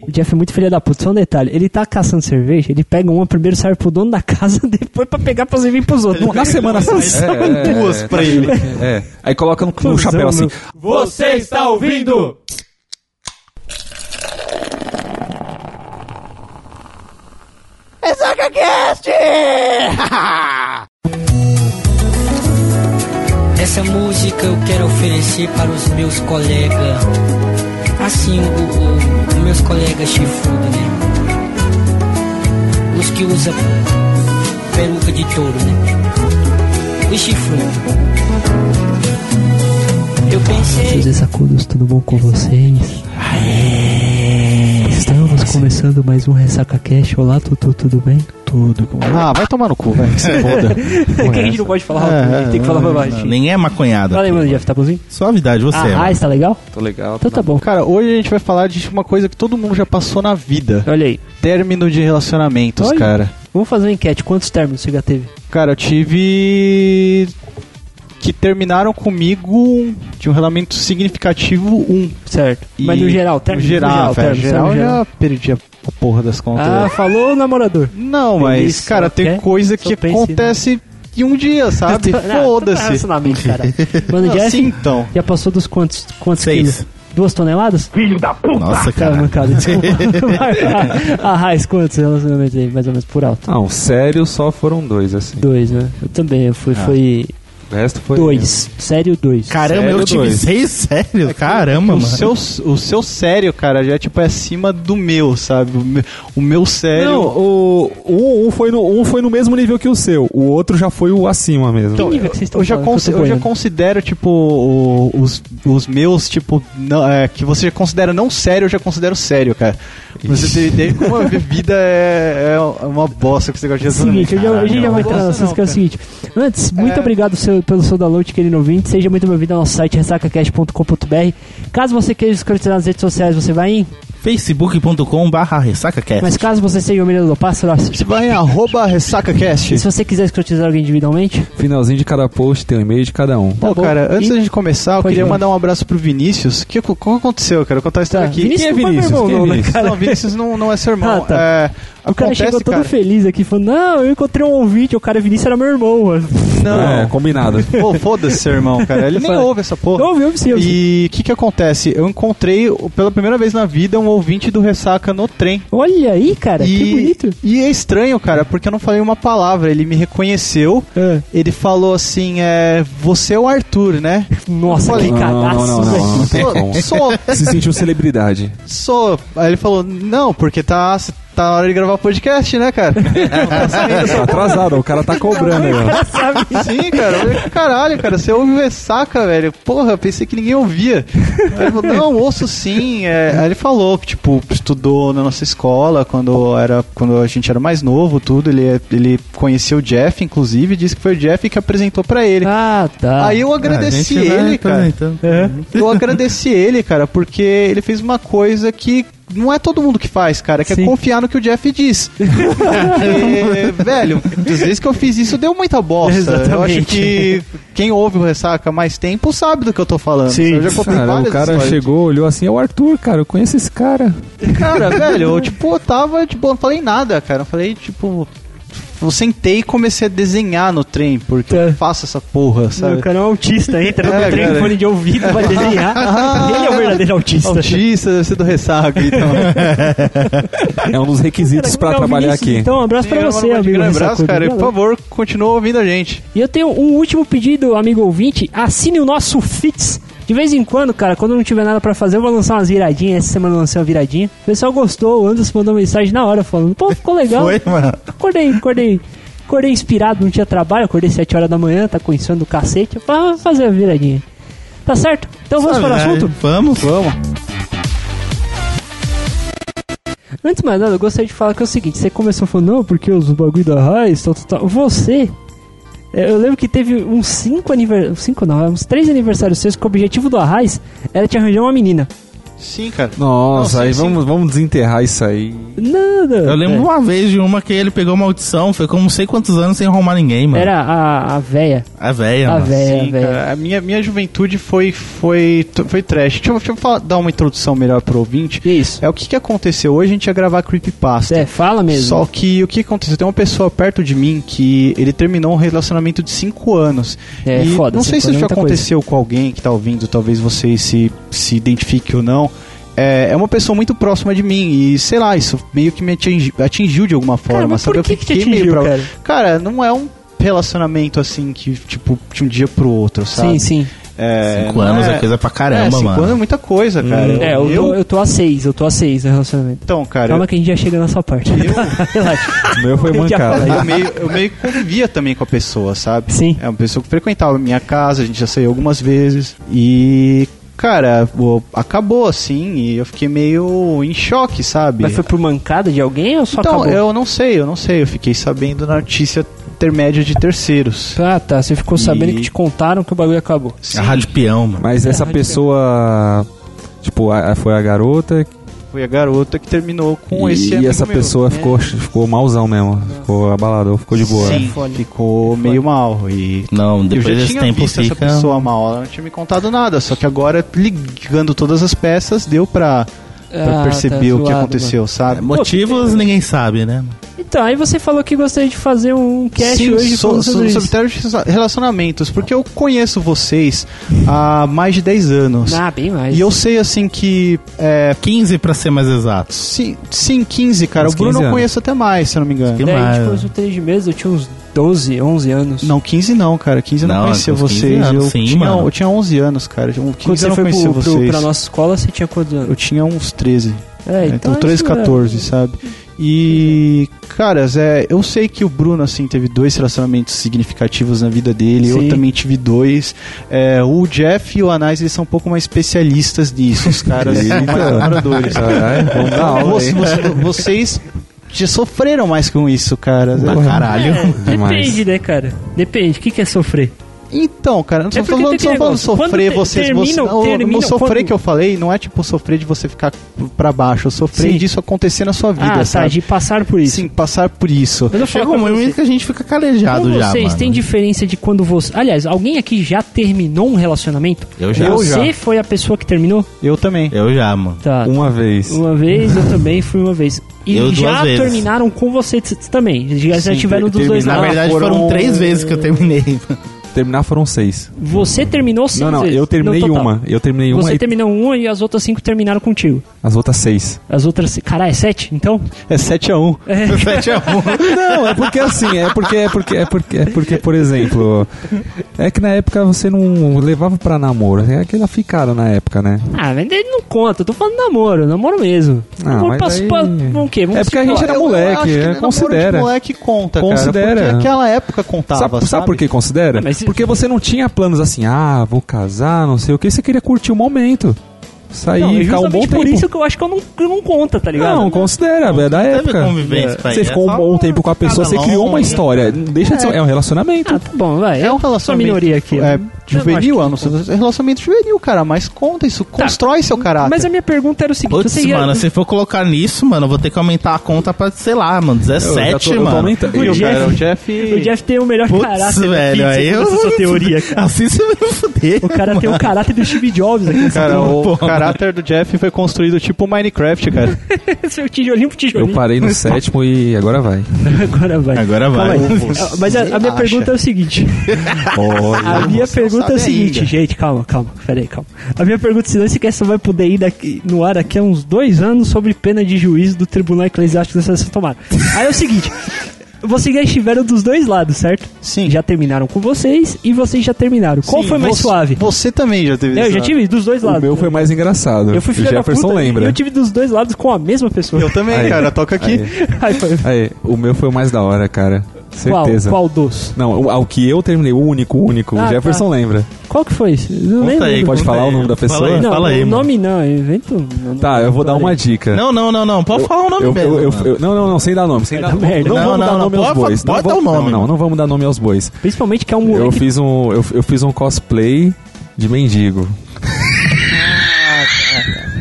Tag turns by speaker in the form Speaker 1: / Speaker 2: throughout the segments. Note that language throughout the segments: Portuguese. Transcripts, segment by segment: Speaker 1: O Jeff é muito filho da puta. Só um detalhe: ele tá caçando cerveja, ele pega uma, primeiro serve pro dono da casa, depois pra pegar pra servir pros outros.
Speaker 2: Na semana seguinte,
Speaker 3: É,
Speaker 2: duas pra ele.
Speaker 3: É. Aí coloca no, no
Speaker 1: Cusão,
Speaker 3: chapéu assim.
Speaker 1: meu.
Speaker 4: Você
Speaker 5: tá
Speaker 4: está ouvindo?
Speaker 6: Essa música eu quero oferecer para os meus colegas. Assim, o- o- os meus colegas chifrudos, né? Os que usam peruca de touro, né? Os chifrudos. Eu pensei.
Speaker 1: Seus É. sacudos, tudo bom com vocês? Estamos começando mais um Ressaca Cash. Olá, Tutu, tudo bem? Tudo bom.
Speaker 5: Ah, vai tomar no cu, velho. Que se foda.
Speaker 1: É que a gente não pode falar alto, né? tem que falar mais baixinho.
Speaker 7: Nem é maconhada.
Speaker 1: Fala aí, mano, Jeff, tá bonzinho?
Speaker 7: Suavidade, você.
Speaker 1: Ah, ah,
Speaker 7: mano.
Speaker 1: está legal?
Speaker 3: Tô legal.
Speaker 1: Então tá bom.
Speaker 5: Cara, hoje a gente vai falar de uma coisa que todo mundo já passou na vida.
Speaker 1: Olha aí,
Speaker 5: Término de relacionamentos,
Speaker 1: Olha.
Speaker 5: cara.
Speaker 1: vamos fazer uma enquete. Quantos términos você já teve?
Speaker 5: Cara, eu tive... Que terminaram comigo um- de um relacionamento significativo um.
Speaker 1: Certo. Mas
Speaker 5: E-
Speaker 1: no geral, término?
Speaker 5: No geral, velho.
Speaker 1: término,
Speaker 5: geral,
Speaker 1: sabe, no
Speaker 5: eu já perdi a porra das contas.
Speaker 1: Ah, falou o namorador.
Speaker 5: não, mas,
Speaker 1: Feliz,
Speaker 5: cara,
Speaker 1: só
Speaker 5: tem
Speaker 1: quer-
Speaker 5: coisa
Speaker 1: só
Speaker 5: que
Speaker 1: pensa em-
Speaker 5: acontece em um dia, sabe?
Speaker 1: Ah, tá
Speaker 5: Foda-se.
Speaker 1: racionamento, cara. Mano,
Speaker 5: Não,
Speaker 1: Jeff
Speaker 5: sim, então.
Speaker 1: já passou dos quantos, quantos
Speaker 7: Seis.
Speaker 1: quilos? Duas toneladas?
Speaker 7: Nossa,
Speaker 1: Cara,
Speaker 7: cara.
Speaker 1: mancada, desculpa. ah, Raiz, quantos relacionamentos aí, mais ou menos, por
Speaker 2: Ah,
Speaker 1: alto?
Speaker 3: Não, sério só foram dois,
Speaker 2: um.
Speaker 3: assim.
Speaker 1: Dois, né? Eu também, eu fui, foi
Speaker 3: O resto foi.
Speaker 1: dois. Sério, dois.
Speaker 7: Caramba,
Speaker 3: Sério,
Speaker 7: eu tive
Speaker 3: dois.
Speaker 7: seis, sério? Caramba,
Speaker 5: O
Speaker 7: mano.
Speaker 5: seu, o seu sério, cara, já tipo, é acima do meu, sabe? O meu, o meu sério.
Speaker 2: Não, o, um, um foi no, um foi no mesmo nível que o seu, o outro já foi o acima mesmo.
Speaker 5: Então,
Speaker 1: nível
Speaker 5: eu,
Speaker 1: que vocês estão
Speaker 5: eu já
Speaker 1: falando?
Speaker 5: consi-
Speaker 1: Eu tô
Speaker 5: eu já
Speaker 1: boiando.
Speaker 5: considero, tipo, o- os, os meus, tipo, não- é, que você considera não sério, eu já considero sério, cara. Pra Você tem ideia como a vida é, é uma bosta que você gosta de
Speaker 1: Seguinte, eu já, a gente já vai
Speaker 5: Não,
Speaker 1: entrar no
Speaker 5: não,
Speaker 1: assunto que é o
Speaker 5: cara. É.
Speaker 1: seguinte. Antes, muito obrigado seu- pelo seu download, querido ouvinte. Seja muito bem-vindo ao nosso site ressacacast.com.br. Caso você queira nos conectar nas redes sociais, você vai em.
Speaker 7: facebook.com barra ressacacast.
Speaker 1: Mas caso você seja o menino do pássaro, ó,
Speaker 5: Você vai em arroba ressacacast.
Speaker 1: e se você quiser escrotizar alguém individualmente,
Speaker 3: Finalzinho de cada post tem um e-mail de cada um.
Speaker 5: Pô,
Speaker 1: tá bom.
Speaker 5: cara, antes
Speaker 1: E-
Speaker 5: da gente começar, eu
Speaker 1: Pode
Speaker 5: queria
Speaker 1: ir.
Speaker 5: mandar um abraço pro Vinícius. O que, que aconteceu, cara? Eu vou contar
Speaker 1: tá.
Speaker 5: a história aqui.
Speaker 1: Vinícius não foi meu irmão,
Speaker 3: Quem é
Speaker 1: não, né,
Speaker 3: Vinícius?
Speaker 1: cara?
Speaker 5: Não, Vinícius não, não é seu irmão.
Speaker 1: Ah, tá.
Speaker 5: É,
Speaker 1: O cara
Speaker 5: acontece,
Speaker 1: chegou todo
Speaker 5: cara.
Speaker 1: feliz aqui, falando, não, eu encontrei um ouvinte, o cara Vinícius era meu irmão, mano.
Speaker 2: Então,
Speaker 3: É,
Speaker 5: Não.
Speaker 3: combinado.
Speaker 5: Pô, foda-se, seu irmão, cara. Ele nem
Speaker 1: Fala.
Speaker 5: ouve essa porra.
Speaker 1: Não, viu, sim, eu vi.
Speaker 5: E o que que acontece? Eu encontrei o- pela primeira vez na vida um ouvinte do Ressaca no trem.
Speaker 1: Olha aí, cara, que
Speaker 5: e,
Speaker 1: bonito.
Speaker 5: e é estranho, cara, porque eu não falei uma palavra. Ele me reconheceu.
Speaker 1: É.
Speaker 5: Ele falou assim: é, Você é o Arthur, né?
Speaker 1: Nossa,
Speaker 5: Falei,
Speaker 1: que
Speaker 3: não, não,
Speaker 1: cagaço,
Speaker 3: não, não,
Speaker 1: velho.
Speaker 3: não, não tem como.
Speaker 5: Sou, sou,
Speaker 3: Se sentiu celebridade.
Speaker 5: sou. Aí ele falou: Não, porque tá, tá na hora de gravar podcast, né, cara?
Speaker 3: Tá atrasado, o cara tá cobrando aí, ó.
Speaker 5: Sim, cara. Eu falei, Caralho, cara, você ouve o Ressaca, velho. Porra, eu pensei que ninguém ouvia. Aí ele falou, não, ouço sim. É, aí ele falou que, tipo, estudou na nossa escola quando, era, quando a gente era mais novo, tudo. Ele, ele conheceu o Jeff, inclusive, e disse que foi o Jeff que apresentou pra ele.
Speaker 1: Ah, tá.
Speaker 5: Aí eu agradeci
Speaker 7: A gente né, vai então,
Speaker 5: ele, cara.
Speaker 7: apresentando.
Speaker 5: Eu agradeci ele, cara, porque ele fez uma coisa que não é todo mundo que faz, cara, que
Speaker 1: Sim.
Speaker 5: é confiar no que o Jeff diz. Porque, velho, às vezes que eu fiz isso deu muita bosta. Eu acho
Speaker 1: Exatamente.
Speaker 5: que quem ouve o Ressaca há mais tempo sabe do que eu tô falando.
Speaker 1: Sim.
Speaker 5: Eu já contei
Speaker 3: Cara,
Speaker 5: várias
Speaker 3: o cara
Speaker 5: histórias.
Speaker 3: chegou, olhou assim, é o Arthur, cara, eu conheço esse cara.
Speaker 5: Cara, velho, eu, tipo, eu tava, tipo, eu não falei nada, cara. Eu falei, tipo... Eu sentei e comecei a desenhar no trem, porque
Speaker 1: Tá.
Speaker 5: eu faço essa porra, sabe?
Speaker 1: O cara é um autista, entra no
Speaker 5: É,
Speaker 1: trem com
Speaker 5: cara. Ah.
Speaker 1: fone de ouvido, vai desenhar. Ele é o verdadeiro autista.
Speaker 5: Autista, deve ser do Ressaca, então.
Speaker 3: É um dos requisitos pra
Speaker 1: Legal,
Speaker 3: trabalhar
Speaker 1: Vinícius,
Speaker 3: aqui.
Speaker 1: Então, um abraço pra
Speaker 5: Sim,
Speaker 1: você,
Speaker 5: mano, um
Speaker 1: amigo. né?
Speaker 5: grande abraço,
Speaker 1: Ressacudo.
Speaker 5: cara. E, por
Speaker 1: Vai lá.
Speaker 5: favor, continua ouvindo a gente.
Speaker 1: E eu tenho um último pedido, amigo ouvinte. Assine o nosso FITS. De vez em quando, cara, quando eu não tiver nada pra fazer, eu vou lançar umas viradinhas. Essa semana eu lancei uma viradinha. O pessoal gostou, o Anderson mandou mensagem na hora falando, pô, ficou legal.
Speaker 7: Foi, mano.
Speaker 1: Acordei, acordei. Acordei inspirado, não tinha trabalho, acordei 7 horas da manhã, tá com insônia do cacete. Eu falei, ah, vou fazer a viradinha. Tá certo? Então vamos para o
Speaker 7: Verdade.
Speaker 1: assunto?
Speaker 7: Vamos. Vamos.
Speaker 1: Antes de mais nada, eu gostaria de falar que é o seguinte: você começou falando, não, porque os bagulho da raiz, tal, tal, tal. Você. é, Eu lembro que teve uns 5 aniversários. 5 não, uns 3 aniversários seus que o objetivo do Arraiz era te arranjar uma menina.
Speaker 5: Sim, cara.
Speaker 2: Nossa,
Speaker 5: Não,
Speaker 2: aí
Speaker 5: sim,
Speaker 2: vamos, vamos desenterrar isso aí.
Speaker 7: Eu
Speaker 1: Nada. É,
Speaker 7: lembro uma vez de uma que ele pegou uma audição, foi com não sei quantos anos sem arrumar ninguém, mano.
Speaker 1: Era a, a véia.
Speaker 7: A véia,
Speaker 1: A
Speaker 7: mano.
Speaker 1: véia,
Speaker 5: Sim,
Speaker 1: véia.
Speaker 5: cara. A minha, minha juventude foi, foi, t- foi trash. Deixa eu, deixa eu falar- dar uma introdução melhor pro ouvinte.
Speaker 1: Isso.
Speaker 5: É o que, que aconteceu. Hoje a gente ia gravar Creepypasta.
Speaker 1: É, fala mesmo.
Speaker 5: Só que o que aconteceu? Tem uma pessoa perto de mim que ele terminou um relacionamento de 5 anos.
Speaker 1: É,
Speaker 5: e
Speaker 1: foda,
Speaker 5: não
Speaker 1: cinco
Speaker 5: sei se isso
Speaker 1: anos é
Speaker 5: já
Speaker 1: muita
Speaker 5: aconteceu com alguém que tá ouvindo, talvez você se, se identifique ou não. É, é uma pessoa muito próxima de mim e sei lá, isso meio que me atingi- atingiu de alguma forma,
Speaker 1: Cara, mas
Speaker 5: sabe?
Speaker 1: por que
Speaker 5: Eu
Speaker 1: que te
Speaker 5: fiquei meio
Speaker 1: atingiu,
Speaker 5: pra-
Speaker 1: cara?
Speaker 5: Cara, não é um relacionamento assim que, tipo, de um dia pro outro,
Speaker 1: Sim,
Speaker 5: sabe?
Speaker 1: sim.
Speaker 5: É,
Speaker 7: Cinco
Speaker 5: não
Speaker 7: anos
Speaker 5: é...
Speaker 7: é coisa pra
Speaker 5: é,
Speaker 7: caramba,
Speaker 5: cinco
Speaker 7: mano.
Speaker 5: anos é muita coisa, cara.
Speaker 1: É, eu, tô, eu É tô a seis, eu tô a seis no relacionamento.
Speaker 5: Então, cara,
Speaker 1: Calma que a gente já chega nessa parte. Relaxa.
Speaker 2: O meu foi
Speaker 1: Eu já
Speaker 2: mancado.
Speaker 1: falei.
Speaker 5: eu meio, eu meio que convivia também com a pessoa, sabe?
Speaker 1: Sim.
Speaker 5: É uma pessoa que frequentava a minha casa, a gente já saiu algumas vezes. E, cara, o- acabou assim, e eu fiquei meio em choque, sabe?
Speaker 1: Mas foi por mancada de alguém ou só
Speaker 5: então,
Speaker 1: acabou?
Speaker 5: eu não sei, eu não sei. Eu fiquei sabendo na notícia intermédia de terceiros.
Speaker 1: Ah, tá. Você ficou sabendo
Speaker 5: E-
Speaker 1: que te contaram que o bagulho acabou.
Speaker 7: A É
Speaker 5: Ah,
Speaker 7: rádio peão, mano.
Speaker 2: Mas essa pessoa. Tipo, a- a- foi a garota
Speaker 5: Foi a garota que terminou com
Speaker 2: e,
Speaker 5: esse
Speaker 2: e
Speaker 5: amigo
Speaker 2: essa
Speaker 5: meu.
Speaker 2: pessoa ficou, ficou malzão mesmo. Ficou abalado, ficou de boa.
Speaker 5: Sim,
Speaker 1: Foda.
Speaker 5: ficou meio mal. E
Speaker 7: Não,
Speaker 5: eu
Speaker 7: depois
Speaker 5: já
Speaker 7: desse
Speaker 5: tinha
Speaker 7: tempo
Speaker 5: visto
Speaker 7: fica.
Speaker 5: essa pessoa mal, ela não tinha me contado nada. Só que agora, ligando todas as peças, deu pra, pra
Speaker 1: Ah,
Speaker 5: perceber
Speaker 1: tá
Speaker 5: o que
Speaker 1: zoado, É,
Speaker 5: aconteceu, sabe?
Speaker 7: Motivos ninguém sabe, né?
Speaker 1: mano. Então, aí você falou que gostaria de fazer um cast
Speaker 5: Sim,
Speaker 1: hoje
Speaker 5: so-
Speaker 1: falando
Speaker 5: so-
Speaker 1: sobre isso.
Speaker 5: sobre teoria de relacionamentos, porque eu conheço vocês há mais de 10 anos.
Speaker 1: Ah, bem mais.
Speaker 5: E eu sei, assim, que... É,
Speaker 7: 15 pra ser mais exato.
Speaker 5: sim, sim, 15, cara.
Speaker 2: Uns
Speaker 5: o Bruno
Speaker 2: 15
Speaker 5: eu
Speaker 2: anos.
Speaker 5: conheço até mais, se eu não me engano.
Speaker 7: Que
Speaker 1: Daí,
Speaker 7: mais?
Speaker 1: tipo, os três meses eu tinha uns 12, 11 anos.
Speaker 5: Não, 15 não, cara. 15 eu não,
Speaker 7: Não,
Speaker 5: conhecia
Speaker 7: uns 15
Speaker 5: vocês.
Speaker 7: anos,
Speaker 5: eu,
Speaker 7: sim,
Speaker 5: tinha,
Speaker 7: mano.
Speaker 5: eu tinha 11 anos, cara. Eu- 15
Speaker 1: Quando
Speaker 5: eu
Speaker 1: você
Speaker 5: não
Speaker 1: foi
Speaker 5: conhecia
Speaker 1: pro, pro-
Speaker 5: vocês.
Speaker 1: pra nossa escola, você tinha quantos
Speaker 5: Eu
Speaker 1: anos?
Speaker 5: tinha uns 13.
Speaker 1: É,
Speaker 5: então, 13,
Speaker 1: isso é-
Speaker 5: 14, sabe? E, caras, é, eu sei que o Bruno, assim, teve dois relacionamentos significativos na vida dele,
Speaker 1: Sim.
Speaker 5: eu também tive dois. É, o Jeff e o Anais, eles são um pouco mais especialistas nisso, os caras são mais
Speaker 2: Eita.
Speaker 5: namoradores.
Speaker 2: Caralho, vamos dar aula
Speaker 5: Você-
Speaker 2: aí.
Speaker 5: você- vocês já sofreram mais com isso, cara.
Speaker 7: Pra
Speaker 1: É,
Speaker 7: caralho.
Speaker 1: depende,
Speaker 2: Demais.
Speaker 1: né, cara? Depende. O que, que é sofrer?
Speaker 5: Então, cara, não
Speaker 1: É
Speaker 5: tô
Speaker 1: porque tem
Speaker 5: falando,
Speaker 1: aquele
Speaker 5: só falando
Speaker 1: negócio, quando
Speaker 5: sofrer,
Speaker 1: te-
Speaker 5: vocês...
Speaker 1: termina-
Speaker 5: você, não,
Speaker 1: termina-
Speaker 5: o sofrer
Speaker 1: quando-
Speaker 5: que eu falei não é tipo sofrer de você ficar pra baixo, eu sofri
Speaker 1: Sim.
Speaker 5: disso acontecer na sua vida,
Speaker 1: ah, tá,
Speaker 5: sabe?
Speaker 1: de passar por isso.
Speaker 5: Sim, passar por isso.
Speaker 1: Eu não
Speaker 7: Chega um
Speaker 1: falo pra
Speaker 7: momento
Speaker 1: você.
Speaker 7: que a gente fica
Speaker 1: Com
Speaker 7: calejado já,
Speaker 1: vocês,
Speaker 7: mano.
Speaker 1: tem diferença de quando você... Aliás, alguém aqui já terminou um relacionamento?
Speaker 7: Eu já. Eu
Speaker 1: Você
Speaker 7: já.
Speaker 1: foi a pessoa que terminou?
Speaker 5: Eu também.
Speaker 7: Eu já, mano.
Speaker 1: Tá.
Speaker 2: Uma vez.
Speaker 1: Uma vez, eu também fui uma vez. E
Speaker 7: Eu duas
Speaker 1: já
Speaker 7: vezes.
Speaker 1: terminaram com você t- também. Já, já
Speaker 2: Sim,
Speaker 1: tiveram dos
Speaker 2: ter-
Speaker 1: dois
Speaker 7: Na
Speaker 1: lados.
Speaker 7: verdade,
Speaker 2: foram-
Speaker 7: foram... três vezes que eu terminei. mano.
Speaker 2: Terminar foram seis.
Speaker 1: Você terminou cinco
Speaker 2: não, não,
Speaker 1: vezes.
Speaker 2: eu terminei
Speaker 1: No total.
Speaker 2: uma. Eu terminei uma
Speaker 1: Você
Speaker 2: e
Speaker 1: terminou uma e as outras cinco terminaram contigo.
Speaker 2: as outras seis.
Speaker 1: As outras... Caralho, é sete? Então...
Speaker 5: É 7x1.
Speaker 7: Sete a um.
Speaker 2: Não, é porque assim, é porque, é porque, é porque, é porque, por exemplo, é que na época você não levava pra namoro, é que ela ficaram na época, né?
Speaker 1: Ah, mas ele não conta. Eu tô falando namoro. Namoro mesmo.
Speaker 2: Ah,
Speaker 1: namoro
Speaker 2: mas
Speaker 1: pra,
Speaker 2: daí-
Speaker 1: pra- pra o quê? Vamos
Speaker 2: É porque a
Speaker 1: supor-
Speaker 2: gente era moleque, é, considera.
Speaker 5: um moleque conta,
Speaker 2: Considera.
Speaker 5: cara. Porque naquela época contava,
Speaker 2: Sabe,
Speaker 5: sabe?
Speaker 2: sabe por que considera?
Speaker 1: Ah, mas se-
Speaker 2: Porque você não tinha planos assim, ah, vou casar, não sei o que, você queria curtir o momento. Sair,
Speaker 1: Não, é
Speaker 2: ficar um bom
Speaker 1: justamente por
Speaker 2: tempo.
Speaker 1: isso que eu acho que eu não, que eu não conta, tá ligado?
Speaker 2: Não, considera, é da
Speaker 7: Teve
Speaker 2: época.
Speaker 7: convivência, pai.
Speaker 2: Você
Speaker 7: É
Speaker 2: ficou
Speaker 7: só
Speaker 2: um bom tempo com a pessoa,
Speaker 7: cada
Speaker 2: você criou
Speaker 7: longa.
Speaker 2: uma história. Deixa de ser, é um relacionamento.
Speaker 1: Ah, tá bom, vai.
Speaker 5: É um
Speaker 1: Sou a
Speaker 5: relacionamento.
Speaker 1: minoria aqui. né?
Speaker 5: É,
Speaker 1: Eu não acho
Speaker 5: juvenil,
Speaker 1: que Tá.
Speaker 5: é um relacionamento juvenil, cara. Mas conta isso, constrói seu caráter.
Speaker 1: Mas a minha pergunta era o seguinte:
Speaker 7: Putz,
Speaker 1: você ia-
Speaker 7: mano, se for colocar nisso, mano, eu vou ter que aumentar a conta pra, sei lá, mano,
Speaker 2: Eu já
Speaker 7: 17,
Speaker 2: tô- eu tô
Speaker 7: mano.
Speaker 2: aumentando.
Speaker 1: O
Speaker 2: Eu-
Speaker 1: Jeff-
Speaker 5: cara, o Jeff.
Speaker 1: o Jeff é tem o melhor
Speaker 7: Putz,
Speaker 1: caráter do
Speaker 7: velho,
Speaker 1: Pizza,
Speaker 7: aí
Speaker 1: segundo
Speaker 7: eu
Speaker 1: essa sua teoria. cara.
Speaker 7: Assim você vai me fuder.
Speaker 1: O cara tem o caráter do Steve Jobs aqui. nessa
Speaker 5: Cara,
Speaker 1: porra.
Speaker 5: o
Speaker 7: Pô.
Speaker 5: caráter do Jeff foi construído tipo Minecraft, cara.
Speaker 1: Seu tijolinho pro
Speaker 2: Eu
Speaker 1: tijolinho.
Speaker 2: parei no sétimo e agora vai.
Speaker 1: Agora vai.
Speaker 7: Agora vai.
Speaker 1: Calma aí. Ah, Mas a, a minha
Speaker 5: acha?
Speaker 1: pergunta é o seguinte. A minha pergunta é o seguinte, gente, calma, calma, peraí, calma. A minha pergunta, se não se quer, só vai poder ir daqui, no ar daqui a uns dois anos sobre pena de juiz do Tribunal Eclesiástico da Sessão Tomada. Aí é o seguinte, vocês já estiveram dos dois lados, certo?
Speaker 5: Sim.
Speaker 1: Já terminaram com vocês e vocês já terminaram. Qual
Speaker 5: Sim,
Speaker 1: foi mais
Speaker 5: você-
Speaker 1: suave?
Speaker 5: Você também já teve
Speaker 1: eu
Speaker 5: isso,
Speaker 1: já
Speaker 5: né?
Speaker 1: tive dos dois
Speaker 2: O
Speaker 1: lados.
Speaker 2: meu foi mais engraçado.
Speaker 1: Eu fui filho
Speaker 2: o
Speaker 1: da
Speaker 2: Jefferson
Speaker 1: puta
Speaker 2: lembra.
Speaker 1: e eu tive dos dois lados com a mesma pessoa.
Speaker 5: Eu também,
Speaker 2: Aí.
Speaker 5: cara. Toca aqui.
Speaker 1: Aí foi,
Speaker 2: Aí, o meu foi o mais da hora, cara.
Speaker 1: qual,
Speaker 2: Certeza.
Speaker 1: qual dos?
Speaker 2: Não, o- ao que eu terminei, o único, o único.
Speaker 1: Ah,
Speaker 2: o Jefferson
Speaker 1: tá.
Speaker 2: lembra.
Speaker 1: Qual que foi? Eu Não
Speaker 7: Conta
Speaker 1: lembro.
Speaker 7: aí,
Speaker 2: Pode
Speaker 7: conta
Speaker 2: falar
Speaker 7: aí.
Speaker 2: o nome da pessoa?
Speaker 7: Fala aí,
Speaker 1: Não,
Speaker 7: fala aí,
Speaker 1: o
Speaker 7: mano.
Speaker 1: nome não, eu invento. eu não-
Speaker 2: Tá, eu vou dar
Speaker 1: parei.
Speaker 2: uma dica.
Speaker 7: Não, não, não, não. Pode falar o nome
Speaker 2: Eu-
Speaker 7: velho.
Speaker 2: eu- eu- eu- não, não, não, sem dar nome, sem
Speaker 1: Vai
Speaker 2: dar
Speaker 1: dar merda.
Speaker 2: Não,
Speaker 7: É, Não,
Speaker 2: vamos
Speaker 7: não,
Speaker 2: dar
Speaker 7: não,
Speaker 2: nome aos
Speaker 7: pode-
Speaker 2: bois.
Speaker 7: pode
Speaker 2: não,
Speaker 7: dar o nome.
Speaker 2: Não, não, não vamos dar nome aos bois.
Speaker 1: Principalmente que é um
Speaker 2: Eu
Speaker 1: moleque.
Speaker 2: fiz um, eu, eu fiz um cosplay de mendigo.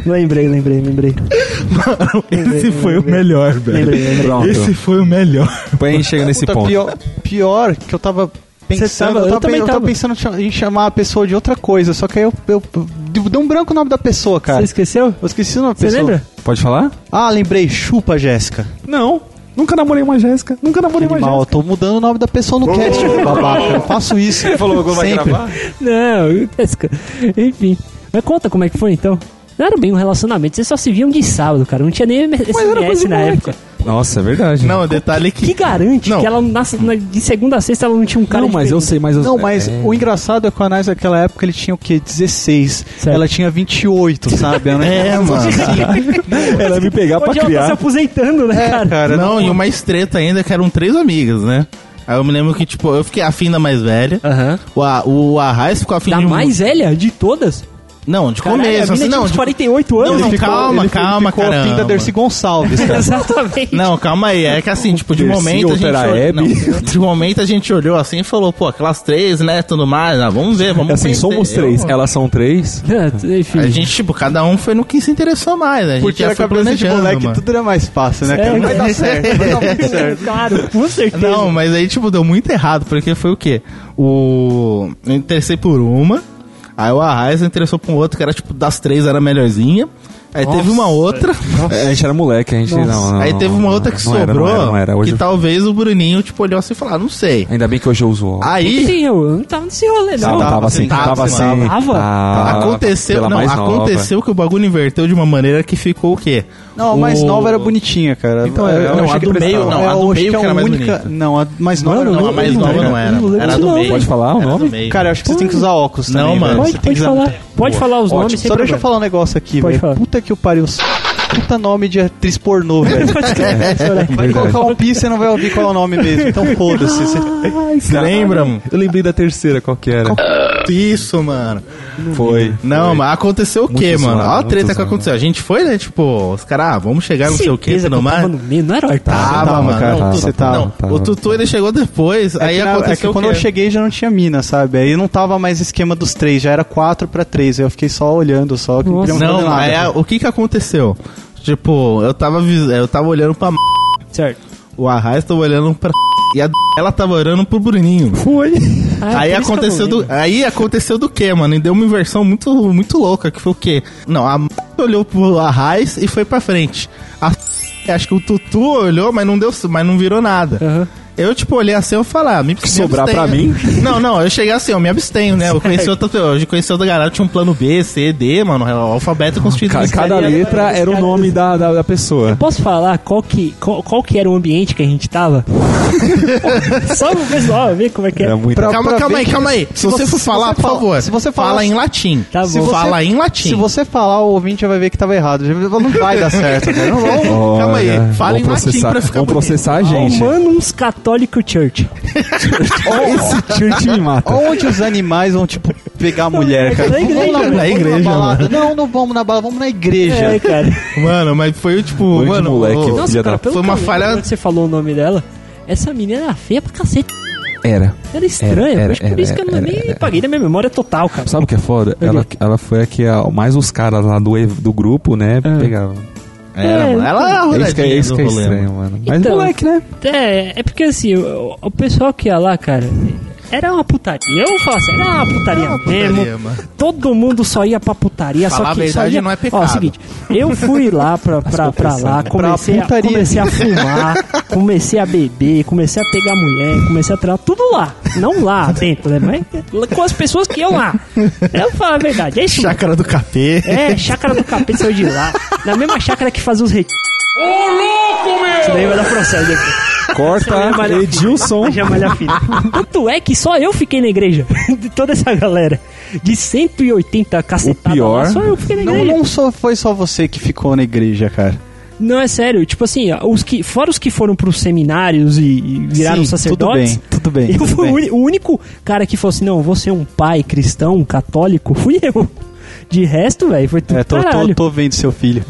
Speaker 1: Lembrei, lembrei, lembrei.
Speaker 7: Esse foi o melhor, velho.
Speaker 1: Lembrei, lembrei.
Speaker 2: Pronto.
Speaker 7: Esse foi o melhor.
Speaker 2: Põe chega nesse
Speaker 5: Puta,
Speaker 2: ponto.
Speaker 5: Pior, pior que eu tava pensando.
Speaker 1: tava-
Speaker 5: eu,
Speaker 1: eu
Speaker 5: tava,
Speaker 1: também
Speaker 5: eu tava
Speaker 1: tava.
Speaker 5: pensando cha- em chamar a pessoa de outra coisa, só que aí eu, eu, eu dei um branco o nome da pessoa,
Speaker 1: Você
Speaker 5: cara.
Speaker 1: esqueceu?
Speaker 5: Eu esqueci o nome da
Speaker 1: Você
Speaker 5: pessoa.
Speaker 1: lembra?
Speaker 2: Pode falar?
Speaker 5: Ah, lembrei, chupa Jéssica.
Speaker 2: Não. Nunca namorei uma Jéssica. Nunca namorei uma
Speaker 5: Mal, eu
Speaker 2: Jéssica.
Speaker 5: tô mudando o nome da pessoa no cast, babaca. Eu faço isso. Você falou que vai gravar?
Speaker 1: Não, eu- enfim. Mas conta como é que foi então. Não era bem um relacionamento, vocês só se viam de sábado, cara. Não tinha nem SMS na época.
Speaker 2: Nossa, é verdade.
Speaker 7: Não, o detalhe é
Speaker 1: Que
Speaker 7: que.
Speaker 1: garante
Speaker 7: Não.
Speaker 1: que ela na, na- de segunda a sexta ela não tinha um cara
Speaker 2: Não, mas eu
Speaker 1: diferente?
Speaker 2: sei, mas eu
Speaker 5: Não, mas
Speaker 2: é.
Speaker 5: o engraçado é que o Anais naquela época ele tinha o quê? 16.
Speaker 1: Certo.
Speaker 5: Ela tinha 28, sabe? Ela
Speaker 7: É, mano.
Speaker 2: Era me pegar pra
Speaker 1: Hoje ela tá se
Speaker 2: criar. É.
Speaker 1: aposentando, né, cara?
Speaker 5: É, cara,
Speaker 7: Não, e uma estreta ainda que eram três amigas, né? Aí eu me lembro que, tipo, eu fiquei afim da mais velha.
Speaker 1: Aham.
Speaker 7: O, a, o Arraiz ficou afim
Speaker 1: Da
Speaker 7: de um-
Speaker 1: mais velha de todas?
Speaker 7: Não, de
Speaker 1: Caralho, a
Speaker 7: começo.
Speaker 1: mina é tipo
Speaker 7: Assim,
Speaker 1: tinha
Speaker 7: não,
Speaker 1: uns
Speaker 7: de...
Speaker 1: 48
Speaker 7: Não,
Speaker 1: anos.
Speaker 7: não, calma,
Speaker 5: ele
Speaker 7: calma,
Speaker 5: ficou a fim da
Speaker 7: caramba.
Speaker 5: Dercy Gonçalves, cara.
Speaker 1: Exatamente.
Speaker 7: Não, calma aí. É que assim, tipo, de
Speaker 2: Desci,
Speaker 7: momento a gente.
Speaker 2: Opera
Speaker 7: olhou-
Speaker 2: Hebe.
Speaker 7: não, de momento a gente olhou assim e falou, pô, aquelas três, né? Tudo mais. Ah, vamos ver, vamos
Speaker 2: É assim,
Speaker 7: ver.
Speaker 2: somos
Speaker 7: Eu-
Speaker 2: três, elas são três.
Speaker 1: Enfim.
Speaker 7: A gente, tipo, cada um foi no que se interessou mais, né? A gente
Speaker 5: Porque
Speaker 7: já
Speaker 5: era
Speaker 7: foi
Speaker 5: cabeça de
Speaker 7: planejando,
Speaker 5: moleque,
Speaker 7: mano.
Speaker 5: tudo era mais fácil, né, cara?
Speaker 1: É,
Speaker 5: Vai dar certo, vai dar muito certo.
Speaker 1: Claro, com certeza.
Speaker 7: Não, mas aí, tipo, deu muito errado, porque foi o quê? O... Eu interessei por uma, aí o Arraiz interessou por um outro, que era, tipo, das três era a melhorzinha. Aí teve uma outra,
Speaker 2: É, A gente era moleque, a gente não, não,
Speaker 7: aí teve uma outra que
Speaker 2: não
Speaker 7: sobrou,
Speaker 2: era, não era, não era. Hoje,
Speaker 7: que tá- talvez o Bruninho, tipo, olhou assim e falou, ah, não sei.
Speaker 2: Ainda bem que hoje eu uso óculos.
Speaker 7: Aí...
Speaker 1: Sim, eu não tava nesse rolê, não.
Speaker 2: Tava, tava,
Speaker 5: tava
Speaker 2: assim,
Speaker 7: Ah, sentado,
Speaker 2: tava assim.
Speaker 7: mano.
Speaker 1: Tava?
Speaker 2: Tava
Speaker 7: Aconteceu,
Speaker 2: Ah, pela
Speaker 7: não,
Speaker 2: mais nova.
Speaker 7: aconteceu que o bagulho inverteu de uma maneira que ficou o quê?
Speaker 5: Não, a mais
Speaker 7: O-
Speaker 5: nova era bonitinha, cara.
Speaker 7: Então, é,
Speaker 5: eu
Speaker 7: não,
Speaker 5: achei
Speaker 7: a
Speaker 5: que
Speaker 7: do
Speaker 5: prestava.
Speaker 7: meio- não,
Speaker 5: É,
Speaker 7: a
Speaker 5: eu
Speaker 7: do
Speaker 5: acho
Speaker 7: meio
Speaker 5: que é
Speaker 7: que
Speaker 5: a
Speaker 7: era mais
Speaker 5: única-
Speaker 7: bonita.
Speaker 5: Não, a mais nova é.
Speaker 1: Mano,
Speaker 5: era
Speaker 7: Não, né?
Speaker 1: lembro
Speaker 7: a mais
Speaker 1: não,
Speaker 7: nova
Speaker 1: cara.
Speaker 7: não era.
Speaker 1: Não lembro
Speaker 7: Era a do
Speaker 1: não,
Speaker 7: meio.
Speaker 2: Pode falar o
Speaker 7: Era do
Speaker 2: nome?
Speaker 7: meio.
Speaker 5: Cara, eu acho que você tem que usar óculos
Speaker 7: Não,
Speaker 5: também,
Speaker 7: mano.
Speaker 5: velho.
Speaker 1: Pode,
Speaker 5: Você tem
Speaker 1: pode
Speaker 5: que usar-
Speaker 1: falar. Pode falar os nomes
Speaker 5: Ótimo.
Speaker 1: sem
Speaker 5: Só deixa eu
Speaker 1: problema.
Speaker 5: falar um negócio aqui,
Speaker 1: Pode
Speaker 5: velho.
Speaker 1: falar.
Speaker 5: Puta que o pariu. Puta nome de atriz pornô, velho. Vai colocar um pi, você não vai ouvir qual é o nome mesmo. Então foda-se. Você-
Speaker 7: Lembra? mano?
Speaker 2: Eu lembrei da terceira, qual que era?
Speaker 7: Isso, mano.
Speaker 2: Foi.
Speaker 7: Não, mas aconteceu o quê,
Speaker 2: Muito
Speaker 7: mano?
Speaker 2: zoado,
Speaker 7: Olha a
Speaker 2: muito
Speaker 7: treta que
Speaker 2: zoado.
Speaker 7: aconteceu. A gente foi, né? Tipo, os caras, ah, vamos chegar, não sei o quê, Tá.
Speaker 1: Certeza
Speaker 7: tudo
Speaker 1: eu
Speaker 7: mais.
Speaker 1: tava no meio, não é tá? era o Arthur.
Speaker 7: Tava,
Speaker 5: Tava,
Speaker 7: mano.
Speaker 5: cara,
Speaker 7: Não,
Speaker 5: tava,
Speaker 7: tu-
Speaker 5: você tava,
Speaker 7: não,
Speaker 2: tava.
Speaker 7: o Tutu ele chegou depois.
Speaker 5: É
Speaker 7: aí
Speaker 5: que na- é
Speaker 7: aconteceu
Speaker 5: que quando
Speaker 7: o
Speaker 5: eu
Speaker 7: quê?
Speaker 5: cheguei já não tinha mina, sabe? Aí não tava mais esquema dos três, já era quatro pra três. Aí eu fiquei só olhando, só que não
Speaker 1: Nossa. é
Speaker 5: queria fazer
Speaker 7: Não,
Speaker 5: nada.
Speaker 2: é
Speaker 7: aí a- o que que aconteceu? Tipo, eu tava, vi- eu tava olhando pra. m****,
Speaker 1: Certo.
Speaker 7: O Arraiz tava olhando pra. m****, E a d- ela tava olhando pro Bruninho.
Speaker 2: Foi.
Speaker 1: Ah,
Speaker 7: aí
Speaker 1: por isso que eu
Speaker 7: aconteceu
Speaker 1: não
Speaker 7: do,
Speaker 1: lembro.
Speaker 7: aí aconteceu do quê, mano? E deu uma inversão muito muito louca, que foi o quê? Não, a m... olhou pro Arraiz e foi pra frente. A f- acho que o Tutu olhou, mas não deu, mas não virou nada.
Speaker 1: Aham.
Speaker 7: Eu tipo olhei assim, eu falar, me me
Speaker 2: sobrar pra
Speaker 7: abstenho. Não, não, eu cheguei assim, eu me abstenho, né? Eu conheci outra, eu conheci outra galera, tinha um plano B, C, D, mano, o alfabeto constituído.
Speaker 2: Ca-
Speaker 7: isso
Speaker 2: Cada
Speaker 7: aí era-
Speaker 2: letra era o nome da, da, da pessoa.
Speaker 1: Posso falar qual que, qual, qual que era o ambiente que a gente tava? Só pro pessoal ver como é que é.
Speaker 2: Era muito.
Speaker 5: Pra-
Speaker 7: Calma,
Speaker 5: pra
Speaker 7: calma
Speaker 5: ver
Speaker 7: aí,
Speaker 5: que-
Speaker 7: calma aí. Se, você for falar,
Speaker 5: você
Speaker 7: por
Speaker 5: fala-
Speaker 7: favor,
Speaker 5: se você
Speaker 7: fala
Speaker 5: falar-
Speaker 7: em latim.
Speaker 1: Tá
Speaker 7: Se
Speaker 1: bom.
Speaker 7: você- Fala em
Speaker 5: Se
Speaker 7: latim.
Speaker 5: você falar, o ouvinte já vai ver que tava errado. Já- Não vai dar certo, cara. Não, não,
Speaker 7: Calma aí,
Speaker 2: Olha,
Speaker 7: fala
Speaker 2: vão
Speaker 7: em latim
Speaker 2: processar-
Speaker 7: pra ficar
Speaker 2: vão
Speaker 7: bonito.
Speaker 2: processar a gente.
Speaker 1: Romanos Católico Church.
Speaker 2: Esse chute me mata.
Speaker 5: Onde os animais vão, tipo, pegar a mulher, cara?
Speaker 1: Na igreja,
Speaker 5: vamos
Speaker 1: velho.
Speaker 7: Na igreja,
Speaker 5: balada. Não, não vamos na balada, vamos na igreja.
Speaker 1: É, cara.
Speaker 7: Mano, mas foi tipo,
Speaker 2: Bando de
Speaker 7: mano,
Speaker 2: moleque.
Speaker 7: o-
Speaker 2: Filha da-
Speaker 1: pelo
Speaker 7: Foi
Speaker 1: que eu
Speaker 7: uma
Speaker 1: lembro,
Speaker 7: falha-
Speaker 1: quando Você falou o nome dela. Essa menina era feia pra cacete.
Speaker 2: Era.
Speaker 1: Era estranha.
Speaker 2: Era,
Speaker 1: acho que
Speaker 2: era,
Speaker 1: por isso que eu não
Speaker 2: era,
Speaker 1: nem paguei da minha memória total, cara.
Speaker 2: Sabe o que é foda? Ela, ela foi a que a- mais os caras lá do, ev- do grupo, né,
Speaker 1: É.
Speaker 2: pegavam.
Speaker 7: Era, mano. Ela é a
Speaker 2: É isso que é,
Speaker 7: rodadinha
Speaker 2: isso
Speaker 7: do
Speaker 2: que é
Speaker 7: rolê,
Speaker 2: estranho,
Speaker 7: mano.
Speaker 2: mano. Mas
Speaker 1: Então,
Speaker 2: moleque, né?
Speaker 1: É, é porque assim, o, o pessoal que ia lá, cara, era uma putaria. Eu falo assim, era uma putaria
Speaker 7: Era uma putaria,
Speaker 1: mesmo.
Speaker 7: mano.
Speaker 1: Todo mundo só ia pra putaria. só que
Speaker 7: Falar a
Speaker 1: só
Speaker 7: verdade
Speaker 1: ia...
Speaker 7: não é
Speaker 1: Ó,
Speaker 7: pecado.
Speaker 1: seguinte, eu fui lá pra, pra, pra lá, comecei, a,
Speaker 5: putaria.
Speaker 1: comecei a fumar, comecei a beber, comecei a pegar mulher, comecei a treinar, tudo lá. Não lá dentro, né? Mas com as pessoas que iam lá. Eu falo a verdade, é isso. mesmo.
Speaker 7: Chácara do Capê.
Speaker 1: É, chácara do capeta saiu de lá. Na mesma chácara que fazia os re... Ô, louco, meu! Isso daí vai dar processo aqui.
Speaker 5: Ah,
Speaker 2: Corta Edilson.
Speaker 1: Já malha fina. Tanto é que só eu fiquei na igreja. De toda essa galera. De 180 cacetadas.
Speaker 2: pior-
Speaker 1: lá, Só eu fiquei na
Speaker 5: Não,
Speaker 1: igreja. Não,
Speaker 5: não só foi só você que ficou na igreja, cara.
Speaker 1: é sério. Tipo assim, os que, fora os que foram pros seminários e, e viraram
Speaker 5: Sim,
Speaker 1: sacerdotes.
Speaker 5: Tudo bem, tudo bem.
Speaker 1: Eu
Speaker 5: tudo
Speaker 1: fui o
Speaker 5: bem.
Speaker 1: uni- o único cara que falou assim: não, vou ser um pai cristão, católico. Fui eu. De resto, velho, foi tudo
Speaker 5: É, tô,
Speaker 1: caralho.
Speaker 5: tô, tô vendo seu filho.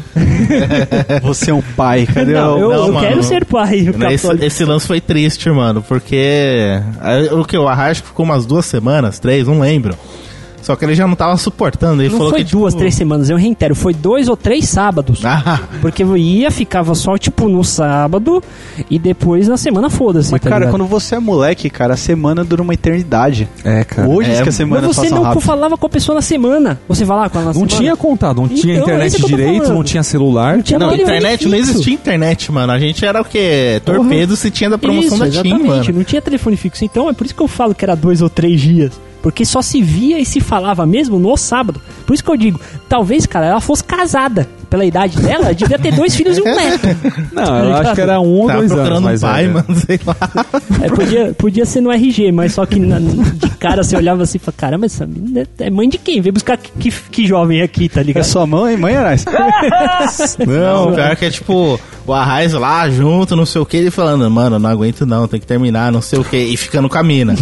Speaker 5: você é um pai, cadê?
Speaker 1: Não, eu,
Speaker 5: o-
Speaker 7: Não,
Speaker 1: eu
Speaker 7: mano.
Speaker 1: quero ser pai
Speaker 7: Né, Esse,
Speaker 1: católico.
Speaker 7: esse lance foi é, triste, mano, porque. aí, O que? O Arraio acho que ficou umas duas semanas, três, não lembro. Só que ele já não tava suportando. Ele
Speaker 1: Não
Speaker 7: falou
Speaker 1: foi
Speaker 7: que,
Speaker 1: duas,
Speaker 7: tipo,
Speaker 1: três semanas, eu reitero, foi dois ou três sábados.
Speaker 7: Ah,
Speaker 1: Porque eu ia, ficava só, tipo, no sábado e depois na semana, foda-se.
Speaker 5: Mas,
Speaker 1: tá
Speaker 5: cara,
Speaker 1: ligado?
Speaker 5: quando você é moleque, cara, a semana dura uma eternidade.
Speaker 2: É, cara.
Speaker 5: Hoje
Speaker 7: É,
Speaker 5: que a semana
Speaker 1: Mas você
Speaker 5: passa
Speaker 1: não
Speaker 5: rápido.
Speaker 1: falava com a pessoa na semana. Você vai lá com ela na
Speaker 2: Não
Speaker 1: semana?
Speaker 2: tinha contado, não tinha
Speaker 1: Então, é isso que
Speaker 2: internet
Speaker 1: eu tô
Speaker 2: direito, não
Speaker 1: falando.
Speaker 2: tinha celular.
Speaker 1: Não tinha
Speaker 7: não,
Speaker 1: telefone
Speaker 7: internet, não
Speaker 1: fixo.
Speaker 7: existia internet, mano. A gente era o quê? Torpedo se tinha da promoção
Speaker 1: Isso,
Speaker 7: da TIM,
Speaker 1: exatamente.
Speaker 7: mano.
Speaker 1: Não tinha telefone fixo. Então é por isso que eu falo que era dois ou três dias. Porque só se via e se falava mesmo no sábado. Por isso que eu digo, talvez, cara, ela fosse casada. Pela idade dela, ela devia ter dois filhos e um neto.
Speaker 2: Não, eu
Speaker 1: tá
Speaker 2: acho que era um ou
Speaker 7: Tava
Speaker 2: dois anos
Speaker 7: procurando um
Speaker 2: mais
Speaker 7: pai,
Speaker 2: velho.
Speaker 7: mano, sei lá.
Speaker 1: É, podia, podia ser no RG, mas só que na- de cara você olhava assim e falava, caramba, essa menina é mãe de quem? Vem buscar que, que, que jovem aqui, tá
Speaker 5: É
Speaker 1: ligado?
Speaker 5: sua mãe, mãe Arás.
Speaker 7: Não, pior que é tipo, o Arraiz lá junto, não sei o que, ele falando, mano, não aguento não, tem que terminar, não sei o que, e ficando com a mina.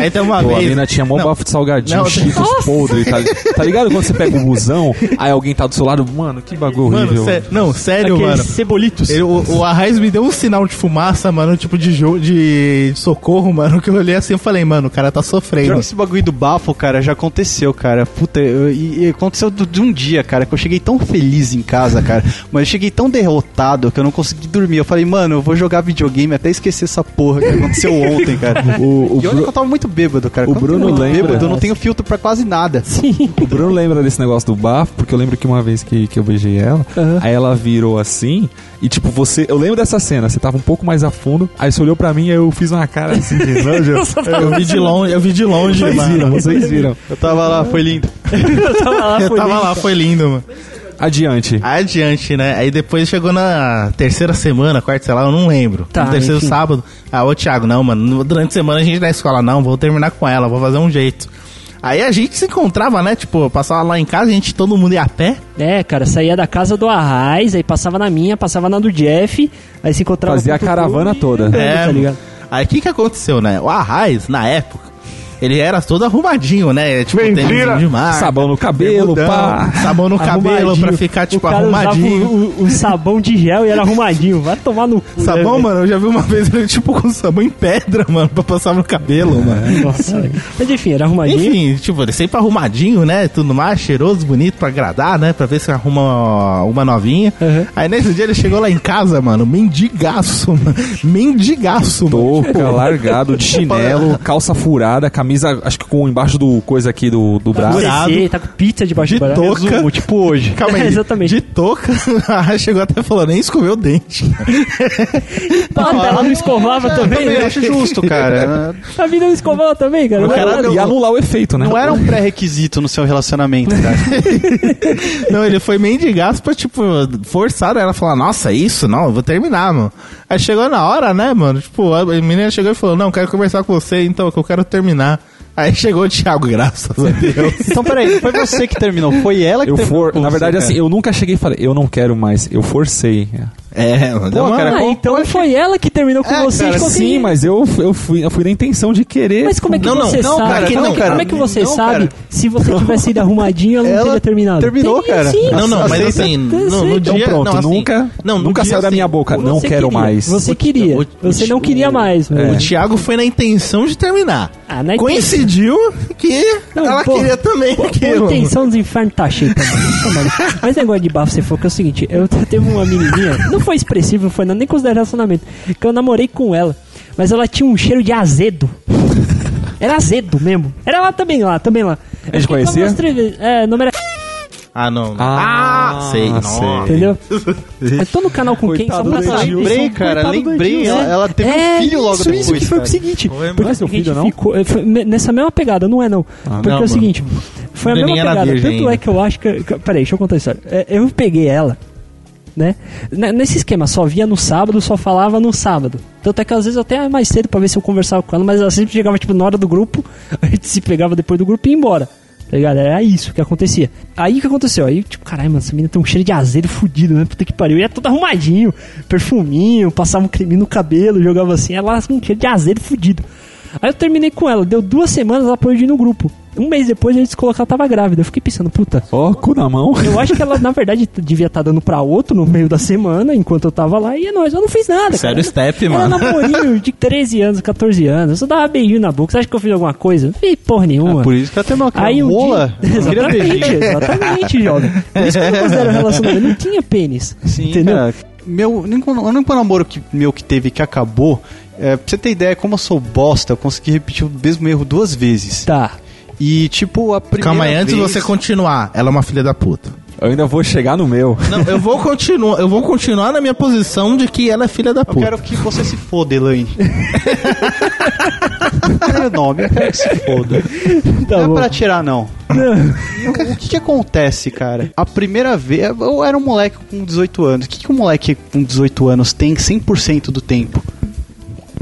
Speaker 7: Aí tem uma
Speaker 2: Pô, a
Speaker 7: vez.
Speaker 2: mina é tinha mó
Speaker 7: Não.
Speaker 2: bafo de salgadinho,
Speaker 7: Não,
Speaker 2: cheetos podre, tá, tá ligado? Quando você pega um busão, aí alguém tá do seu lado, mano, que bagulho
Speaker 7: Mano,
Speaker 2: horrível.
Speaker 7: sé- não, sério,
Speaker 1: Aqueles
Speaker 7: mano.
Speaker 1: cebolitos.
Speaker 7: Ele- o, o Arraiz me deu um sinal de fumaça, mano, tipo de, jo- de, de socorro, mano, que eu olhei assim e falei, mano, o cara tá
Speaker 5: Pior que
Speaker 7: sofrendo.
Speaker 5: esse bagulho do bafo, cara, já aconteceu, cara. Puta, eu- e, e aconteceu do- de um dia, cara, que eu cheguei tão feliz em casa, cara. Mas eu cheguei tão derrotado que eu não consegui dormir. Eu falei, mano, eu vou jogar videogame até esquecer essa porra que aconteceu ontem, cara.
Speaker 2: O, o
Speaker 5: e olha
Speaker 2: Bru-
Speaker 5: que eu tava muito bêbado, cara.
Speaker 2: o
Speaker 5: Quando eu tô
Speaker 2: Bruno
Speaker 5: muito
Speaker 2: lembra-
Speaker 5: Bêbado, eu não tenho filtro pra quase nada.
Speaker 2: O Bruno lembra desse negócio do bafo, porque eu lembro que uma vez que, que eu beijei ela, aí ela virou assim, e tipo, você. Eu lembro dessa cena, você tava um pouco mais a fundo, aí você olhou pra mim aí eu fiz uma cara assim de nojo.
Speaker 7: Eu vi de longe, eu vi de longe,
Speaker 2: Vocês viram,
Speaker 7: mano.
Speaker 2: vocês viram.
Speaker 5: Eu tava lá, foi lindo.
Speaker 1: Eu tava lá,
Speaker 7: Eu
Speaker 1: foi
Speaker 7: tava
Speaker 1: lindo.
Speaker 7: lá, foi lindo, mano.
Speaker 2: Adiante.
Speaker 7: Adiante, né? Aí depois chegou na terceira semana, quarta, sei lá, eu não lembro.
Speaker 1: Tá,
Speaker 7: no terceiro
Speaker 1: enfim.
Speaker 7: sábado. Ah, ô Thiago, não, mano, durante a semana a gente tá na escola, não, vou terminar com ela, vou fazer um jeito. Aí a gente se encontrava, né? Tipo, eu passava lá em casa, a gente todo mundo ia a pé.
Speaker 1: É, cara, saía da casa do Arraiz, aí passava na minha, passava na do Jeff, aí se encontrava...
Speaker 2: Fazia a
Speaker 1: com o Tutu
Speaker 2: caravana
Speaker 1: e-
Speaker 2: toda.
Speaker 1: tá ligado?
Speaker 7: É, Aí o que que aconteceu, né? O Arraiz, na época, ele era todo arrumadinho, né? Tipo, tênis de marca,
Speaker 2: Sabão no cabelo,
Speaker 7: bermudão,
Speaker 2: pá.
Speaker 7: Sabão no um cabelo pra
Speaker 1: Arrumadinho.
Speaker 7: ficar, tipo,
Speaker 1: o cara usava
Speaker 7: arrumadinho.
Speaker 1: O, o- o sabão de gel e era arrumadinho. Vai tomar no cu. né,
Speaker 7: Sabão,
Speaker 1: velho?
Speaker 7: mano, eu já vi uma vez ele, tipo, com sabão em pedra, mano, pra passar no cabelo, mano.
Speaker 1: Nossa, velho. Mas enfim, era arrumadinho.
Speaker 7: Enfim, tipo, ele sempre arrumadinho, né? Tudo mais, cheiroso, bonito pra agradar, né? Pra ver se arruma uma novinha.
Speaker 1: Uhum.
Speaker 7: Aí nesse dia ele chegou lá em casa, mano, mendigaço, mano. Mendigaço, mano.
Speaker 2: Touca, largado, de chinelo, calça furada, camisa, acho que com embaixo do coisa aqui do, do
Speaker 1: Tá com
Speaker 2: braço.
Speaker 1: CC, tá com pizza debaixo
Speaker 7: De
Speaker 1: do braço.
Speaker 7: touca.
Speaker 5: Resumo, tipo hoje.
Speaker 7: Calma aí,
Speaker 1: É, exatamente.
Speaker 7: de touca, aí chegou até falando, nem escoveu o dente.
Speaker 1: Pá, Ah, ela não escovava também,
Speaker 5: Eu
Speaker 1: né?
Speaker 5: acho justo, cara.
Speaker 1: A vida não escovava também, cara.
Speaker 2: Não era- e anular o efeito, né?
Speaker 7: é
Speaker 5: Não era um pré-requisito no seu relacionamento, cara.
Speaker 7: Não, ele foi mendigaço pra, tipo, forçar ela a falar, nossa, isso? Não, eu vou terminar, mano. Aí chegou na hora, né, mano? Tipo, a menina chegou e falou, não, quero conversar com você, então, que eu quero terminar. Aí chegou o Thiago, graças a Deus.
Speaker 5: Então, peraí, foi você que terminou, foi ela que
Speaker 2: Eu
Speaker 5: terminou.
Speaker 2: for,
Speaker 5: com
Speaker 2: na
Speaker 5: você,
Speaker 2: verdade,
Speaker 5: cara.
Speaker 2: assim, eu nunca cheguei e falei, eu não quero mais, eu forcei.
Speaker 7: É, mano, deu
Speaker 2: Pô,
Speaker 7: uma-
Speaker 2: cara,
Speaker 1: Ah,
Speaker 2: qual-
Speaker 1: então foi ela que terminou com
Speaker 7: É,
Speaker 1: você
Speaker 7: cara,
Speaker 1: de qualquer
Speaker 2: Sim,
Speaker 1: jeito.
Speaker 2: mas eu, eu, fui, eu fui na intenção de querer. tipo,
Speaker 1: Mas como é que
Speaker 7: Não, não,
Speaker 1: você
Speaker 7: não,
Speaker 1: sabe?
Speaker 7: cara,
Speaker 1: como,
Speaker 7: não,
Speaker 1: é que,
Speaker 7: cara.
Speaker 1: como é que você
Speaker 7: Não,
Speaker 1: sabe
Speaker 7: cara.
Speaker 1: se você tivesse ido arrumadinha, ela não
Speaker 5: Ela
Speaker 1: teria terminado?
Speaker 5: terminou,
Speaker 1: Teria,
Speaker 5: cara.
Speaker 1: Sim.
Speaker 7: Não, não, mas
Speaker 5: Aceita.
Speaker 7: assim, no, no
Speaker 2: Então
Speaker 1: é?
Speaker 7: dia...
Speaker 2: pronto,
Speaker 7: não, assim,
Speaker 2: nunca,
Speaker 7: não, no
Speaker 2: nunca
Speaker 7: dia,
Speaker 2: saiu da
Speaker 7: assim,
Speaker 2: minha boca. Não
Speaker 1: Você
Speaker 2: quero
Speaker 1: queria,
Speaker 2: mais.
Speaker 1: Você queria.
Speaker 7: o-
Speaker 1: você não queria mais.
Speaker 2: É.
Speaker 7: O
Speaker 1: velho.
Speaker 7: Thiago foi na intenção de terminar.
Speaker 1: Ah, na
Speaker 7: Coincidiu que
Speaker 1: Não,
Speaker 7: ela
Speaker 1: pô,
Speaker 7: queria também
Speaker 1: Pô,
Speaker 7: aquilo,
Speaker 1: A
Speaker 7: mano.
Speaker 1: intenção dos infernos tá cheia também. Toma, mano. Mas negócio de bafo você falou que é o seguinte: eu te- teve uma menininha, não foi expressivo, não foi nada, nem considero relacionamento, que eu namorei com ela, mas ela tinha um cheiro de azedo. Era azedo mesmo. Era lá também, lá, também lá. A
Speaker 2: gente conhecia?
Speaker 1: É, o nome era.
Speaker 7: Ah, não.
Speaker 2: Ah,
Speaker 7: sei.
Speaker 2: sei.
Speaker 7: Nossa.
Speaker 1: Entendeu? Eu tô no canal com quem? Só
Speaker 2: Coitado
Speaker 1: pra
Speaker 2: do
Speaker 1: falar
Speaker 2: Edil.
Speaker 1: disso.
Speaker 5: Lembrei, cara,
Speaker 1: Coitado do
Speaker 5: lembrei.
Speaker 1: Edil,
Speaker 5: Ela,
Speaker 1: é.
Speaker 5: ela teve um filho logo
Speaker 1: isso,
Speaker 5: depois.
Speaker 1: isso que foi
Speaker 5: cara.
Speaker 1: o seguinte.
Speaker 7: Foi,
Speaker 1: porque
Speaker 2: mas
Speaker 5: um
Speaker 2: seu
Speaker 1: a gente
Speaker 2: filho não?
Speaker 1: ficou- eh, foi me- nessa mesma pegada, não é não.
Speaker 5: Ah,
Speaker 1: porque é
Speaker 7: não,
Speaker 1: o
Speaker 7: mano.
Speaker 1: seguinte, foi a
Speaker 7: Bruninho
Speaker 1: mesma
Speaker 7: era
Speaker 1: pegada. Tanto
Speaker 7: virgem ainda.
Speaker 1: é que eu acho que. que- Peraí, deixa eu contar a história. Eh, Eu peguei ela, né? N- Nesse esquema, só via no sábado, só falava no sábado. Tanto é que às vezes eu até ia mais cedo pra ver se eu conversava com ela, mas ela sempre chegava tipo na hora do grupo, a gente se pegava depois do grupo e ia embora. Tá ligado? Era isso que acontecia. Aí o que aconteceu? Aí, tipo, caralho, mano, essa menina tem um cheiro de azedo fudido, né? Puta que pariu. E é todo arrumadinho, perfuminho, passava um creme no cabelo, jogava assim. Ela com um cheiro de azedo fudido. Aí eu terminei com ela, deu duas semanas, ela pôde ir no grupo. Um mês depois eles colocaram que ela tava grávida. Eu fiquei pensando, puta.
Speaker 2: Ó, cu na mão.
Speaker 1: Eu acho que ela, na verdade, t- devia estar dando pra outro no meio da semana, enquanto eu tava lá, e é nóis. Eu não fiz nada.
Speaker 7: Sério
Speaker 1: cara.
Speaker 7: step,
Speaker 1: Era
Speaker 7: mano.
Speaker 1: namorinho de 13 anos, 14 anos. Eu só dava beijinho na boca. Você acha que eu fiz alguma coisa? Não fiz porra nenhuma.
Speaker 5: Ah, Por isso que ela tem uma cara
Speaker 1: Aí um
Speaker 5: rola.
Speaker 1: dia... Exatamente, exatamente, jovem. Por isso que eu não considero relacionamento. Não tinha pênis.
Speaker 5: Sim,
Speaker 1: entendeu?
Speaker 5: cara. Meu, o único o único namoro que, meu que teve que acabou, é, pra você ter ideia, como eu sou bosta, eu consegui repetir o mesmo erro duas vezes.
Speaker 1: Tá.
Speaker 5: E, tipo, a primeira
Speaker 7: Calma aí, antes de
Speaker 5: vez-
Speaker 7: você continuar, ela é uma filha da puta.
Speaker 2: Eu ainda vou chegar no meu.
Speaker 7: Não, eu vou continuar, eu vou continuar na minha posição de que ela é filha da
Speaker 5: Eu
Speaker 7: puta.
Speaker 5: quero que você se foda, Elaine. Não é nome, eu quero que se foda.
Speaker 1: Tá
Speaker 5: não
Speaker 1: bom.
Speaker 5: é pra tirar, não. o que, que acontece, cara? A primeira vez. Eu era um moleque com 18 anos. O que, que um moleque com 18 anos tem 100% do tempo?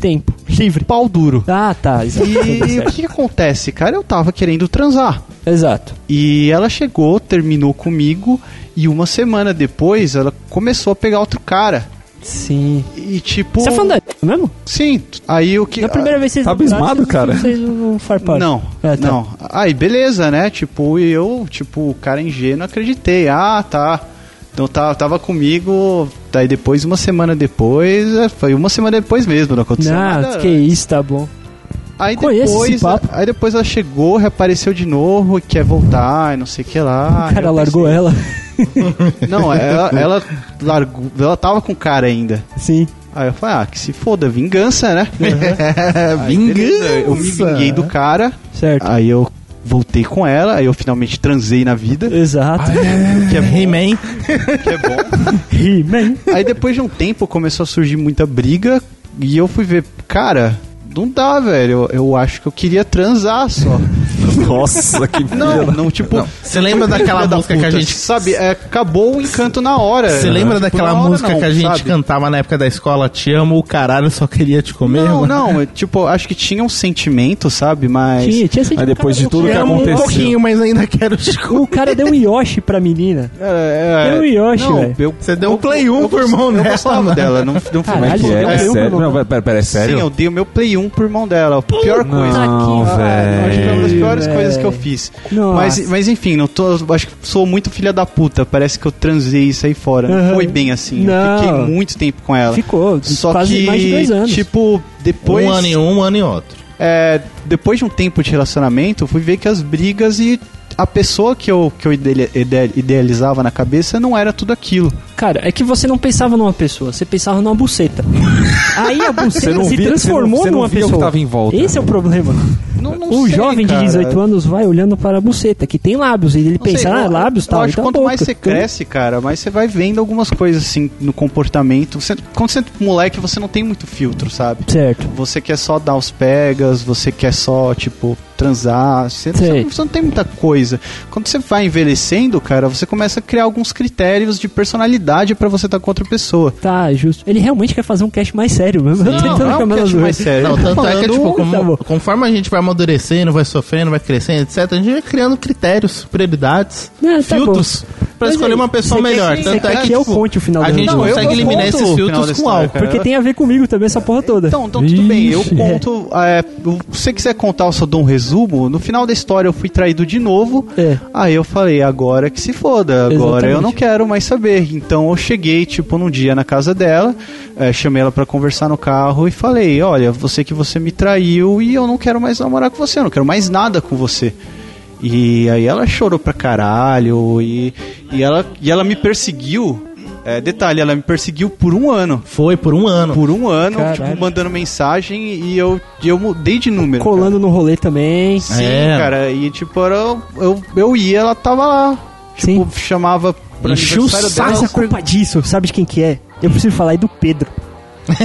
Speaker 1: Tempo. Livre.
Speaker 5: Pau duro.
Speaker 1: Ah, tá. Exato.
Speaker 5: E o que, que acontece, cara? Eu tava querendo transar.
Speaker 1: Exato.
Speaker 5: E ela chegou, terminou comigo. E uma semana depois, ela começou a pegar outro cara.
Speaker 1: Sim.
Speaker 5: E tipo.
Speaker 1: Você é fã da mesmo?
Speaker 5: Sim. Aí o que.
Speaker 1: Na primeira vez vocês
Speaker 2: tá abismado,
Speaker 1: entraram, vocês- Vocês não farparam.
Speaker 5: Não,
Speaker 1: É, tá.
Speaker 5: não. Aí, beleza, né? Tipo, e eu, tipo, o cara ingênuo, acreditei. Ah, tá. Então tá, tava comigo, daí depois, uma semana depois, é, foi uma semana depois mesmo, não aconteceu
Speaker 1: Não,
Speaker 5: nada.
Speaker 1: que isso, tá bom.
Speaker 5: Aí
Speaker 1: Conheço esse
Speaker 5: depois,
Speaker 1: papo.
Speaker 5: aí depois ela chegou, reapareceu de novo, e quer voltar, e não sei o que lá.
Speaker 1: o cara
Speaker 5: Ah, Eu
Speaker 1: largou é?
Speaker 5: pensei-
Speaker 1: ela.
Speaker 5: Não, ela, ela largou, ela tava com o cara ainda.
Speaker 1: Sim.
Speaker 5: Aí eu falei, ah, que se foda, vingança, né? Aí, beleza, Eu me
Speaker 7: Vingança.
Speaker 5: vinguei do cara,
Speaker 1: Certo.
Speaker 5: Aí eu voltei com ela, aí eu finalmente transei na vida,
Speaker 1: Exato.
Speaker 5: que é bom.
Speaker 7: He-Man.
Speaker 5: Que é bom.
Speaker 1: He-Man.
Speaker 5: Aí depois de um tempo começou a surgir muita briga e eu fui ver, cara, não dá, velho. Eu, eu acho que eu queria transar só.
Speaker 2: Nossa, que
Speaker 5: Não, não, tipo.
Speaker 7: Você lembra daquela
Speaker 5: filha da
Speaker 7: música que a
Speaker 5: puta,
Speaker 7: gente.
Speaker 5: Sabe, é, acabou o encanto na hora.
Speaker 7: Você
Speaker 5: né?
Speaker 7: lembra
Speaker 5: Tipo,
Speaker 7: daquela
Speaker 5: na hora
Speaker 7: música
Speaker 5: não,
Speaker 7: que a gente
Speaker 5: sabe?
Speaker 7: cantava na época da escola? Te amo, o caralho, só queria te comer?
Speaker 5: Não,
Speaker 7: mano?
Speaker 5: não, é, tipo, acho que tinha um sentimento, sabe? Mas.
Speaker 1: Tinha, tinha sentido.
Speaker 2: Mas depois de
Speaker 1: Cara,
Speaker 2: tudo
Speaker 7: Te
Speaker 2: que
Speaker 1: o
Speaker 7: amo um
Speaker 1: cara-
Speaker 2: aconteceu.
Speaker 7: pouquinho, mas ainda quero te comer.
Speaker 1: O cara deu um Yoshi pra menina.
Speaker 5: É,
Speaker 1: Deu um Yoshi,
Speaker 5: não,
Speaker 1: velho.
Speaker 5: eu-
Speaker 7: Você deu um play 1 pro irmão
Speaker 5: eu
Speaker 7: dela.
Speaker 5: gostava
Speaker 7: mano.
Speaker 5: dela, não, não fui
Speaker 2: Como é
Speaker 1: Caralho,
Speaker 2: que é?
Speaker 1: eu
Speaker 7: um
Speaker 2: É
Speaker 1: lembro,
Speaker 2: sério?
Speaker 1: mano.
Speaker 2: Não, pera, pera, é sério?
Speaker 5: Sim, eu dei o meu Play 1 pro irmão dela. A pior coisa.
Speaker 2: Não,
Speaker 1: Puta que-
Speaker 5: Ah, acho que foi uma das
Speaker 2: velho.
Speaker 5: piores
Speaker 1: Véi.
Speaker 5: coisas que eu fiz.
Speaker 1: Nossa.
Speaker 5: Mas, mas enfim, não tô, acho que sou muito filha da puta. Parece que eu transei isso aí fora. Não
Speaker 1: Aham.
Speaker 5: foi bem assim.
Speaker 1: Não.
Speaker 5: Eu fiquei muito tempo com ela.
Speaker 1: Ficou.
Speaker 5: Só
Speaker 1: quase
Speaker 5: que,
Speaker 1: mais de dois anos.
Speaker 5: tipo, depois,
Speaker 7: Um ano em um, um ano em outro.
Speaker 5: é, depois de um tempo de relacionamento, eu fui ver que as brigas e a pessoa que eu, que eu idele- ide- idealizava na cabeça não era tudo aquilo.
Speaker 1: Cara, é que você não pensava numa pessoa, você pensava numa buceta. Aí a
Speaker 2: Você
Speaker 1: buceta
Speaker 2: não
Speaker 1: se
Speaker 2: via-
Speaker 1: transformou
Speaker 2: você não- você não
Speaker 1: numa
Speaker 2: via o que
Speaker 1: pessoa.
Speaker 2: tava em volta.
Speaker 1: Esse é o problema.
Speaker 5: Não, não
Speaker 1: o
Speaker 5: sei,
Speaker 1: jovem
Speaker 5: cara.
Speaker 1: de 18 anos vai olhando para a buceta, que tem lábios, e ele
Speaker 5: Não sei,
Speaker 1: pensa, ah,
Speaker 5: eu-
Speaker 1: lábios,
Speaker 5: eu
Speaker 1: tal,
Speaker 5: acho que
Speaker 1: então
Speaker 5: quanto
Speaker 1: boca.
Speaker 5: mais você cresce, cara, mais você vai vendo algumas coisas assim no comportamento. Você- quando você é moleque, você não tem muito filtro, sabe?
Speaker 1: Certo.
Speaker 5: Você quer só dar os pegas, você quer só, tipo, transar. Você,
Speaker 1: Sei.
Speaker 5: você não, você não tem muita coisa. Quando você vai envelhecendo, cara, você começa a criar alguns critérios de personalidade pra você estar com outra pessoa.
Speaker 1: Tá, justo. Ele realmente quer fazer um cast mais sério, mesmo. eu tô tentando
Speaker 5: não é
Speaker 1: chamar
Speaker 5: um cast
Speaker 1: ela
Speaker 5: mais
Speaker 1: zoeira.
Speaker 5: sério.
Speaker 7: Não,
Speaker 5: Eu tô
Speaker 7: tanto é que,
Speaker 5: falando-
Speaker 7: tipo, como-
Speaker 1: tá bom.
Speaker 7: conforme a gente vai amadurecendo, vai sofrendo, vai crescendo, etc., a gente vai criando critérios, prioridades,
Speaker 1: Não, tá
Speaker 7: filtros, pra
Speaker 1: Mas
Speaker 7: escolher
Speaker 1: aí,
Speaker 7: uma pessoa
Speaker 1: você quer
Speaker 7: melhor.
Speaker 1: que-
Speaker 7: tanto
Speaker 1: você
Speaker 7: é
Speaker 1: quer
Speaker 7: que,
Speaker 1: que eu
Speaker 7: tipo,
Speaker 1: conte o final
Speaker 7: a
Speaker 1: da
Speaker 7: gente
Speaker 1: história?
Speaker 7: consegue
Speaker 5: Não, eu
Speaker 7: eliminar
Speaker 5: conto
Speaker 7: esses
Speaker 5: o final da
Speaker 7: filtros com
Speaker 5: história,
Speaker 7: álcool.
Speaker 5: cara.
Speaker 1: Porque tem a ver comigo também essa porra toda.
Speaker 5: Então, então tudo bem, eu
Speaker 1: Ixi.
Speaker 5: conto. é, o- se você quiser contar, eu só dou um resumo. No final da história, eu fui traído de novo.
Speaker 1: É.
Speaker 5: Aí eu falei, agora que se foda, agora
Speaker 1: Exatamente.
Speaker 5: eu não quero mais saber. Então eu cheguei, tipo, num dia na casa dela, é, chamei ela pra conversar no carro e falei: Olha, você que você me traiu e eu não quero mais namorar com você, eu não quero mais nada com você. E aí ela chorou pra caralho e, e, ela, e ela me perseguiu. É, detalhe, ela me perseguiu por um ano
Speaker 7: Foi por um ano.
Speaker 5: por um ano,
Speaker 1: Caralho.
Speaker 5: tipo, mandando mensagem e eu, e eu mudei de número.
Speaker 1: Colando no rolê também.
Speaker 5: Cara. Sim,
Speaker 7: É.
Speaker 5: cara, e tipo, era, eu, eu ia, ela tava lá.
Speaker 1: Sim.
Speaker 5: Tipo, chamava pro
Speaker 7: Encheu o
Speaker 5: aniversário
Speaker 7: saco.
Speaker 5: dela.
Speaker 1: Mas a culpa disso, sabe de quem que é? Eu preciso falar aí do Pedro.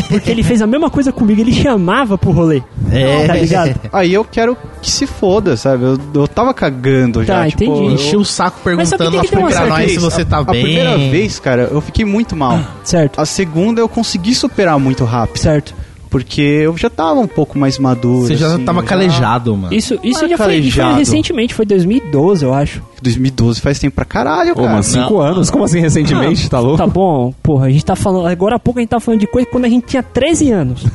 Speaker 1: Porque ele fez a mesma coisa comigo, ele chamava pro rolê.
Speaker 7: É.
Speaker 1: Tá ligado?
Speaker 5: Aí eu quero que se foda, sabe? Eu, eu tava cagando já.
Speaker 1: Tá,
Speaker 5: tipo,
Speaker 1: entendi.
Speaker 5: eu-
Speaker 7: Encheu o saco
Speaker 1: Mas sabe que
Speaker 7: perguntando
Speaker 1: tem que ter uma
Speaker 7: pra
Speaker 1: certa
Speaker 7: nós se
Speaker 1: vez.
Speaker 7: você tá
Speaker 5: a
Speaker 7: bem.
Speaker 5: primeira vez, cara, eu fiquei muito mal.
Speaker 1: Certo,
Speaker 5: A segunda eu consegui superar muito rápido.
Speaker 1: certo.
Speaker 5: Porque eu já tava um pouco mais maduro.
Speaker 7: Você já
Speaker 5: assim,
Speaker 7: tava calejado, mano.
Speaker 1: Isso, isso
Speaker 5: Cara,
Speaker 1: já foi, foi
Speaker 5: calejado.
Speaker 1: recentemente, foi 2012, eu acho.
Speaker 5: 2012 faz tempo pra caralho,
Speaker 2: Ô,
Speaker 5: cara.
Speaker 2: mas cinco anos? Como assim recentemente? tá louco?
Speaker 1: Tá bom, porra, a gente tá falando. Agora há pouco a gente tá falando de coisa quando a gente tinha 13 anos.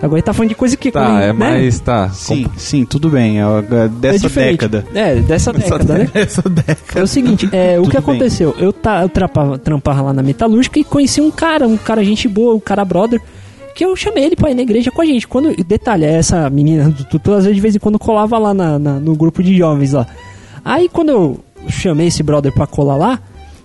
Speaker 1: Agora ele tá falando de coisa que.
Speaker 2: Tá,
Speaker 1: né?
Speaker 2: é mais. Tá.
Speaker 5: Sim, sim, tudo bem. É, é
Speaker 1: É
Speaker 5: dessa
Speaker 1: diferente.
Speaker 5: década.
Speaker 1: É, dessa década, né?
Speaker 7: Essa década.
Speaker 1: É o seguinte, é, o
Speaker 5: Tudo
Speaker 1: que
Speaker 5: bem.
Speaker 1: aconteceu? Eu, tá, eu trapa- trampava lá na metalúrgica e conheci um cara, um cara gente boa, um cara brother, que eu chamei ele pra ir na igreja com a gente. Quando, detalhe, é essa menina do tutor, às vezes de vez em quando colava lá na- na- no grupo de jovens lá. Aí quando eu chamei esse brother pra colar lá,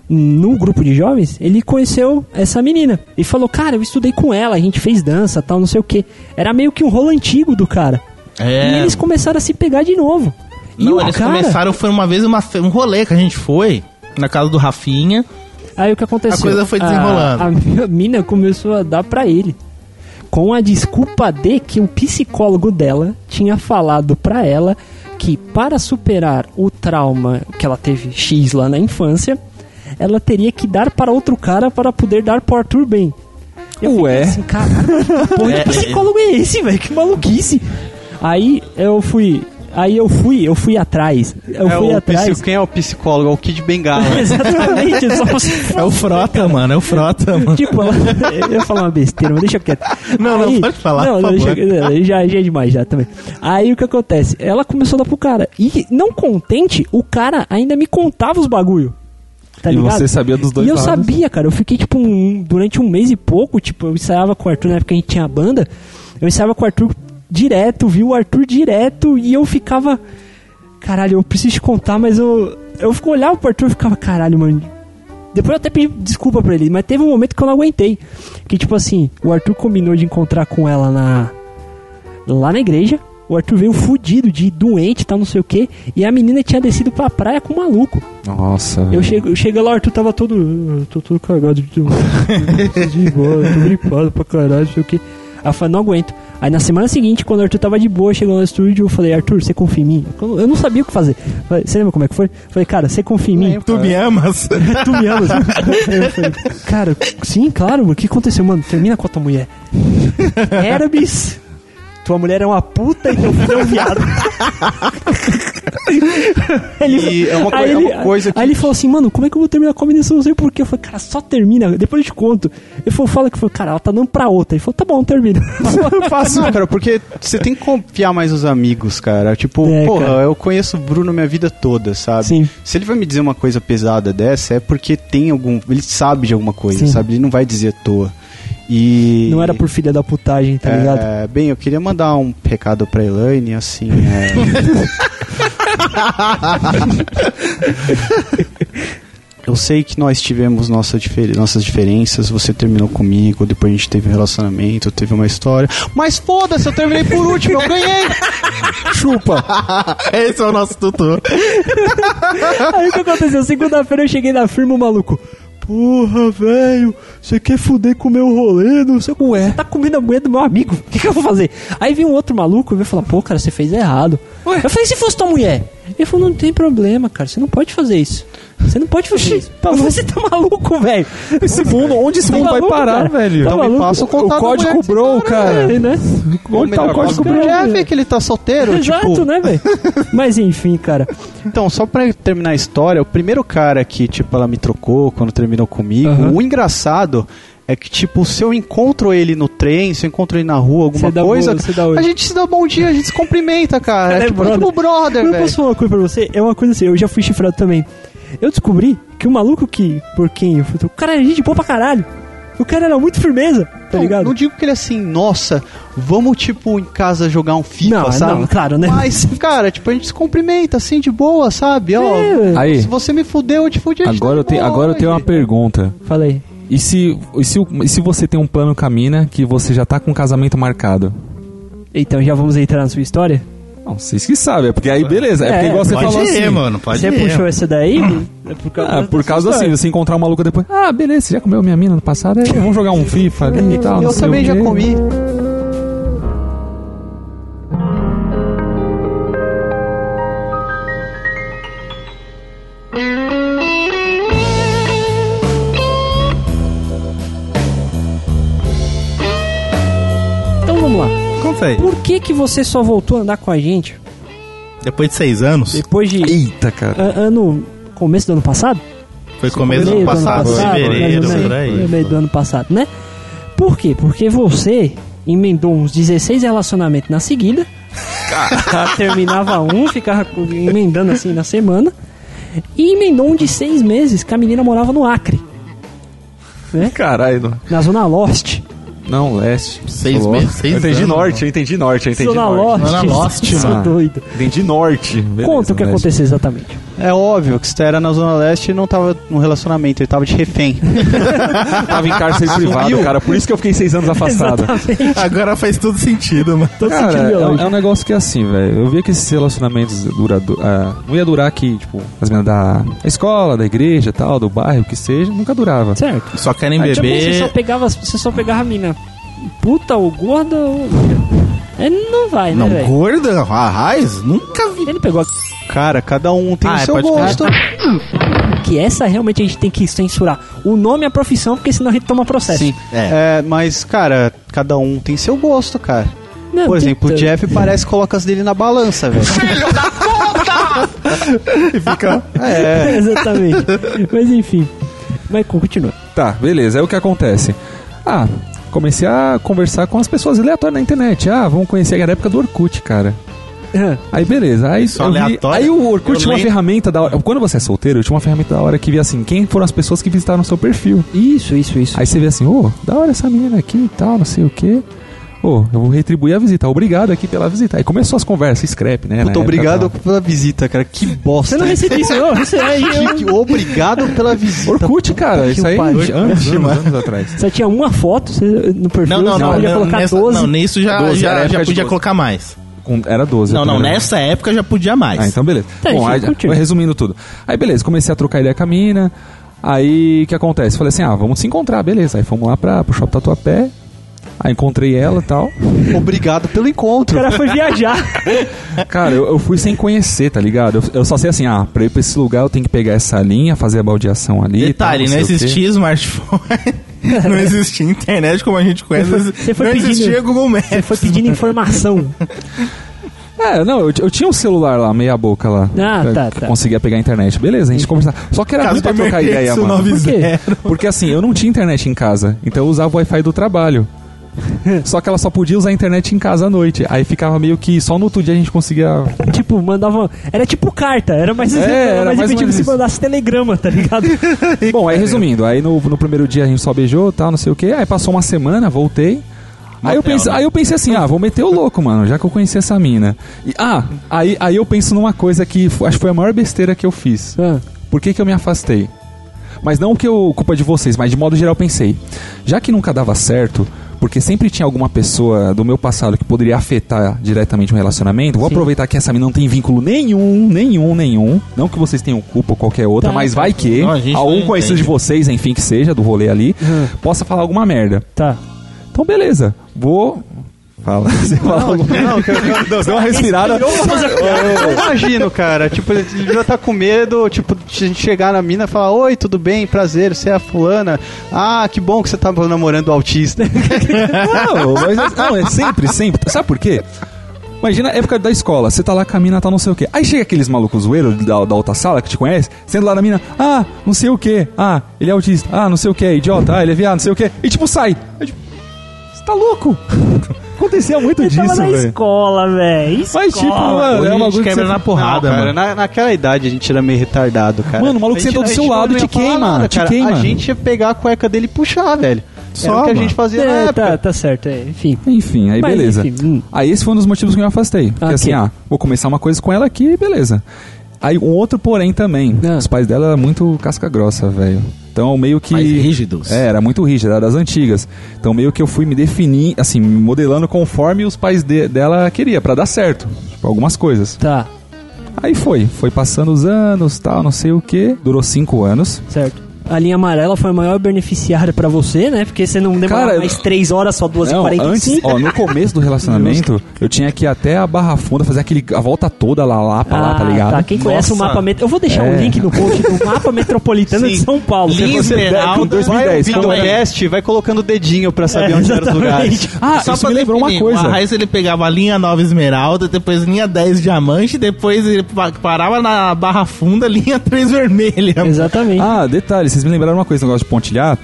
Speaker 1: no grupo de jovens, ele conheceu essa menina. E falou, cara, eu estudei com ela, a gente fez dança, tal, não sei o que. Era meio que um rolo antigo do cara.
Speaker 7: É.
Speaker 1: E eles começaram a se pegar de novo. E
Speaker 7: Não,
Speaker 1: o
Speaker 7: eles
Speaker 1: cara...
Speaker 7: começaram, foi uma vez uma fe- um rolê que a gente foi, na casa do Rafinha.
Speaker 1: Aí o que aconteceu?
Speaker 7: A coisa foi desenrolando.
Speaker 1: A, a minha mina começou a dar pra ele. Com a desculpa de que o psicólogo dela tinha falado pra ela que para superar o trauma que ela teve X lá na infância, ela teria que dar para outro cara para poder dar pro Arthur bem. Eu
Speaker 2: Ué.
Speaker 1: fiquei assim, cara, porra,
Speaker 7: É, é,
Speaker 1: que psicólogo é esse, velho? Que maluquice. Aí eu fui, aí eu fui, eu fui atrás. Eu
Speaker 5: é
Speaker 1: fui
Speaker 5: o
Speaker 1: atrás.
Speaker 5: psico- Quem é o psicólogo? É o Kid Bengala.
Speaker 1: Exatamente, eu só se
Speaker 7: É o
Speaker 1: Tá,
Speaker 7: Frota, mano, é o Frota, mano.
Speaker 1: Tipo, ela- eu ia falar uma besteira, mas deixa quieto.
Speaker 7: Não, não, pode falar,
Speaker 1: Não,
Speaker 7: por
Speaker 1: não, deixa,
Speaker 7: favor.
Speaker 1: não, já, já é demais já também. Aí o que acontece? Ela começou a dar pro cara. E não contente, o cara ainda me contava os bagulho. Tá
Speaker 2: E
Speaker 1: ligado?
Speaker 2: você sabia dos dois
Speaker 1: E eu
Speaker 2: lados.
Speaker 1: sabia, cara. Eu fiquei, tipo, um- durante um mês e pouco, tipo, eu ensaiava com o Arthur na época que a gente tinha banda. Eu ensaiava com o Arthur direto, vi o Arthur direto e eu ficava. Caralho, eu preciso te contar, mas eu. Eu fico- olhava pro Arthur e ficava, caralho, mano. Depois eu até pedi desculpa pra ele, mas teve um momento que eu não aguentei. Que tipo assim, o Arthur combinou de encontrar com ela na. lá na igreja. O Arthur veio fudido, de doente, tal, não sei o que. E a menina tinha descido pra praia com o maluco.
Speaker 2: Nossa.
Speaker 1: Eu chego, eu chego lá, o Arthur tava todo. "Ah, Tô todo cagado de. um- de embora, tô gripado pra caralho, não sei o que. Aí eu falei, não aguento. Aí na semana seguinte, quando o Arthur tava de boa, chegou no estúdio, eu falei, Arthur, você confia em mim? Eu não sabia o que fazer. Eu falei, Você lembra como é que foi? Eu falei, cara, você confia em mim?
Speaker 7: Tu me amas?
Speaker 1: tu me amas. Aí eu falei, cara, sim, claro, mano. o que aconteceu, mano? Termina com a tua mulher. Hermes, tua mulher é uma puta e teu filho é um viado. ele,
Speaker 5: E é uma coi-
Speaker 1: aí
Speaker 5: é
Speaker 1: ele,
Speaker 5: uma coisa que-
Speaker 1: Aí ele falou assim, mano, como é que eu vou terminar com a menina se eu não sei porquê? Eu falei, cara, só termina, depois eu te conto. Ele falou, fala que eu falei, cara, ela tá dando pra outra. Ele falou, tá bom, termina.
Speaker 5: fácil, cara, porque você tem que confiar mais nos amigos, cara. Tipo,
Speaker 1: É,
Speaker 5: porra,
Speaker 1: cara.
Speaker 5: eu conheço o Bruno minha vida toda, sabe?
Speaker 1: Sim.
Speaker 5: Se ele vai me dizer uma coisa pesada dessa, é porque tem algum. Ele sabe de alguma coisa,
Speaker 1: Sim.
Speaker 5: sabe? Ele não vai dizer à toa. E.
Speaker 1: Não era por filha da putagem, tá
Speaker 5: É,
Speaker 1: ligado?
Speaker 5: bem, eu queria mandar um recado pra Elaine, assim. é. eu sei que nós tivemos nossa difer- nossas diferenças, você terminou comigo, depois a gente teve um relacionamento, teve uma história. Mas foda-se, eu terminei por último, eu ganhei!
Speaker 2: Tá
Speaker 5: Chupa!
Speaker 7: Esse é o nosso tutor.
Speaker 1: Aí o que aconteceu? Segunda-feira eu cheguei na firma, o maluco. Porra, velho, você quer fuder com o meu rolê? Não sei como é. Tá comendo a mulher do meu amigo, o que, que eu vou fazer? Aí vem um outro maluco e veio falar: pô, cara, você fez errado. Eu falei: se fosse tua mulher? Ele falou: não tem problema, cara, você não pode fazer isso. Você não pode fazer isso. Pá, Você tá maluco, velho.
Speaker 2: Esse mundo, onde esse
Speaker 1: Tá
Speaker 2: mundo
Speaker 1: maluco,
Speaker 2: vai parar,
Speaker 1: cara?
Speaker 2: velho? Então
Speaker 1: Tá maluco?
Speaker 5: Então passa o
Speaker 2: o
Speaker 5: contato da
Speaker 2: código
Speaker 5: mulher tá desse
Speaker 2: Bro, cara.
Speaker 1: É, né?
Speaker 2: Onde tá o código
Speaker 1: cara.
Speaker 2: Bro?
Speaker 5: Jeff, que ele tá solteiro,
Speaker 1: Exato,
Speaker 5: tipo,
Speaker 1: né, velho? Mas enfim, cara.
Speaker 5: Então, só pra terminar a história, o primeiro cara que, tipo, ela me trocou quando terminou comigo,
Speaker 1: Aham.
Speaker 5: o engraçado é que, tipo, se eu encontro ele no trem, se eu encontro ele na rua, alguma
Speaker 1: Cê dá
Speaker 5: coisa,
Speaker 1: bom- cê dá oi.
Speaker 5: a gente se dá um bom dia, a gente se cumprimenta, cara.
Speaker 1: Cara, é
Speaker 5: É, tipo,
Speaker 1: brother.
Speaker 5: tipo brother,
Speaker 1: Eu
Speaker 5: velho.
Speaker 1: posso falar uma coisa pra você? É uma coisa assim, eu já fui chifrado também. Eu descobri que o maluco que, por quem eu fui, o cara era gente boa pra caralho. O cara era muito firmeza, tá
Speaker 5: Não,
Speaker 1: ligado?
Speaker 5: Não digo que ele é assim, nossa, vamos, tipo, em casa jogar um FIFA,
Speaker 1: Não,
Speaker 5: sabe?
Speaker 1: não, claro, né?
Speaker 5: Mas, cara, tipo, a gente se cumprimenta, assim, de boa, sabe? Ó,
Speaker 1: É.
Speaker 2: Aí.
Speaker 5: se você me fudeu, eu te fudi. a gente
Speaker 2: Agora
Speaker 5: tá
Speaker 2: eu,
Speaker 5: de
Speaker 2: tenho,
Speaker 5: boa
Speaker 2: agora eu tenho uma
Speaker 5: hoje.
Speaker 2: pergunta.
Speaker 1: Falei.
Speaker 2: E se, e, se, o- e se você tem um plano camina que você já tá com um casamento marcado?
Speaker 1: Então já vamos entrar na sua história?
Speaker 2: Não, vocês que sabem, é porque aí beleza, é,
Speaker 1: É,
Speaker 2: porque igual você falou
Speaker 7: ir,
Speaker 2: assim.
Speaker 7: mano, pode
Speaker 1: você
Speaker 7: ir.
Speaker 1: puxou essa daí? é por causa,
Speaker 2: Ah,
Speaker 1: dessa
Speaker 2: por causa assim,
Speaker 1: história.
Speaker 2: você encontrar um maluco depois. Ah, beleza, você já comeu minha mina no passado? É, vamos jogar um FIFA ali e tal. não
Speaker 5: Eu
Speaker 2: sei
Speaker 5: também
Speaker 2: o
Speaker 5: já
Speaker 2: quê."
Speaker 5: comi.
Speaker 2: assim.
Speaker 1: Então vamos lá.
Speaker 7: Conta aí.
Speaker 1: Por que que você só voltou a andar com a gente
Speaker 7: Depois de seis anos,
Speaker 1: depois de
Speaker 2: Eita, cara.
Speaker 1: a- ano... Começo do ano passado?
Speaker 7: foi começo do ano
Speaker 1: Meio
Speaker 7: passado,
Speaker 1: mais ou
Speaker 7: fevereiro,
Speaker 1: menos,
Speaker 7: por
Speaker 1: meio
Speaker 7: aí.
Speaker 1: do ano passado, né? Por quê? Porque você emendou uns 16 relacionamentos na seguida. Ela terminava um, ficava emendando assim na semana. E emendou um de seis meses que a menina morava no Acre,
Speaker 2: Caralho. não-
Speaker 1: na Zona Leste.
Speaker 2: Não, leste.
Speaker 7: Seis
Speaker 2: Sou louco.
Speaker 7: meses, seis
Speaker 2: Eu entendi
Speaker 7: anos,
Speaker 2: norte, eu entendi norte, eu entendi
Speaker 1: Zona
Speaker 2: norte.
Speaker 1: Leste.
Speaker 7: Zona Leste,
Speaker 1: Sou
Speaker 2: mano.
Speaker 1: doido.
Speaker 2: Entendi norte. Beleza, né?
Speaker 1: Conta o que
Speaker 2: leste.
Speaker 1: aconteceu exatamente.
Speaker 5: É óbvio que se era na Zona Leste não tava num relacionamento, ele tava de refém.
Speaker 2: Tava em cárcere privado, cara. Por isso que eu fiquei seis anos afastado.
Speaker 1: Exatamente.
Speaker 7: Agora faz todo sentido, mano.
Speaker 1: Todo
Speaker 2: Cara,
Speaker 1: sentido
Speaker 2: é, um-
Speaker 1: biológico.
Speaker 2: é um negócio que é assim, velho. Eu via que esses relacionamentos dura, du- ah, não ia durar que, tipo, as meninas da escola, da igreja tal, do bairro, o que seja, nunca durava.
Speaker 1: Certo.
Speaker 7: Só querem
Speaker 1: Aí, tipo, você, só
Speaker 7: beber.
Speaker 1: pegava, as- você só pegava a mina puta ou gorda ou. É, não vai, né,
Speaker 7: Não,
Speaker 1: velho?
Speaker 7: gorda, a raiz, nunca vi.
Speaker 1: Ele pegou a...
Speaker 5: Cara, cada um tem
Speaker 7: Ah,
Speaker 5: o
Speaker 7: é,
Speaker 5: seu
Speaker 7: pode
Speaker 5: gosto.
Speaker 1: Que essa realmente a gente tem que censurar. O nome e a profissão, porque senão a gente toma processo.
Speaker 5: Sim.
Speaker 7: É.
Speaker 5: É, mas, cara, cada um tem seu gosto, cara.
Speaker 1: Não,
Speaker 5: Por
Speaker 1: tem
Speaker 5: exemplo, o
Speaker 1: tanto.
Speaker 5: Jeff parece que coloca as dele na balança, velho.
Speaker 1: É, Exatamente. Mas enfim. Mas continua.
Speaker 2: Tá, beleza. Aí o que acontece? Ah, comecei a conversar com as pessoas aleatórias na internet. Ah, vamos conhecer a época do Orkut, cara.
Speaker 1: Ah,
Speaker 2: Aí beleza, aí
Speaker 7: Só
Speaker 2: eu vi-
Speaker 7: aleatório?
Speaker 2: Aí o Orkut
Speaker 7: Eu
Speaker 2: tinha uma
Speaker 7: lembro.
Speaker 2: ferramenta da hora. Quando você é solteiro, tinha uma ferramenta da hora que via assim, quem foram as pessoas que visitaram o seu perfil.
Speaker 1: Isso, isso, isso.
Speaker 2: Aí você vê assim, ô, da hora essa menina aqui e tal, não sei o quê. Ô, eu vou retribuir a visita. Obrigado aqui pela visita. Aí começou as conversas, scrap, né? na
Speaker 5: Puta,
Speaker 2: época,
Speaker 5: obrigado
Speaker 2: tal.
Speaker 5: pela visita, cara. Que bosta.
Speaker 1: Você não recebeu isso, é não? Você aí,
Speaker 5: Que-
Speaker 1: eu...
Speaker 5: que- obrigado pela visita.
Speaker 2: Orkut, cara,
Speaker 5: que
Speaker 2: isso aí
Speaker 5: pariu.
Speaker 2: anos, anos, anos atrás.
Speaker 1: Só tinha uma foto você- no perfil.
Speaker 7: Não, não,
Speaker 1: você
Speaker 7: não.
Speaker 1: podia
Speaker 7: não,
Speaker 1: colocar
Speaker 7: nessa-
Speaker 1: 12.
Speaker 7: não, nisso já,
Speaker 2: 12, era a
Speaker 7: já,
Speaker 2: época
Speaker 7: já
Speaker 2: de
Speaker 7: podia
Speaker 2: 12.
Speaker 7: colocar mais.
Speaker 2: Com- Era 12.
Speaker 7: Não,
Speaker 2: a
Speaker 7: não,
Speaker 2: primeira.
Speaker 7: nessa época já podia mais.
Speaker 2: Ah, então beleza.
Speaker 1: Tá,
Speaker 2: Bom,
Speaker 1: enfim,
Speaker 2: aí,
Speaker 1: continua.
Speaker 2: resumindo tudo. Aí beleza, comecei a trocar ideia com a mina. Aí o que acontece? Falei assim, ah, vamos se encontrar, beleza. Aí fomos lá pra, pro shopping Tatuapé. Aí encontrei ela e tal.
Speaker 5: Obrigado pelo
Speaker 1: O
Speaker 5: encontro.
Speaker 1: cara foi viajar.
Speaker 2: Cara, eu, eu fui sem conhecer, tá ligado? Eu, eu só sei assim, ah, pra ir pra esse lugar eu tenho que pegar essa linha, fazer a baldeação ali. e
Speaker 7: Detalhe,
Speaker 2: tal,
Speaker 7: não
Speaker 2: tá, sei o quê.
Speaker 7: existia smartphone, não existia internet como a gente conhece,
Speaker 1: Você foi
Speaker 7: não
Speaker 1: pedindo-
Speaker 7: existia Google Maps.
Speaker 1: Foi pedindo informação.
Speaker 2: É, não, eu, eu tinha um celular lá, meia boca lá.
Speaker 1: Ah,
Speaker 2: pra-
Speaker 1: tá,
Speaker 2: que
Speaker 1: tá.
Speaker 2: Conseguia pegar a internet. Beleza, a gente conversava. Só que era
Speaker 7: Caso
Speaker 2: ruim pra
Speaker 7: de
Speaker 2: trocar ideia,
Speaker 7: emergência,
Speaker 2: mano.
Speaker 7: 90.
Speaker 2: Porque assim, eu não tinha internet em casa, então eu usava o Wi-Fi do trabalho. Só que ela só podia usar a internet em casa à noite. Aí ficava meio que só no outro dia a gente conseguia.
Speaker 1: tipo, mandava. Era tipo carta. Era mais,
Speaker 2: É,
Speaker 1: era
Speaker 2: era
Speaker 1: mais
Speaker 2: mais ou
Speaker 1: efetivo
Speaker 2: menos
Speaker 1: se
Speaker 2: isso.
Speaker 1: mandasse telegrama, tá ligado?
Speaker 2: Bom, aí resumindo, aí no, no primeiro dia a gente só beijou tal, não sei o que. Aí passou uma semana, voltei. Aí eu,
Speaker 7: Motel,
Speaker 2: pensei,
Speaker 7: né?
Speaker 2: aí eu pensei assim, ah, vou meter o louco, mano, já que eu conheci essa mina. E, ah, aí, aí eu penso numa coisa que fo- acho que foi a maior besteira que eu fiz.
Speaker 1: Ah,
Speaker 2: Por que, que eu me afastei? Mas não que eu culpa de vocês, mas de modo geral eu pensei. Já que nunca dava certo, porque sempre tinha alguma pessoa do meu passado que poderia afetar diretamente um relacionamento, vou
Speaker 1: Sim.
Speaker 2: aproveitar que essa mina não tem vínculo nenhum, nenhum, nenhum. Não que vocês tenham culpa ou qualquer outra,
Speaker 1: Tá,
Speaker 2: mas
Speaker 1: tá.
Speaker 2: vai que
Speaker 7: Não, a gente
Speaker 2: algum
Speaker 7: não
Speaker 2: conhecido
Speaker 7: entende.
Speaker 2: de vocês, enfim, que seja, do rolê ali,
Speaker 1: Uhum.
Speaker 2: possa falar alguma merda.
Speaker 1: tá.
Speaker 2: Então beleza, vou. Fala. Você fala alguma merda.
Speaker 5: Não, que eu-
Speaker 2: Deu uma respirada.
Speaker 5: Eu imagino, cara. Tipo, ele já tá com medo, tipo, de a gente chegar na mina e falar: Oi, tudo bem? Prazer, você é a fulana. Ah, que bom que você tá namorando o autista.
Speaker 2: Não, mas não, é sempre, sempre. Sabe por quê? Imagina a época da escola, você tá lá com a mina, tá não sei o quê. Aí chega aqueles malucos zoeiros da, da outra sala que te conhece, sendo lá na mina, ah, não sei o quê, ah, ele é autista, ah, não sei o quê, idiota, ah, ele é viado, não sei o quê, e tipo sai. Eu, tipo, você tá louco? Acontecia muito
Speaker 1: Ele
Speaker 2: disso,
Speaker 1: tava na
Speaker 2: velho.
Speaker 1: escola, velho. Escola.
Speaker 2: Mas tipo, mano,
Speaker 7: Hoje
Speaker 2: é
Speaker 7: a
Speaker 2: uma
Speaker 7: gente
Speaker 2: coisa que
Speaker 7: quebra
Speaker 2: você-
Speaker 7: na porrada,
Speaker 5: cara,
Speaker 7: mano.
Speaker 5: na- naquela idade a gente era meio retardado, cara.
Speaker 2: Mano, o maluco
Speaker 5: A gente-
Speaker 2: senta do
Speaker 5: a gente
Speaker 2: seu
Speaker 5: não
Speaker 2: lado,
Speaker 5: ia
Speaker 2: te
Speaker 5: falar
Speaker 2: queima,
Speaker 5: nada,
Speaker 2: te
Speaker 5: cara.
Speaker 2: queima.
Speaker 5: A gente ia pegar a cueca dele e puxar, velho. Só
Speaker 2: Só,
Speaker 5: o que a
Speaker 2: mano.
Speaker 5: gente fazia na
Speaker 1: É,
Speaker 5: época.
Speaker 1: tá, tá certo, é. Enfim.
Speaker 2: Enfim, aí
Speaker 1: Mas,
Speaker 2: beleza.
Speaker 1: enfim, hum.
Speaker 2: Aí esse foi um dos motivos que eu me afastei. Porque
Speaker 1: Ok.
Speaker 2: assim, ah, vou começar uma coisa com ela aqui, beleza. Aí um outro porém também.
Speaker 1: Ah.
Speaker 2: Os pais dela eram muito casca grossa, velho. Então meio que...
Speaker 7: Pais rígidos.
Speaker 2: É, era muito rígido, era das antigas. Então meio que eu fui me definir, assim, me modelando conforme os pais de- dela queria pra dar certo. Tipo, algumas coisas.
Speaker 1: Tá,
Speaker 2: Aí foi. Foi passando os anos, tal, não sei o que. Durou cinco anos.
Speaker 1: certo. A linha amarela foi a maior beneficiária pra você, né? Porque você não demora
Speaker 2: Cara,
Speaker 1: mais 3 horas, só 2
Speaker 2: Não,
Speaker 1: é e 45
Speaker 2: antes, ó, no começo do relacionamento, eu tinha que ir até a Barra Funda, fazer aquele, a volta toda lá, lá, pra lá, tá ligado?
Speaker 1: Tá, quem conhece
Speaker 7: Nossa.
Speaker 1: o mapa metropolitano. Eu vou deixar o
Speaker 2: É.
Speaker 1: link no post do mapa metropolitano de
Speaker 7: Sim.
Speaker 1: São Paulo.
Speaker 7: Link.
Speaker 1: Você-
Speaker 2: Você der-
Speaker 7: Esmeralda,
Speaker 2: com 2010,
Speaker 5: Então,
Speaker 2: quando
Speaker 7: Também.
Speaker 5: cast, vai colocando o dedinho pra saber
Speaker 1: É,
Speaker 5: onde eram os
Speaker 1: exatamente.
Speaker 5: lugares.
Speaker 2: Ah, só isso me lembrou uma
Speaker 7: definir,
Speaker 2: coisa.
Speaker 7: O Arraiz ele pegava a linha 9 esmeralda, depois linha 10 diamante, depois ele pa- parava na barra funda, linha 3 vermelha.
Speaker 1: Exatamente.
Speaker 2: Ah, detalhe, vocês me lembraram
Speaker 1: Hum.
Speaker 2: uma coisa, negócio de pontilhar.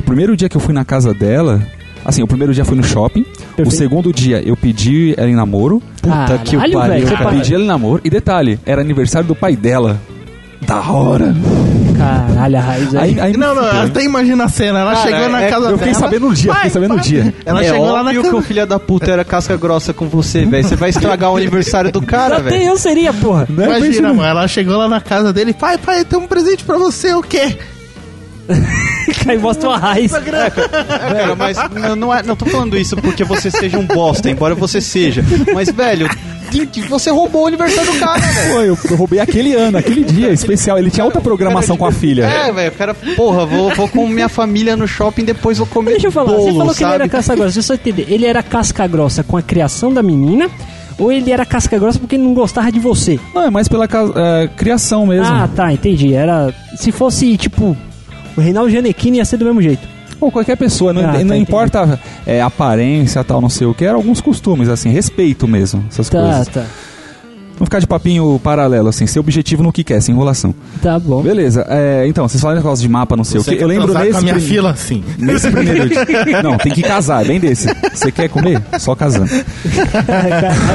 Speaker 2: O primeiro dia que eu fui na casa dela, assim, o primeiro dia eu fui no shopping, O segundo dia eu pedi ela em namoro.
Speaker 1: Puta que o pariu,
Speaker 2: eu
Speaker 1: cara.
Speaker 2: pedi ela em namoro. E detalhe, era aniversário do pai dela. Da hora.
Speaker 1: Ah, Caralho, a raiz aí.
Speaker 2: Aí, aí me
Speaker 7: Não, não,
Speaker 2: fudeu.
Speaker 7: até imagina a cena. Ela chegou na casa
Speaker 2: Eu fiquei
Speaker 7: dela.
Speaker 2: sabendo no dia, fiquei sabendo no dia.
Speaker 7: Ela
Speaker 5: é
Speaker 7: chegou lá na
Speaker 5: óbvio
Speaker 7: cama.
Speaker 5: que o filho da puta era casca grossa com você, velho. Você vai estragar o aniversário do cara,
Speaker 1: Até
Speaker 5: velho.
Speaker 1: eu seria, porra.
Speaker 2: Né?
Speaker 7: Imagina, mano, ela chegou lá na casa dele, pai, pai, tem um presente pra você, o quê?
Speaker 1: Aí mostra uma raiz.
Speaker 5: É, cara, mas não, não, é, não tô falando isso porque você seja um bosta, embora você seja. Mas, velho, você roubou o aniversário do cara, velho.
Speaker 2: Pô, eu, eu roubei aquele ano, aquele dia especial. Ele tinha outra programação com a filha.
Speaker 5: É, velho, o cara, porra, vou, vou com minha família no shopping, depois vou comer
Speaker 1: Deixa eu falar,
Speaker 5: bolo,
Speaker 1: você falou que
Speaker 5: sabe?
Speaker 1: ele era casca grossa, deixa eu só entender. Ele era casca grossa com a criação da menina, ou ele era casca grossa porque ele não gostava de você?
Speaker 2: Não, é mais pela ca- é, criação mesmo.
Speaker 1: Ah, tá, entendi. Era. Se fosse, tipo, o Reinaldo Giannettini ia ser do mesmo jeito.
Speaker 2: Ou qualquer pessoa, não,
Speaker 1: Ah, tá,
Speaker 2: não importa é, aparência, tal, não sei o que. Era alguns costumes, assim, respeito mesmo, essas
Speaker 1: Tá,
Speaker 2: coisas.
Speaker 1: tá.
Speaker 2: Não ficar de papinho paralelo, assim, ser objetivo no que quer, sem enrolação.
Speaker 1: Tá bom.
Speaker 2: Beleza, é, então, vocês falaram negócio de mapa, não sei o que.
Speaker 7: quer
Speaker 2: Eu lembro
Speaker 7: transar
Speaker 2: nesse.
Speaker 7: com a minha
Speaker 2: prim-
Speaker 7: fila, sim.
Speaker 2: Nesse primeiro dia. Não, tem que casar, é bem desse. Você quer comer? Só casando.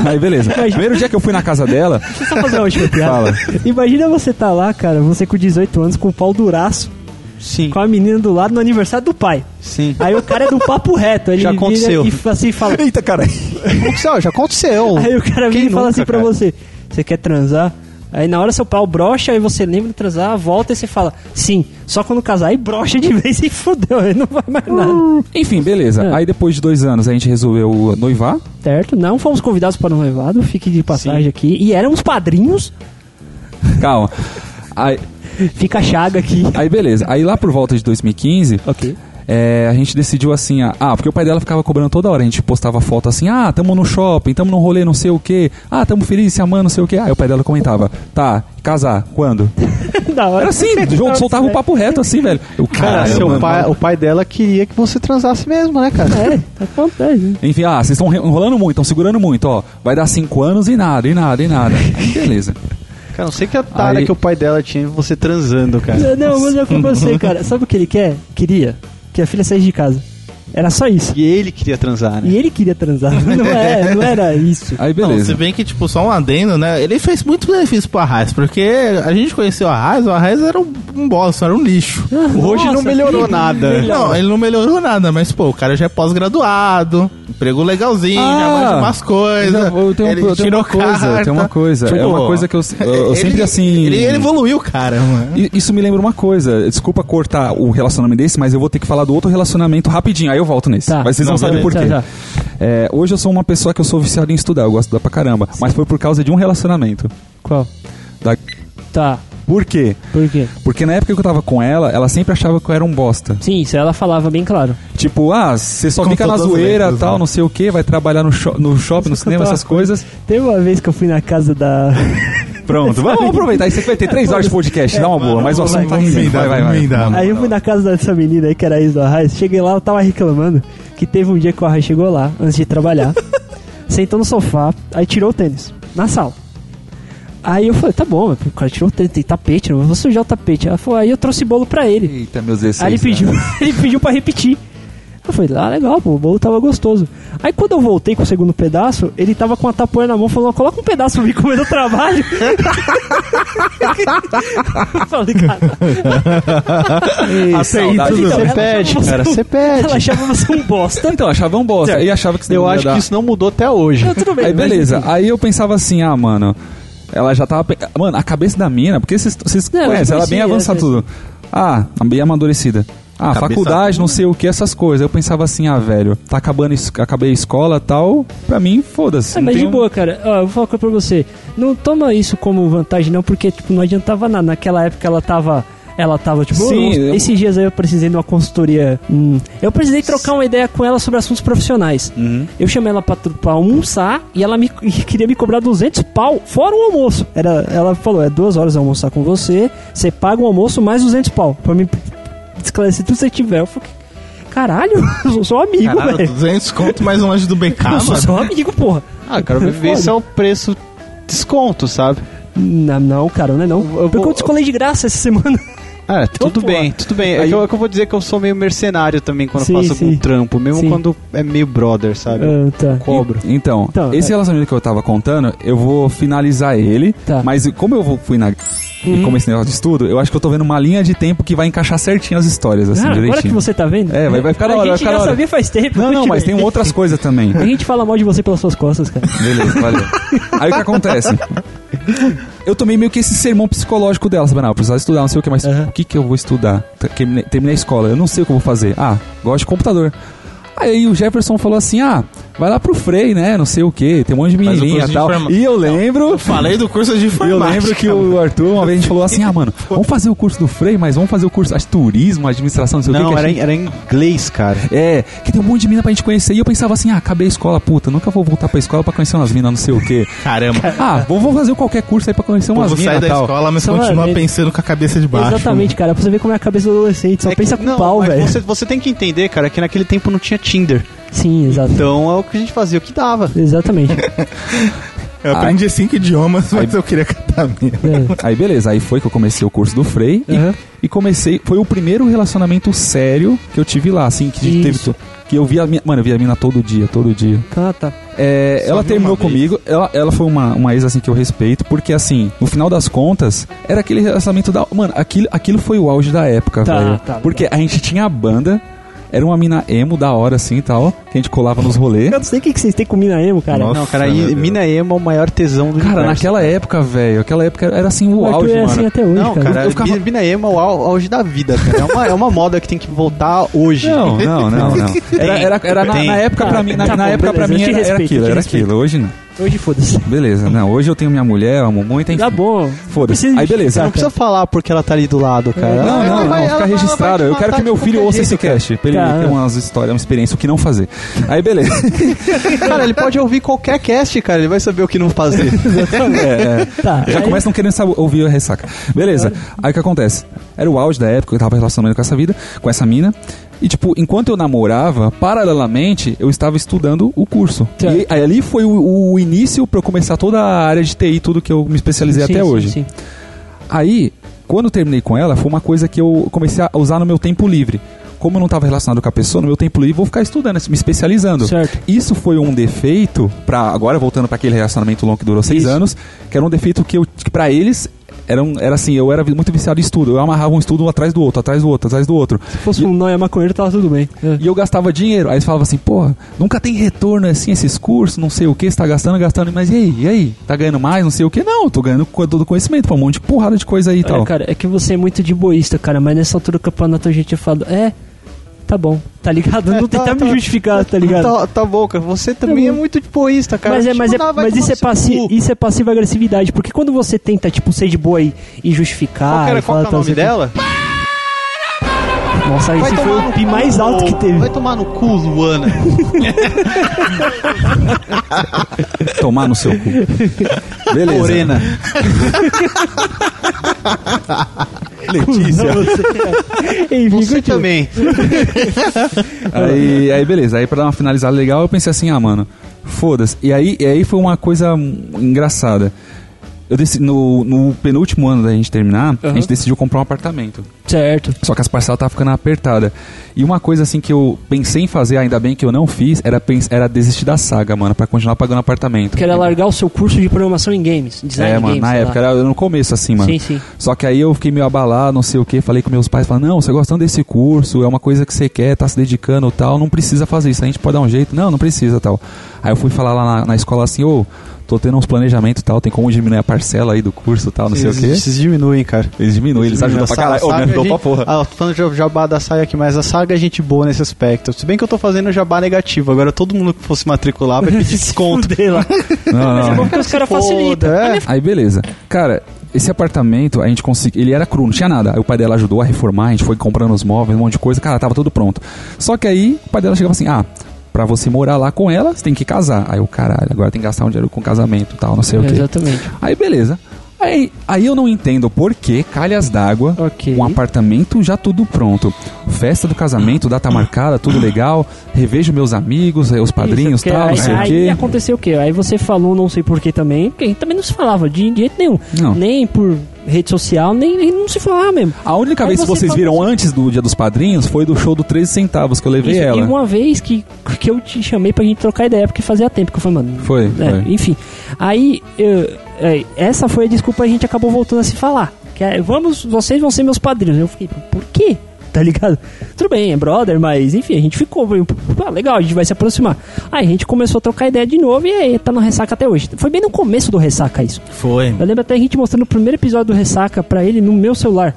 Speaker 2: Aí, beleza. Primeiro dia que eu fui na casa dela,
Speaker 1: Só fazer uma última piada.
Speaker 2: Fala.
Speaker 1: Imagina você tá lá, cara, você com 18 anos, com o pau duraço,
Speaker 5: Sim,
Speaker 1: com a menina do lado no aniversário do pai.
Speaker 5: sim.
Speaker 1: Aí o cara é do papo reto, ele
Speaker 5: Já
Speaker 1: vira
Speaker 5: aconteceu.
Speaker 1: e fa- assim fala.
Speaker 2: eita, cara.
Speaker 5: Aconteceu, já aconteceu.
Speaker 1: Aí o cara
Speaker 5: Quem
Speaker 1: vem e fala
Speaker 5: nunca,
Speaker 1: assim pra
Speaker 5: cara?
Speaker 1: você: Você quer transar? Aí na hora seu pau brocha, aí você lembra de transar, volta e você fala, sim, só quando casar e brocha de vez e fudeu, aí não vai mais nada.
Speaker 2: Enfim, beleza.
Speaker 1: É.
Speaker 2: Aí depois de dois anos a gente resolveu noivar.
Speaker 1: Certo? Não fomos convidados para o noivado, fique de passagem aqui. E éramos padrinhos,
Speaker 2: Calma. Aí,
Speaker 1: fica a chaga aqui.
Speaker 2: aí beleza. Aí lá por volta de 2015,
Speaker 1: Ok.
Speaker 2: É, a gente decidiu assim, ah, ah, porque o pai dela ficava cobrando toda hora, a gente postava foto assim, ah, tamo no shopping, tamo no rolê, não sei o que, ah, tamo feliz, se amando, não sei o que. Aí o pai dela comentava, tá, casar, quando?
Speaker 1: da hora.
Speaker 2: Era assim, o jogo soltava um papo reto assim, velho. O
Speaker 5: Cara,
Speaker 2: cara,
Speaker 5: seu pai, o pai dela queria que você transasse mesmo, né, cara?
Speaker 1: É, acontece. né?
Speaker 2: Enfim, ah, vocês estão enrolando muito, estão segurando muito, ó. Vai dar cinco anos e nada, e nada, e nada. Aí, beleza.
Speaker 5: Cara, não sei que atara
Speaker 2: Aí-
Speaker 5: que o pai dela tinha em você transando, cara.
Speaker 1: Não, mas é com você, cara. Sabe o que ele quer? Queria que a filha saísse de casa. Era só isso.
Speaker 5: E ele queria transar, né?
Speaker 1: E ele queria transar. Não, é, não era isso.
Speaker 2: Aí,
Speaker 7: Não, se
Speaker 2: beleza.
Speaker 7: bem que, tipo, só um adendo, né? Ele fez muito benefício pro Arraes, porque a gente conheceu o Arraes, o Arraes era um, um bosta, era um lixo.
Speaker 2: Ah,
Speaker 5: Hoje não
Speaker 1: Nossa,
Speaker 5: melhorou
Speaker 1: que
Speaker 5: nada.
Speaker 1: melhor.
Speaker 7: Não, ele não melhorou nada, mas, pô, o cara já é pós-graduado, emprego legalzinho, já
Speaker 2: Ah,
Speaker 7: manja umas coisas.
Speaker 2: Eu tenho, um
Speaker 7: ele
Speaker 2: eu tenho
Speaker 7: tirou
Speaker 2: uma coisa, eu tenho uma
Speaker 7: carta.
Speaker 2: coisa. É
Speaker 7: Tipo,
Speaker 2: uma coisa que eu, eu
Speaker 7: ele-
Speaker 2: sempre assim.
Speaker 7: Ele, ele evoluiu, cara, mano.
Speaker 2: I- Isso me lembra uma coisa. Desculpa cortar o relacionamento desse, mas eu vou ter que falar do outro relacionamento rapidinho. Aí eu volto nesse.
Speaker 1: Tá.
Speaker 2: Mas vocês não,
Speaker 7: Não,
Speaker 2: sabem por
Speaker 1: beleza.
Speaker 2: quê.
Speaker 1: Tá, tá.
Speaker 2: É, hoje eu sou uma pessoa que eu sou viciado em estudar. Eu gosto de estudar pra caramba. Mas foi por causa de um relacionamento.
Speaker 1: Qual?
Speaker 2: Da-
Speaker 1: Tá,
Speaker 2: Por quê?
Speaker 1: por quê?
Speaker 2: Porque na época que eu tava com ela, ela sempre achava que eu era um bosta.
Speaker 1: Sim, isso ela falava bem claro.
Speaker 2: Tipo, ah, você só
Speaker 7: Com
Speaker 2: fica na
Speaker 7: todas as
Speaker 2: zoeira,
Speaker 7: letras,
Speaker 2: tal,
Speaker 7: né?
Speaker 2: não sei o quê, vai trabalhar no, sho- no shopping, no cinema, essas coisas.
Speaker 1: Teve uma vez que eu fui na casa da.
Speaker 2: Pronto, vamos aproveitar. Isso aqui vai ter três horas de podcast, dá uma boa. Mas o
Speaker 7: É, vamos
Speaker 2: assunto tá
Speaker 7: emendar,
Speaker 2: indo. Vai, vai,
Speaker 7: vamos
Speaker 2: vai.
Speaker 7: emendar.
Speaker 1: Aí eu fui na casa dessa menina aí, que era a ex do Arraes. Cheguei lá, ela tava reclamando que teve um dia que o Arraes chegou lá, antes de trabalhar, sentou no sofá, aí tirou o tênis, na sala. Aí eu falei, tá bom, mas o cara tirou o tênis, tem tapete, não vou sujar o tapete. Ela falou, aí eu trouxe bolo pra ele.
Speaker 2: Eita, meus 16.
Speaker 1: Aí ele
Speaker 2: né?
Speaker 1: pediu, ele pediu pra repetir. Eu falei, ah, legal, pô, o bolo tava gostoso. Aí quando eu voltei com o segundo pedaço, ele tava com a tapoeira na mão, falou, coloca um pedaço pra mim comer no trabalho. eu falei, cara,
Speaker 2: A saudade
Speaker 1: então,
Speaker 5: Você
Speaker 1: ela
Speaker 5: pede,
Speaker 1: chama você
Speaker 5: cara,
Speaker 1: um-
Speaker 5: você pede.
Speaker 1: Ela achava você um bosta.
Speaker 2: Então, achava um bosta.
Speaker 7: É.
Speaker 2: E achava que isso
Speaker 5: Eu
Speaker 2: não ia
Speaker 5: acho
Speaker 2: dar.
Speaker 5: que isso não mudou até hoje.
Speaker 1: Não, tudo bem.
Speaker 2: Aí
Speaker 1: mas
Speaker 2: beleza,
Speaker 1: enfim.
Speaker 2: aí eu pensava assim, ah, mano, ela já tava. pe- Mano, a cabeça da mina, porque vocês vocês
Speaker 1: Não, eu
Speaker 2: conhecem, ela é bem
Speaker 1: conhecia,
Speaker 2: avançada
Speaker 1: eu
Speaker 2: tudo. Ah, bem amadurecida. Ah,
Speaker 7: Cabeça
Speaker 2: faculdade, não sei o que, essas coisas. Eu pensava assim, ah, velho, tá acabando, es- acabei a escola tal, pra mim, foda-se.
Speaker 1: Ah,
Speaker 2: não
Speaker 1: mas de
Speaker 2: tenho-
Speaker 1: boa, cara. Ó, eu vou falar uma coisa pra você. Não toma isso como vantagem, não, porque, tipo, não adiantava nada. Naquela época ela tava. Ela tava, tipo,
Speaker 2: Sim,
Speaker 1: eu-
Speaker 2: eu-
Speaker 1: esses dias aí eu precisei de uma consultoria. hum, eu precisei trocar uma ideia com ela sobre assuntos profissionais. Eu chamei ela pra, tro- pra almoçar e ela me, e queria me cobrar 200 pau, fora o almoço. Era, ela falou: é duas horas almoçar com você, você paga o almoço mais 200 pau. Pra me esclarecer tudo que você tiver. Eu falei: caralho, eu sou seu amigo,
Speaker 7: Caralho,
Speaker 1: velho.
Speaker 7: 200 conto mais um anjo do BK,
Speaker 2: Ah,
Speaker 1: Eu sou
Speaker 7: mano.
Speaker 1: seu amigo, porra.
Speaker 5: Ah, cara, esse é o preço desconto, sabe?
Speaker 1: Não, não, cara, não é não.
Speaker 5: Eu- eu
Speaker 1: Porque
Speaker 5: vou-
Speaker 1: eu descolei de graça essa semana.
Speaker 5: É, tudo
Speaker 1: Pô,
Speaker 5: bem, tudo bem. É
Speaker 1: aí-
Speaker 5: que, eu, é que eu vou dizer que eu sou meio mercenário também quando
Speaker 1: Sim,
Speaker 5: eu faço
Speaker 1: sim.
Speaker 5: algum trampo, mesmo
Speaker 1: Sim.
Speaker 5: quando é meio brother, sabe?
Speaker 1: Ah, tá.
Speaker 5: Cobro.
Speaker 2: E- Então,
Speaker 1: Então,
Speaker 2: esse
Speaker 1: é.
Speaker 2: relacionamento que eu tava contando, eu vou finalizar ele.
Speaker 1: Tá. Uhum.
Speaker 2: Mas como eu vou- fui na. E como esse negócio de estudo, eu acho que eu tô vendo uma linha de tempo que vai encaixar certinho as histórias, assim,
Speaker 1: Ah, agora que
Speaker 2: direitinho.
Speaker 1: você tá vendo?
Speaker 2: É, vai- vai ficar da
Speaker 1: A
Speaker 2: hora, vai
Speaker 1: gente
Speaker 2: ficar
Speaker 1: já
Speaker 2: da hora.
Speaker 1: sabia faz tempo.
Speaker 2: Não, não,
Speaker 1: continua.
Speaker 2: mas tem um outras coisas também.
Speaker 1: A gente fala mal de você pelas suas costas, cara.
Speaker 2: Beleza, valeu. Aí o que acontece? Eu tomei meio que esse sermão psicológico dela, sabe? Não, eu precisava estudar, não sei o que, mas o que que eu vou estudar? T- Terminei, terminei a escola, eu não sei o que eu vou fazer. Ah, gosto de computador. Aí o Jefferson falou assim: ah, vai lá pro Frei, né? Não sei o que, tem um monte de
Speaker 7: Faz o
Speaker 2: menininha
Speaker 7: curso
Speaker 2: e
Speaker 7: de
Speaker 2: tal.
Speaker 7: informa-
Speaker 2: E eu lembro.
Speaker 7: Eu falei do curso de
Speaker 2: Eu
Speaker 7: informática.
Speaker 2: lembro que o Arthur, uma vez a gente falou assim: ah, mano, vamos fazer o curso do Frei, mas vamos fazer o curso de turismo, administração, não sei o
Speaker 5: Não,
Speaker 2: que. que a
Speaker 5: era,
Speaker 2: gente-
Speaker 5: em- era em inglês, cara.
Speaker 2: é, que tem um monte de mina pra gente conhecer. E eu pensava assim, ah, acabei a escola, puta, nunca vou voltar pra escola pra conhecer umas minas, não sei o quê.
Speaker 7: Caramba.
Speaker 2: Ah, vou, vou fazer qualquer curso aí pra conhecer
Speaker 7: O
Speaker 2: umas
Speaker 7: povo sai
Speaker 2: minas e
Speaker 7: da
Speaker 2: tal.
Speaker 7: escola, mas
Speaker 1: Só
Speaker 7: continua
Speaker 1: uma-
Speaker 7: pensando com a cabeça de baixo.
Speaker 1: Exatamente, cara. Pra você ver como é a cabeça do adolescente. Só
Speaker 5: É que-
Speaker 1: pensa com
Speaker 5: não,
Speaker 1: pau,
Speaker 5: mas
Speaker 1: velho.
Speaker 5: Você, você tem que entender, cara, que naquele tempo não tinha Tinder.
Speaker 1: Sim, exato.
Speaker 5: Então é o que a gente fazia, o que dava.
Speaker 1: Exatamente.
Speaker 7: Eu aprendi cinco idiomas, mas eu queria cantar mesmo.
Speaker 1: É.
Speaker 2: Aí beleza, aí foi que eu comecei o curso do Frei e-
Speaker 1: Aham.
Speaker 2: e, comecei. Foi o primeiro relacionamento sério que eu tive lá, assim, que
Speaker 1: Isso.
Speaker 2: teve. to- Que eu via a mina. Mano, eu via a mina todo dia, todo dia.
Speaker 1: Tá, tá.
Speaker 2: É,
Speaker 7: Só
Speaker 2: ela
Speaker 7: vi
Speaker 2: terminou
Speaker 7: uma vez.
Speaker 2: comigo, ela, ela foi uma, uma ex assim que eu respeito, porque assim, no final das contas, era aquele relacionamento da. Mano, aquilo, aquilo foi o auge da época,
Speaker 1: Tá,
Speaker 2: velho.
Speaker 1: tá,
Speaker 2: porque a gente tinha a banda, era uma mina emo da hora assim e tal, que a gente colava nos rolês.
Speaker 1: Eu não sei o que que vocês têm com mina emo, cara.
Speaker 7: Nossa,
Speaker 5: não, cara,
Speaker 7: meu
Speaker 5: e,
Speaker 7: Deus.
Speaker 5: Mina Emo é o maior tesão do
Speaker 2: Cara,
Speaker 5: universo.
Speaker 2: naquela época, velho, aquela época era assim o
Speaker 1: O Arthur
Speaker 2: auge,
Speaker 1: é
Speaker 2: mano.
Speaker 1: assim até hoje,
Speaker 5: Não,
Speaker 1: cara.
Speaker 5: cara,
Speaker 2: eu ficava-
Speaker 5: Mina- Mina Emo é o au- auge da vida, cara. É uma, é uma moda que tem que voltar hoje.
Speaker 2: Não, não, não, não. Era, era, era na,
Speaker 5: Tem.
Speaker 2: na época pra mim, na,
Speaker 1: Tá
Speaker 2: na
Speaker 1: bom,
Speaker 2: época pra
Speaker 1: beleza, eu
Speaker 2: mim
Speaker 1: te
Speaker 2: era,
Speaker 1: respeito,
Speaker 2: era
Speaker 1: eu
Speaker 2: aquilo,
Speaker 1: te
Speaker 2: era
Speaker 1: respeito.
Speaker 2: aquilo. Hoje não.
Speaker 1: Hoje foda-se.
Speaker 2: Beleza, não. Hoje eu tenho minha mulher, amo muito, enfim.
Speaker 1: Tá bom.
Speaker 2: Foda-se.
Speaker 1: Precisa
Speaker 2: Aí
Speaker 1: de-
Speaker 2: beleza.
Speaker 5: Você não precisa falar porque ela tá ali do lado, cara.
Speaker 2: Não,
Speaker 5: Ela-
Speaker 2: não,
Speaker 5: ela
Speaker 2: não,
Speaker 5: vai- ela
Speaker 2: fica
Speaker 5: vai- ela
Speaker 2: registrado.
Speaker 5: vai
Speaker 2: Eu
Speaker 5: te
Speaker 2: quero que
Speaker 5: matar
Speaker 2: meu
Speaker 5: de
Speaker 2: filho
Speaker 5: qualquer
Speaker 2: ouça
Speaker 5: jeito,
Speaker 2: esse
Speaker 5: cara.
Speaker 2: cast, pra ele
Speaker 1: Cara.
Speaker 2: ter umas histórias, uma experiência, o que não fazer. Aí, beleza.
Speaker 5: Cara, ele pode ouvir qualquer cast, cara. Ele vai saber o que não fazer.
Speaker 2: É, é.
Speaker 1: Tá.
Speaker 2: Já
Speaker 1: Aí-
Speaker 2: começa não querendo sab- ouvir a ressaca. Beleza. Aí o que acontece? Era o auge da época, eu tava relacionando com essa vida, com essa mina. E, tipo, enquanto eu namorava, paralelamente, eu estava estudando o curso.
Speaker 1: Certo.
Speaker 2: E aí, ali foi o, o início pra eu começar toda a área de TI, tudo que eu me especializei
Speaker 1: Sim,
Speaker 2: até
Speaker 1: sim,
Speaker 2: hoje.
Speaker 1: sim.
Speaker 2: Aí, quando eu terminei com ela, foi uma coisa que eu comecei a usar no meu tempo livre. Como eu não estava relacionado com a pessoa, no meu tempo livre eu vou ficar estudando, me especializando.
Speaker 1: Certo.
Speaker 2: Isso foi um defeito para agora voltando para aquele relacionamento longo que durou seis
Speaker 1: Isso.
Speaker 2: anos, que era um defeito que eu que para eles era, um- era assim, eu era vi- muito viciado em estudo, eu amarrava um estudo um atrás do outro, atrás do outro, atrás do outro.
Speaker 1: Se fosse um nóia maconheiro, tava tudo bem. É.
Speaker 2: E eu gastava dinheiro. Aí eles falavam assim, porra, nunca tem retorno assim, esses cursos, não sei o que, você tá gastando, gastando, mas e aí, e aí? Tá ganhando mais, não sei o que? Não, eu tô ganhando co- todo o conhecimento, pra um monte de porrada de coisa aí e
Speaker 1: Olha,
Speaker 2: tal.
Speaker 1: cara, é que você é muito de boísta, cara, mas nessa altura do campeonato a gente tinha falado, é, tá bom, tá ligado?
Speaker 5: É,
Speaker 1: não
Speaker 5: tá,
Speaker 1: tentar me
Speaker 5: tá.
Speaker 1: justificar, tá ligado?
Speaker 5: Tá, tá bom, cara. Você também é muito de boísta, cara.
Speaker 1: Mas, é,
Speaker 5: Te
Speaker 1: mas, é,
Speaker 5: mandar, vai
Speaker 1: mas
Speaker 5: tomar
Speaker 1: isso, é
Speaker 5: no seu
Speaker 1: passi
Speaker 5: cu.
Speaker 1: isso é passiva agressividade, porque quando você tenta, tipo, ser de boa e, e
Speaker 5: Qual
Speaker 1: justificar.
Speaker 5: que era-
Speaker 1: e
Speaker 5: qual que é
Speaker 1: falar tal,
Speaker 5: o nome
Speaker 1: sei
Speaker 5: dela?
Speaker 1: o quê. Nossa, esse foi
Speaker 5: no
Speaker 1: o pi
Speaker 5: cu,
Speaker 1: mais alto que teve.
Speaker 5: Vai tomar no cu, Luana.
Speaker 2: Tomar no seu cu. Beleza.
Speaker 5: Morena.
Speaker 1: Não, você- Enfim,
Speaker 5: Você
Speaker 1: continua.
Speaker 5: também.
Speaker 2: Aí, aí beleza, aí pra dar uma finalizada legal, eu pensei assim, ah, mano, foda-se. E aí, e aí foi uma coisa hum, engraçada. Eu decidi, no, no penúltimo ano da gente terminar, a gente decidiu comprar um apartamento.
Speaker 1: Certo.
Speaker 2: Só que as parcelas estavam ficando apertadas. E uma coisa assim que eu pensei em fazer, ainda bem que eu não fiz, era, pens- era desistir da saga, mano, pra continuar pagando apartamento.
Speaker 1: Que era largar o seu curso de programação em games, design
Speaker 2: É,
Speaker 1: em
Speaker 2: mano,
Speaker 1: games.
Speaker 2: na
Speaker 1: sei
Speaker 2: época,
Speaker 1: lá.
Speaker 2: era no começo assim, mano.
Speaker 1: Sim, sim.
Speaker 2: Só que aí eu fiquei meio abalado, não sei o que, falei com meus pais, falei, não, você gostando desse curso, é uma coisa que você quer, tá se dedicando tal, não precisa fazer isso, a gente pode dar um jeito, não, não precisa tal. Aí eu fui falar lá na, na escola assim, ô, tô tendo uns planejamentos tal, tem como diminuir a parcela aí do curso tal, não sei é o que.
Speaker 5: Vocês diminuem, cara.
Speaker 2: Eles diminuem, eles ajudam
Speaker 5: A
Speaker 2: pra
Speaker 5: saga-
Speaker 2: caralho.
Speaker 5: a
Speaker 2: Ô, me
Speaker 5: saga
Speaker 2: ajudou
Speaker 5: a
Speaker 2: pra
Speaker 5: gente-
Speaker 2: porra.
Speaker 5: Ah, eu tô falando de jabá da saga aqui, mas a saga é gente boa nesse aspecto. Se bem que eu tô fazendo jabá negativo. Agora todo mundo que fosse matricular vai pedir desconto.
Speaker 1: Fudei lá.
Speaker 2: Não,
Speaker 1: Mas é
Speaker 2: não.
Speaker 1: bom porque os caras
Speaker 5: Foda,
Speaker 1: facilitam.
Speaker 5: é.
Speaker 2: Aí beleza. Cara, esse apartamento a gente conseguiu. Ele era cru, não tinha nada. Aí o pai dela ajudou a reformar, a gente foi comprando os móveis, um monte de coisa. Cara, tava tudo pronto. Só que aí o pai dela chegava assim: ah. Pra você morar lá com ela, você tem que casar. Aí o caralho, agora tem que gastar um dinheiro com casamento e tal, não sei o quê.
Speaker 1: Exatamente.
Speaker 2: Aí beleza. Aí, aí eu não entendo por que calhas d'água,
Speaker 1: Ok.
Speaker 2: um apartamento já tudo pronto. Festa do casamento, data marcada, tudo legal. Revejo meus amigos, eh, os padrinhos
Speaker 1: Isso, porque
Speaker 2: tal, não sei
Speaker 1: aí,
Speaker 2: o
Speaker 1: aí
Speaker 2: quê.
Speaker 1: aconteceu o quê? Aí você falou, não sei por que também, porque a gente também não se falava de de jeito nenhum.
Speaker 2: Não.
Speaker 1: Nem por rede social, nem, nem não se falar mesmo.
Speaker 2: A única
Speaker 1: Aí
Speaker 2: vez que
Speaker 1: você
Speaker 2: vocês
Speaker 1: falou
Speaker 2: viram
Speaker 1: assim-
Speaker 2: antes do Dia dos Padrinhos foi do show do 13 centavos que eu levei
Speaker 1: Isso,
Speaker 2: ela.
Speaker 1: E uma vez que, que eu te chamei pra gente trocar ideia, porque fazia tempo que eu falei, mano.
Speaker 2: Foi,
Speaker 1: é,
Speaker 2: foi.
Speaker 1: Enfim. Aí, eu- é, essa foi a desculpa a gente acabou voltando a se falar. Que é, vamos, vocês vão ser meus padrinhos. Eu fiquei, por quê? Tá ligado? Tudo bem, é brother, mas enfim, a gente ficou. foi, pá, legal, a gente vai se aproximar. Aí a gente começou a trocar ideia de novo e aí tá no ressaca até hoje. Foi bem no começo do ressaca isso.
Speaker 7: Foi.
Speaker 1: Eu lembro até a gente mostrando o primeiro episódio do ressaca pra ele no meu celular.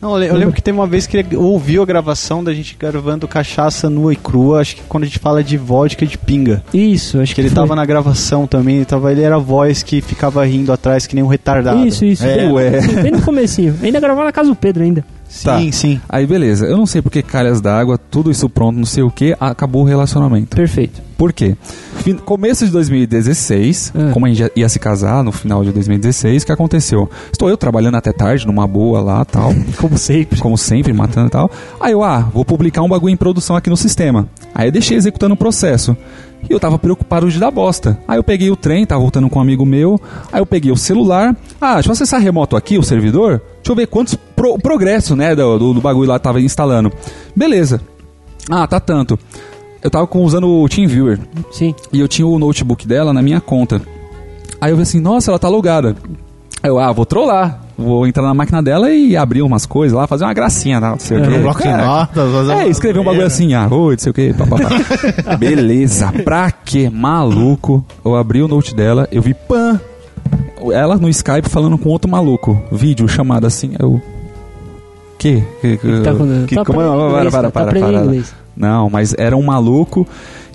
Speaker 5: Não, eu le- eu lembro que teve uma vez que ele ouviu a gravação da gente gravando cachaça nua e crua, acho que quando a gente fala de vodka de pinga.
Speaker 1: Isso, acho
Speaker 5: Acho que ele
Speaker 1: foi.
Speaker 5: tava na gravação também, ele, tava, ele era a voz que ficava rindo atrás, que nem um retardado.
Speaker 1: Isso, isso.
Speaker 7: É,
Speaker 1: bem, no
Speaker 2: ué.
Speaker 1: comecinho, bem no comecinho. Ainda gravava na casa do Pedro ainda.
Speaker 5: Sim,
Speaker 2: Tá.
Speaker 5: sim.
Speaker 2: Aí beleza, eu não sei porque calhas d'água, tudo isso pronto, não sei o que, acabou o relacionamento.
Speaker 1: Perfeito.
Speaker 2: Por quê? Fin- começo de 2016,
Speaker 1: Ah.
Speaker 2: como a gente já ia se casar no final de 2016, o que aconteceu? Estou eu trabalhando até tarde, numa boa lá tal.
Speaker 1: Como sempre.
Speaker 2: Como sempre, matando e tal. Aí eu, ah, vou publicar um bagulho em produção aqui no sistema. Aí eu deixei executando o processo. E eu tava preocupado de dar bosta. Aí eu peguei o trem, tava voltando com um amigo meu. Aí eu peguei o celular. Ah, deixa eu acessar remoto aqui, o servidor. Deixa eu ver quantos pro, progresso, né, do, do, do bagulho lá tava instalando. Beleza. Ah, tá tanto. Eu tava com- usando o TeamViewer.
Speaker 1: Sim.
Speaker 2: E eu tinha o notebook dela na minha conta. Aí eu vi assim, nossa, ela tá logada. Aí Eu, ah, vou trollar. Vou entrar na máquina dela e abrir umas coisas lá, fazer uma gracinha, tá? não sei o quê.
Speaker 7: Um bloco de
Speaker 2: É.
Speaker 7: notas. fazer
Speaker 2: É,
Speaker 7: uma
Speaker 2: escrever um bagulho
Speaker 7: zoeira.
Speaker 2: assim, ah, oi, não sei o que, papapá. Beleza, pra que maluco? Eu abri o note dela, eu vi pã. Ela no Skype falando com outro maluco. Vídeo, chamada assim, eu. Que? Que, que,
Speaker 1: Tá com...
Speaker 2: que-
Speaker 1: tá
Speaker 2: como é?
Speaker 1: aprendendo
Speaker 2: Para,
Speaker 1: inglês,
Speaker 2: para,
Speaker 1: tá
Speaker 2: para,
Speaker 1: aprendendo
Speaker 2: para.
Speaker 1: inglês.
Speaker 2: Não, mas era um maluco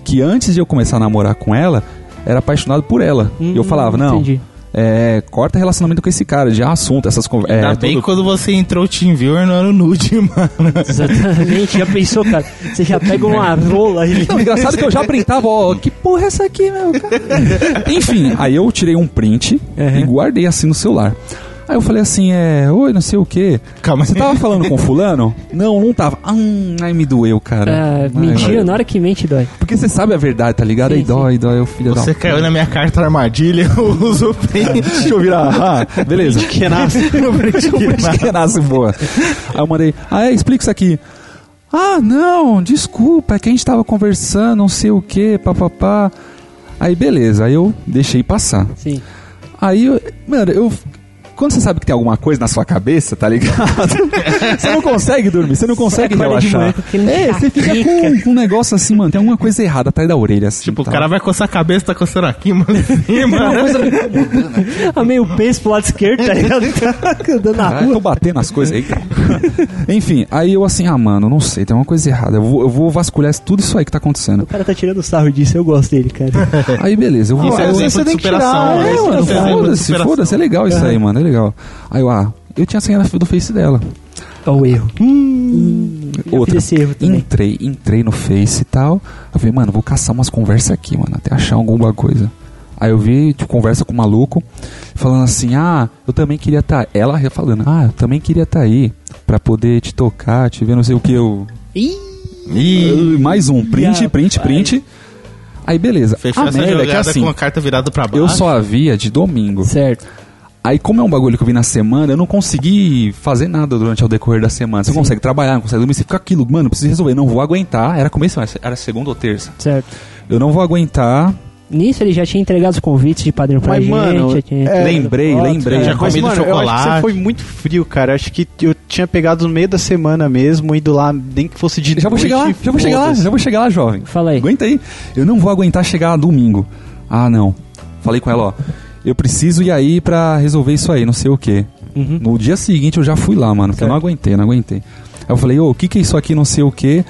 Speaker 2: que antes de eu começar a namorar com ela, era apaixonado por ela.
Speaker 1: Hum,
Speaker 2: e eu falava, não,
Speaker 1: entendi.
Speaker 2: é, corta relacionamento com esse cara, já assunto, essas é, conversas.
Speaker 7: Ainda bem que quando você entrou o TeamViewer não era o nude, mano.
Speaker 1: Exatamente. Já pensou, cara? Você já pega uma rola e...
Speaker 2: Não, engraçado que eu já printava, ó, que porra é essa aqui, meu? cara? Enfim, aí eu tirei um print e guardei assim no celular. Aí eu falei assim, é, oi, não sei o quê.
Speaker 7: Calma
Speaker 2: Você tava falando com fulano? Não, não tava. Ah, hum, ai, me doeu, cara.
Speaker 1: Ah,
Speaker 2: Ai,
Speaker 1: mentira,
Speaker 2: ai.
Speaker 1: na hora que mente dói.
Speaker 2: Porque você sabe a verdade, tá ligado? Aí
Speaker 1: Sim,
Speaker 2: dói, dói, o filho da...
Speaker 7: Você caiu na minha carta armadilha, eu uso o print.
Speaker 2: Deixa eu virar. Ah, beleza.
Speaker 5: Que nasce.
Speaker 2: que nasce boa. Aí eu mandei, ah, é, explica isso aqui. Ah, não, desculpa, é que a gente tava conversando, não sei o que, papapá. Aí beleza, aí eu deixei passar.
Speaker 1: Sim.
Speaker 2: Aí, eu- mano, eu. Quando você sabe que tem alguma coisa na sua cabeça, tá ligado? você não consegue dormir, você não consegue
Speaker 1: acorda de manhã
Speaker 2: relaxar.
Speaker 1: com aquele
Speaker 2: É, você fica com, com um negócio assim, mano, tem alguma coisa errada atrás da orelha, assim.
Speaker 7: Tipo, o
Speaker 2: tá? É
Speaker 7: cara vai coçar a cabeça, tá coçando aqui, mano. né? Sim, mano.
Speaker 1: Ah, meio peso pro lado esquerdo, tá ligado? Tá andando na
Speaker 2: Caralho,
Speaker 1: rua.
Speaker 2: Ah, tô batendo nas coisas. Eita. Enfim, aí eu assim, ah, mano, não sei, tem uma coisa errada. Eu vou, eu vou vasculhar tudo isso aí que tá acontecendo.
Speaker 1: O cara tá tirando sarro disso, eu gosto dele, cara.
Speaker 2: Aí beleza, eu vou.
Speaker 7: Isso é
Speaker 2: eu-
Speaker 5: você
Speaker 7: exemplo de
Speaker 5: tem que tirar,
Speaker 7: superação.
Speaker 5: né,
Speaker 7: né?
Speaker 2: É,
Speaker 7: Isso
Speaker 2: mano,
Speaker 7: é exemplo de
Speaker 2: foda-se,
Speaker 7: superação.
Speaker 2: foda-se, é legal isso aí, mano, é legal. Aí eu, ah, eu tinha a senha do Face dela. É
Speaker 1: Olha o erro.
Speaker 2: Hum,
Speaker 1: Hum,
Speaker 2: Outra. Hum.
Speaker 1: fiz esse erro também.
Speaker 2: Entrei, entrei no Face e tal. Eu falei, mano, vou caçar umas conversas aqui, mano, até achar alguma coisa. Aí eu vi, tipo, conversa com um maluco, falando assim, ah, eu também queria estar. Tá... Ela falando, ah, eu também queria estar tá aí, pra poder te tocar, te ver, não sei o que. Eu,
Speaker 1: Ih,
Speaker 7: Ih,
Speaker 2: Ah, mais um, print,
Speaker 1: Rapaz.
Speaker 2: print, print. Aí beleza.
Speaker 7: fechou
Speaker 2: a
Speaker 7: essa
Speaker 2: merda é que
Speaker 7: jogada
Speaker 2: assim,
Speaker 7: com a carta virada pra baixo.
Speaker 2: eu só havia de domingo.
Speaker 1: certo.
Speaker 2: Aí, como é um bagulho que eu vi na semana, eu não consegui fazer nada durante o decorrer da semana. Você consegue trabalhar, não consegue dormir, você fica aquilo, mano, preciso resolver, não vou aguentar. Era começo, mas era segunda ou terça.
Speaker 1: Certo.
Speaker 2: Eu não vou aguentar.
Speaker 1: Nisso ele já tinha entregado os convites de padrinho pra
Speaker 5: Mas,
Speaker 1: gente.
Speaker 5: mano,
Speaker 1: já tinha
Speaker 5: é,
Speaker 1: entregado
Speaker 2: lembrei,
Speaker 1: foto,
Speaker 2: lembrei.
Speaker 1: é.
Speaker 7: Já comido
Speaker 5: mano, eu acho que
Speaker 7: chocolate.
Speaker 5: você foi muito frio, cara. Acho que eu tinha pegado no meio da semana mesmo, indo lá, nem que fosse de
Speaker 2: Já vou
Speaker 5: noite,
Speaker 2: chegar lá, já vou chegar lá,
Speaker 5: foda-se.
Speaker 2: já vou chegar lá, jovem.
Speaker 1: Fala aí.
Speaker 2: Aguenta aí. Eu não vou aguentar chegar domingo. Ah, não. Falei com ela, ó. Eu preciso ir aí pra resolver isso aí, não sei o quê.
Speaker 1: Uhum.
Speaker 2: No dia seguinte eu já fui lá, mano, porque eu não aguentei, não aguentei. Aí eu falei, ô, o que que é isso aqui, não sei o quê?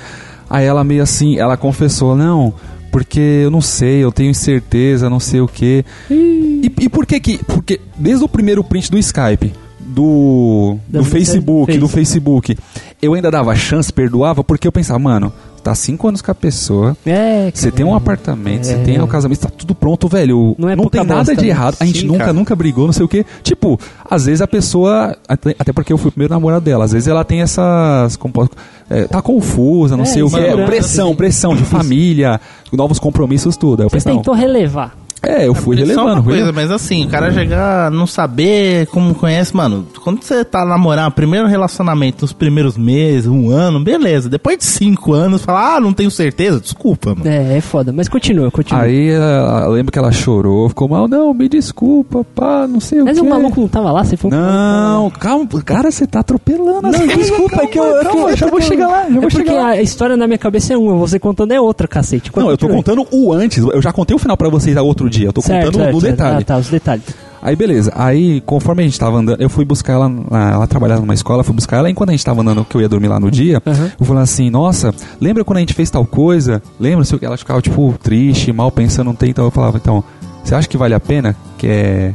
Speaker 2: Aí ela meio assim, ela confessou, não, porque eu não sei, eu tenho incerteza, não sei o quê. E, e por que que... Porque desde o primeiro print do Skype,
Speaker 1: Da mensagem
Speaker 2: do, do
Speaker 1: do
Speaker 2: Facebook, do
Speaker 1: Face.
Speaker 2: Facebook, eu ainda dava chance, perdoava, porque eu pensava, mano, tá cinco anos com a pessoa...
Speaker 1: É,
Speaker 2: Você tem um apartamento, você
Speaker 1: É.
Speaker 2: tem o casamento, tá tudo pronto, velho.
Speaker 1: Não é pouca
Speaker 2: tem nada
Speaker 1: bosta,
Speaker 2: de
Speaker 1: né?
Speaker 2: errado. A gente
Speaker 5: Sim,
Speaker 2: nunca,
Speaker 5: cara.
Speaker 2: nunca brigou, não sei o quê. Tipo, às vezes a pessoa. Até até porque eu fui o primeiro namorado dela. Às vezes ela tem essas. como posso- é, tá confusa, não
Speaker 1: É,
Speaker 2: sei o quê.
Speaker 1: insegurança,
Speaker 2: pressão,
Speaker 1: assim.
Speaker 2: pressão de família, novos compromissos, tudo. Aí eu
Speaker 1: Você
Speaker 2: pensei, não,
Speaker 1: tentou relevar.
Speaker 2: É, eu fui
Speaker 7: Isso é uma
Speaker 2: relevando. fui-
Speaker 7: coisa, mas assim, o cara chegar, não saber como conhece, mano. Quando você tá namorando, primeiro relacionamento, os primeiros meses, um ano, beleza. Depois de cinco anos, fala, ah, não tenho certeza, desculpa, mano.
Speaker 1: É, é foda. Mas continua, continua.
Speaker 2: Aí ela- eu lembro que ela chorou, ficou mal, não, me desculpa, pá, não sei
Speaker 1: Mas
Speaker 2: o
Speaker 1: o
Speaker 2: quê.
Speaker 1: maluco né? não tava lá, você foi um
Speaker 2: Não, calma, cara, você tá atropelando as coisas,
Speaker 1: Desculpa,
Speaker 2: calma,
Speaker 1: é que eu, é que
Speaker 2: calma,
Speaker 1: eu-
Speaker 2: já
Speaker 1: é
Speaker 2: vou
Speaker 1: porque-
Speaker 2: chegar lá, já
Speaker 1: é
Speaker 2: vou
Speaker 1: porque
Speaker 2: chegar lá.
Speaker 1: a história na minha cabeça é uma, você contando é outra, cacete.
Speaker 2: Não, eu tô
Speaker 1: Continua.
Speaker 2: contando o antes, eu já contei o final pra vocês a outro dia, eu tô
Speaker 1: Certo,
Speaker 2: contando
Speaker 1: certo,
Speaker 2: no
Speaker 1: certo.
Speaker 2: detalhe.
Speaker 1: Ah, tá, os detalhes.
Speaker 2: Aí beleza, aí conforme a gente tava andando, eu fui buscar ela, na- ela trabalhava numa escola, eu fui buscar ela, enquanto a gente tava andando, que eu ia dormir lá no dia,
Speaker 1: Aham.
Speaker 2: eu falando assim, nossa, lembra quando a gente fez tal coisa? Lembra, não sei o que, ela ficava tipo triste, mal pensando, não tem, então eu falava, então, você acha que vale a pena? Que é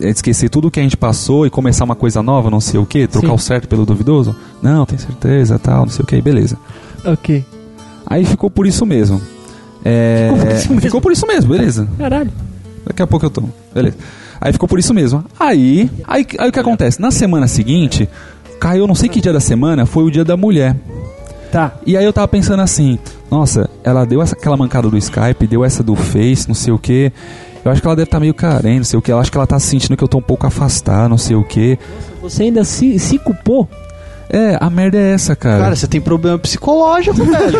Speaker 2: é esquecer tudo que a gente passou e começar uma coisa nova, não sei o que, trocar
Speaker 1: Sim.
Speaker 2: o certo pelo duvidoso? Não, tem certeza, tal, não sei o que, beleza.
Speaker 1: Ok.
Speaker 2: Aí ficou por isso mesmo. É,
Speaker 1: Ficou por isso mesmo.
Speaker 2: ficou por isso mesmo, beleza.
Speaker 1: Caralho.
Speaker 2: Daqui a pouco eu tomo. Beleza. Aí ficou por isso mesmo. Aí, aí, aí o que acontece? Na semana seguinte, caiu não sei que dia da semana, foi o dia da mulher.
Speaker 1: Tá.
Speaker 2: E aí eu tava pensando assim, nossa, ela deu essa, aquela mancada do Skype, deu essa do Face, não sei o que. Eu acho que ela deve estar meio carente, não sei o que. Ela acho que ela tá sentindo que eu tô um pouco afastado, não sei o que.
Speaker 1: Você ainda se, se culpou?
Speaker 2: É, a merda é essa, cara.
Speaker 5: Cara, você tem problema psicológico, velho.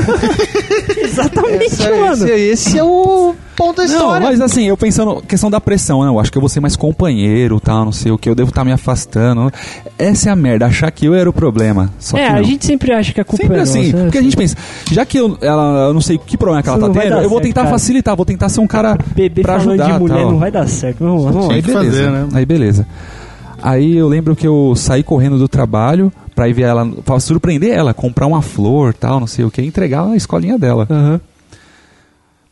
Speaker 1: Exatamente,
Speaker 5: Esse, é- esse, é- esse é o ponto da
Speaker 2: não,
Speaker 5: história.
Speaker 2: mas assim, eu pensando, questão da pressão, né? Eu acho que eu vou ser mais companheiro, tal, não sei o que, eu devo estar me afastando. Essa é a merda, achar que eu era o problema. Só
Speaker 1: é,
Speaker 2: que não.
Speaker 1: a gente sempre acha que a culpa
Speaker 2: Sempre
Speaker 1: é
Speaker 2: assim,
Speaker 1: nossa.
Speaker 2: porque a gente pensa, já que eu, ela, eu não sei que problema que ela
Speaker 1: Isso
Speaker 2: tá
Speaker 1: não vai
Speaker 2: tendo,
Speaker 1: dar
Speaker 2: eu vou
Speaker 1: certo,
Speaker 2: tentar
Speaker 1: cara.
Speaker 2: facilitar, vou tentar ser um cara
Speaker 1: Bebê
Speaker 2: pra
Speaker 1: falando
Speaker 2: ajudar, tá,
Speaker 1: de mulher
Speaker 2: tal.
Speaker 1: não vai dar certo. Vamos, lá, vamos lá.
Speaker 2: Aí
Speaker 7: Tinha que
Speaker 2: beleza,
Speaker 7: fazer, né?
Speaker 2: Aí beleza. Aí eu lembro que eu saí correndo do trabalho pra ir ver ela, pra surpreender ela, comprar uma flor, tal, não sei o que, entregar na escolinha dela.
Speaker 1: Aham.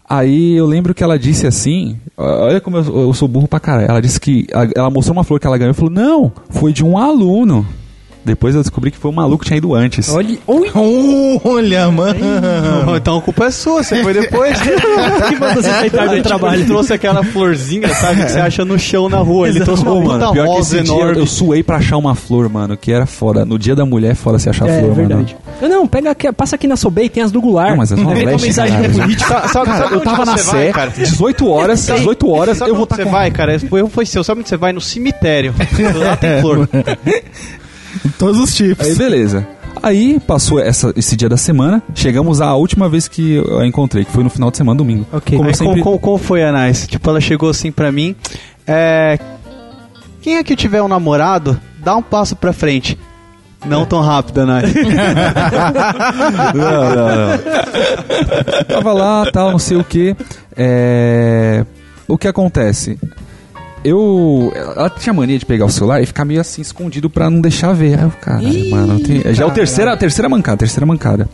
Speaker 2: Aí eu lembro que ela disse assim: ó, Olha como eu, eu sou burro pra caralho. Ela disse que. Ela, ela mostrou uma flor que ela ganhou e falou: Não, foi de um aluno. Depois eu descobri que foi um maluco que tinha ido antes.
Speaker 1: Olha, ui,
Speaker 7: Olha, mano.
Speaker 5: Não, então a culpa é sua, você foi depois. né? Tipo,
Speaker 1: que bom você sair tarde do
Speaker 5: Ele
Speaker 1: trabalho.
Speaker 5: trouxe aquela florzinha, sabe, que você acha no chão na rua. Ele trouxe uma
Speaker 2: Pô, mano,
Speaker 5: puta
Speaker 2: pior que
Speaker 5: rosa
Speaker 2: esse dia eu-
Speaker 5: enorme.
Speaker 2: eu suei pra achar uma flor, mano, que era foda. No dia da mulher, é foda se achar
Speaker 1: É,
Speaker 2: flor,
Speaker 1: verdade. Eu não, pega aqui, passa aqui na Sobey, tem as do Goulart.
Speaker 2: Não, mas é as
Speaker 1: Vem com
Speaker 2: novelas,
Speaker 1: mensagem
Speaker 2: caralho.
Speaker 1: política.
Speaker 5: Sabe- sabe-
Speaker 2: mano.
Speaker 5: sabe
Speaker 2: Eu
Speaker 5: onde
Speaker 2: tava na
Speaker 5: você vai,
Speaker 2: Sé,
Speaker 5: cara?
Speaker 2: 18 horas, às 18 horas,
Speaker 5: Sabe
Speaker 2: eu
Speaker 5: onde
Speaker 2: vou estar
Speaker 5: você
Speaker 2: com...
Speaker 5: vai, cara? O erro foi seu. Sabe onde você vai? No cemitério. Lá tem flor.
Speaker 7: Todos os tipos.
Speaker 2: Aí beleza. Aí passou essa- esse dia da semana, chegamos à última vez que eu a encontrei, que foi no final de semana, domingo.
Speaker 1: Ok.
Speaker 2: Como
Speaker 5: Aí,
Speaker 2: sempre-
Speaker 5: como, como- como foi a Nice? Tipo, ela chegou assim pra mim. É. Quem é que tiver um namorado, dá um passo pra frente. Não tão rápido, Anais.
Speaker 2: não, não, não. Tava lá, tal, não sei o que. É... O que acontece? Eu. Ela tinha mania de pegar o celular e ficar meio assim escondido pra não deixar ver. Aí eu, caralho, mano. eu tenho- Já é o terceira, a terceira mancada, a terceira mancada.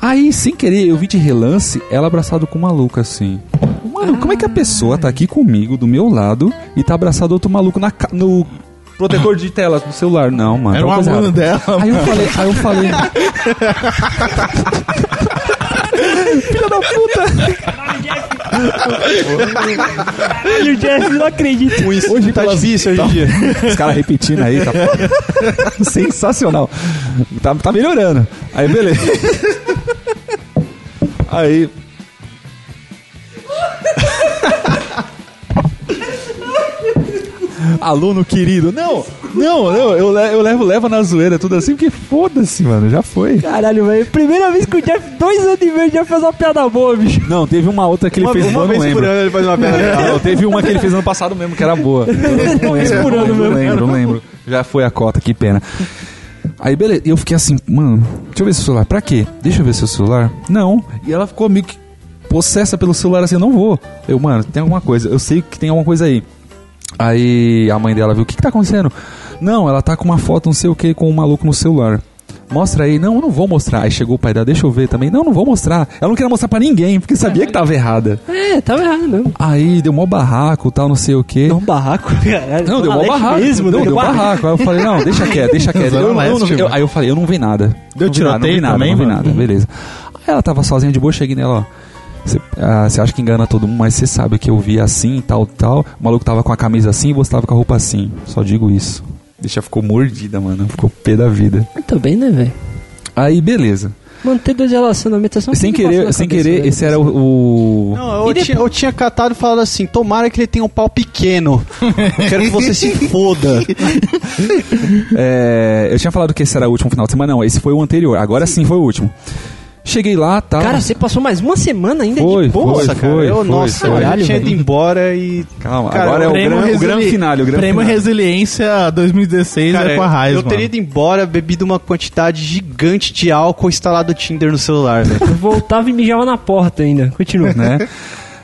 Speaker 2: Aí, sem querer, eu vi de relance ela abraçada com um maluco assim. Mano, como é que a pessoa tá aqui comigo, do meu lado, e tá abraçada outro maluco na ca- no protetor de telas do celular? Não, mano.
Speaker 7: Era um
Speaker 2: uma coisa
Speaker 7: aluno
Speaker 2: errada.
Speaker 7: dela.
Speaker 2: Aí eu falei, aí eu falei. Filha da puta!
Speaker 1: E o Jeff não acredita.
Speaker 2: Hoje tá difícil hoje em dia. Os caras repetindo aí, tá sensacional. Tá, tá melhorando. Aí, beleza. Aí. Aluno querido, não, não, não, eu, le- eu levo, levo na zoeira, tudo assim, porque foda-se, mano, já foi.
Speaker 1: Caralho, velho. Primeira vez que o Jeff, dois anos e meio, o Jeff fez uma piada boa, bicho.
Speaker 2: Não, teve uma outra que ele
Speaker 5: Uma,
Speaker 2: fez,
Speaker 5: uma
Speaker 2: eu não
Speaker 5: vez por
Speaker 2: lembro.
Speaker 5: ano ele faz uma piada legal.
Speaker 2: Ah, não, teve uma que ele fez ano passado mesmo, que era boa. Não lembro,
Speaker 1: por ano
Speaker 2: não
Speaker 1: mesmo.
Speaker 2: lembro, não lembro. Já foi a cota, que pena. Aí, beleza, eu fiquei assim, mano, deixa eu ver seu celular. Pra quê? Deixa eu ver seu celular. Não. E ela ficou meio que possessa pelo celular, assim, eu não vou. Eu, mano, tem alguma coisa, eu sei que tem alguma coisa aí. Aí a mãe dela viu, o que, que tá acontecendo? Não, ela tá com uma foto, não sei o que, com um maluco no celular. Mostra aí, não, eu não vou mostrar. Aí chegou o pai dela, deixa eu ver também. Não, não vou mostrar. Ela não queria mostrar pra ninguém, porque sabia que tava errada.
Speaker 1: É, tava errado mesmo.
Speaker 2: Aí deu mó barraco, tal, não sei o quê.
Speaker 1: Deu um barraco, caralho.
Speaker 2: Não, deu
Speaker 1: Zona
Speaker 2: mó
Speaker 1: Leste
Speaker 2: barraco.
Speaker 1: Mesmo,
Speaker 2: não,
Speaker 1: né?
Speaker 2: deu barraco. Aí eu falei, não, deixa quieto, deixa quieto.
Speaker 7: Zona
Speaker 2: Eu, eu,
Speaker 7: Leste,
Speaker 2: não- eu-
Speaker 7: mano.
Speaker 2: aí eu falei, eu não vi nada.
Speaker 7: Deu
Speaker 2: Não vi nada,
Speaker 7: tiroteio
Speaker 2: não vi nada,
Speaker 7: também,
Speaker 2: Não vi
Speaker 7: mano?
Speaker 2: nada, beleza. Aí ela tava sozinha de boa, cheguei nela, ó. Você ah, você acha que engana todo mundo, mas você sabe que eu vi assim, tal, tal. O maluco tava com a camisa assim e você tava com a roupa assim. Só digo isso. Deixa ficou mordida, mano. Ficou pé da vida.
Speaker 1: Muito bem, né, velho?
Speaker 2: Aí, beleza.
Speaker 1: Manter dois relacionamentos é só um
Speaker 2: Sem
Speaker 1: que passa
Speaker 2: querer,
Speaker 1: na
Speaker 2: sem
Speaker 1: cabeça,
Speaker 2: querer,
Speaker 1: né?
Speaker 2: esse era o. o-
Speaker 5: Não, eu,
Speaker 1: E depois-
Speaker 5: tinha, eu tinha catado e falado assim: tomara que ele tenha um pau pequeno. Eu quero que você se foda.
Speaker 2: é, eu tinha falado que esse era o último final de semana, não. Esse foi o anterior. Agora sim, foi o último. Cheguei lá, tal.
Speaker 1: Cara, você passou mais uma semana ainda
Speaker 2: Foi,
Speaker 1: de boa?
Speaker 2: foi.
Speaker 5: Nossa, cara. eu,
Speaker 2: foi,
Speaker 5: nossa,
Speaker 2: foi.
Speaker 5: eu tinha ido embora e.
Speaker 2: Calma,
Speaker 5: Cara,
Speaker 2: agora é o
Speaker 7: prêmio
Speaker 2: grande, o
Speaker 7: resili-
Speaker 2: grande final. O grande
Speaker 7: Prêmio
Speaker 2: final.
Speaker 7: Resiliência 2016
Speaker 5: Cara,
Speaker 7: é com a Raiz,
Speaker 5: eu teria ido
Speaker 7: mano.
Speaker 5: embora, bebido uma quantidade gigante de álcool e instalado o Tinder no celular, velho.
Speaker 1: Eu voltava e mijava na porta ainda. Continua.
Speaker 2: né?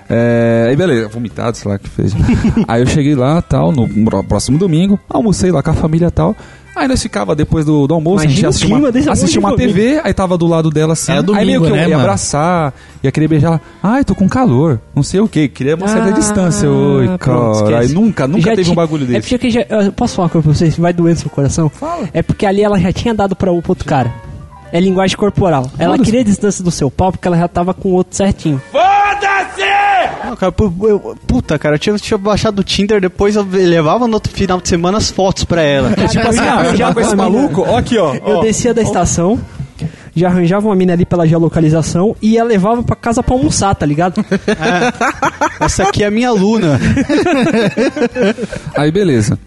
Speaker 2: É, aí beleza, vomitado, sei lá o que fez. aí eu cheguei lá, tal, no pro- próximo domingo, almocei lá com a família tal. Aí nós ficava depois do, do almoço,
Speaker 1: Imagina o
Speaker 2: a gente assistia
Speaker 1: clima desse
Speaker 2: uma, assistia uma
Speaker 1: almoço de
Speaker 2: TV, aí tava do lado dela assim.
Speaker 7: Era
Speaker 2: aí meio
Speaker 7: domingo,
Speaker 2: que eu
Speaker 7: né,
Speaker 2: ia
Speaker 7: mano?
Speaker 2: abraçar, ia querer beijar ela. Ai, tô com calor, não sei o que, queria uma certa
Speaker 1: Ah,
Speaker 2: distância. Oi,
Speaker 1: pronto,
Speaker 2: cara. Aí
Speaker 1: esquece.
Speaker 2: nunca, nunca
Speaker 1: Já
Speaker 2: teve
Speaker 1: ti-
Speaker 2: um bagulho
Speaker 1: É
Speaker 2: desse.
Speaker 1: porque já, eu posso falar uma coisa pra vocês? Vai doendo seu coração?
Speaker 2: Fala.
Speaker 1: É porque ali ela já tinha dado pra o outro cara. É linguagem corporal. Ela
Speaker 2: Foda-se.
Speaker 1: queria a distância do seu pau porque ela já tava com o outro certinho.
Speaker 5: Não, Ah, cara, pu- eu- puta, cara, eu tinha, tinha baixado o Tinder, depois eu levava no outro final de semana as fotos pra ela.
Speaker 1: Tipo assim,
Speaker 2: Ah, eu já com esse maluco, ó aqui, ó.
Speaker 1: Eu descia da estação, já arranjava uma mina ali pela geolocalização e a levava pra casa pra almoçar, tá ligado?
Speaker 5: Essa aqui é a minha aluna.
Speaker 2: Aí beleza.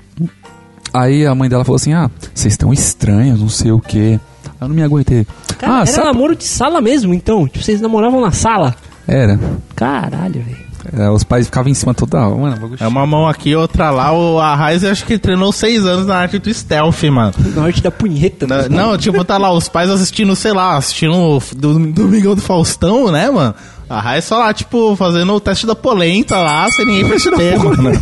Speaker 2: Aí a mãe dela falou assim: Ah, vocês estão estranhos, não sei o que. Eu não me aguentei.
Speaker 1: Cara,
Speaker 2: ah,
Speaker 1: era
Speaker 2: sabe?
Speaker 1: namoro de sala mesmo, então. Tipo, vocês namoravam na sala.
Speaker 2: Era.
Speaker 1: Caralho, velho.
Speaker 2: É, os pais ficavam em cima toda hora. Mano, um bagulho
Speaker 7: É uma mão aqui, outra lá. O a Raiz eu acho que treinou seis anos na arte do stealth, mano.
Speaker 1: Na arte da punheta. né?
Speaker 7: Não, tipo, tá lá os pais assistindo, sei lá, assistindo o do, Domingão do Faustão, né, mano? A Raiz só lá, tipo, fazendo o teste da polenta lá, sem ninguém perceber. mano.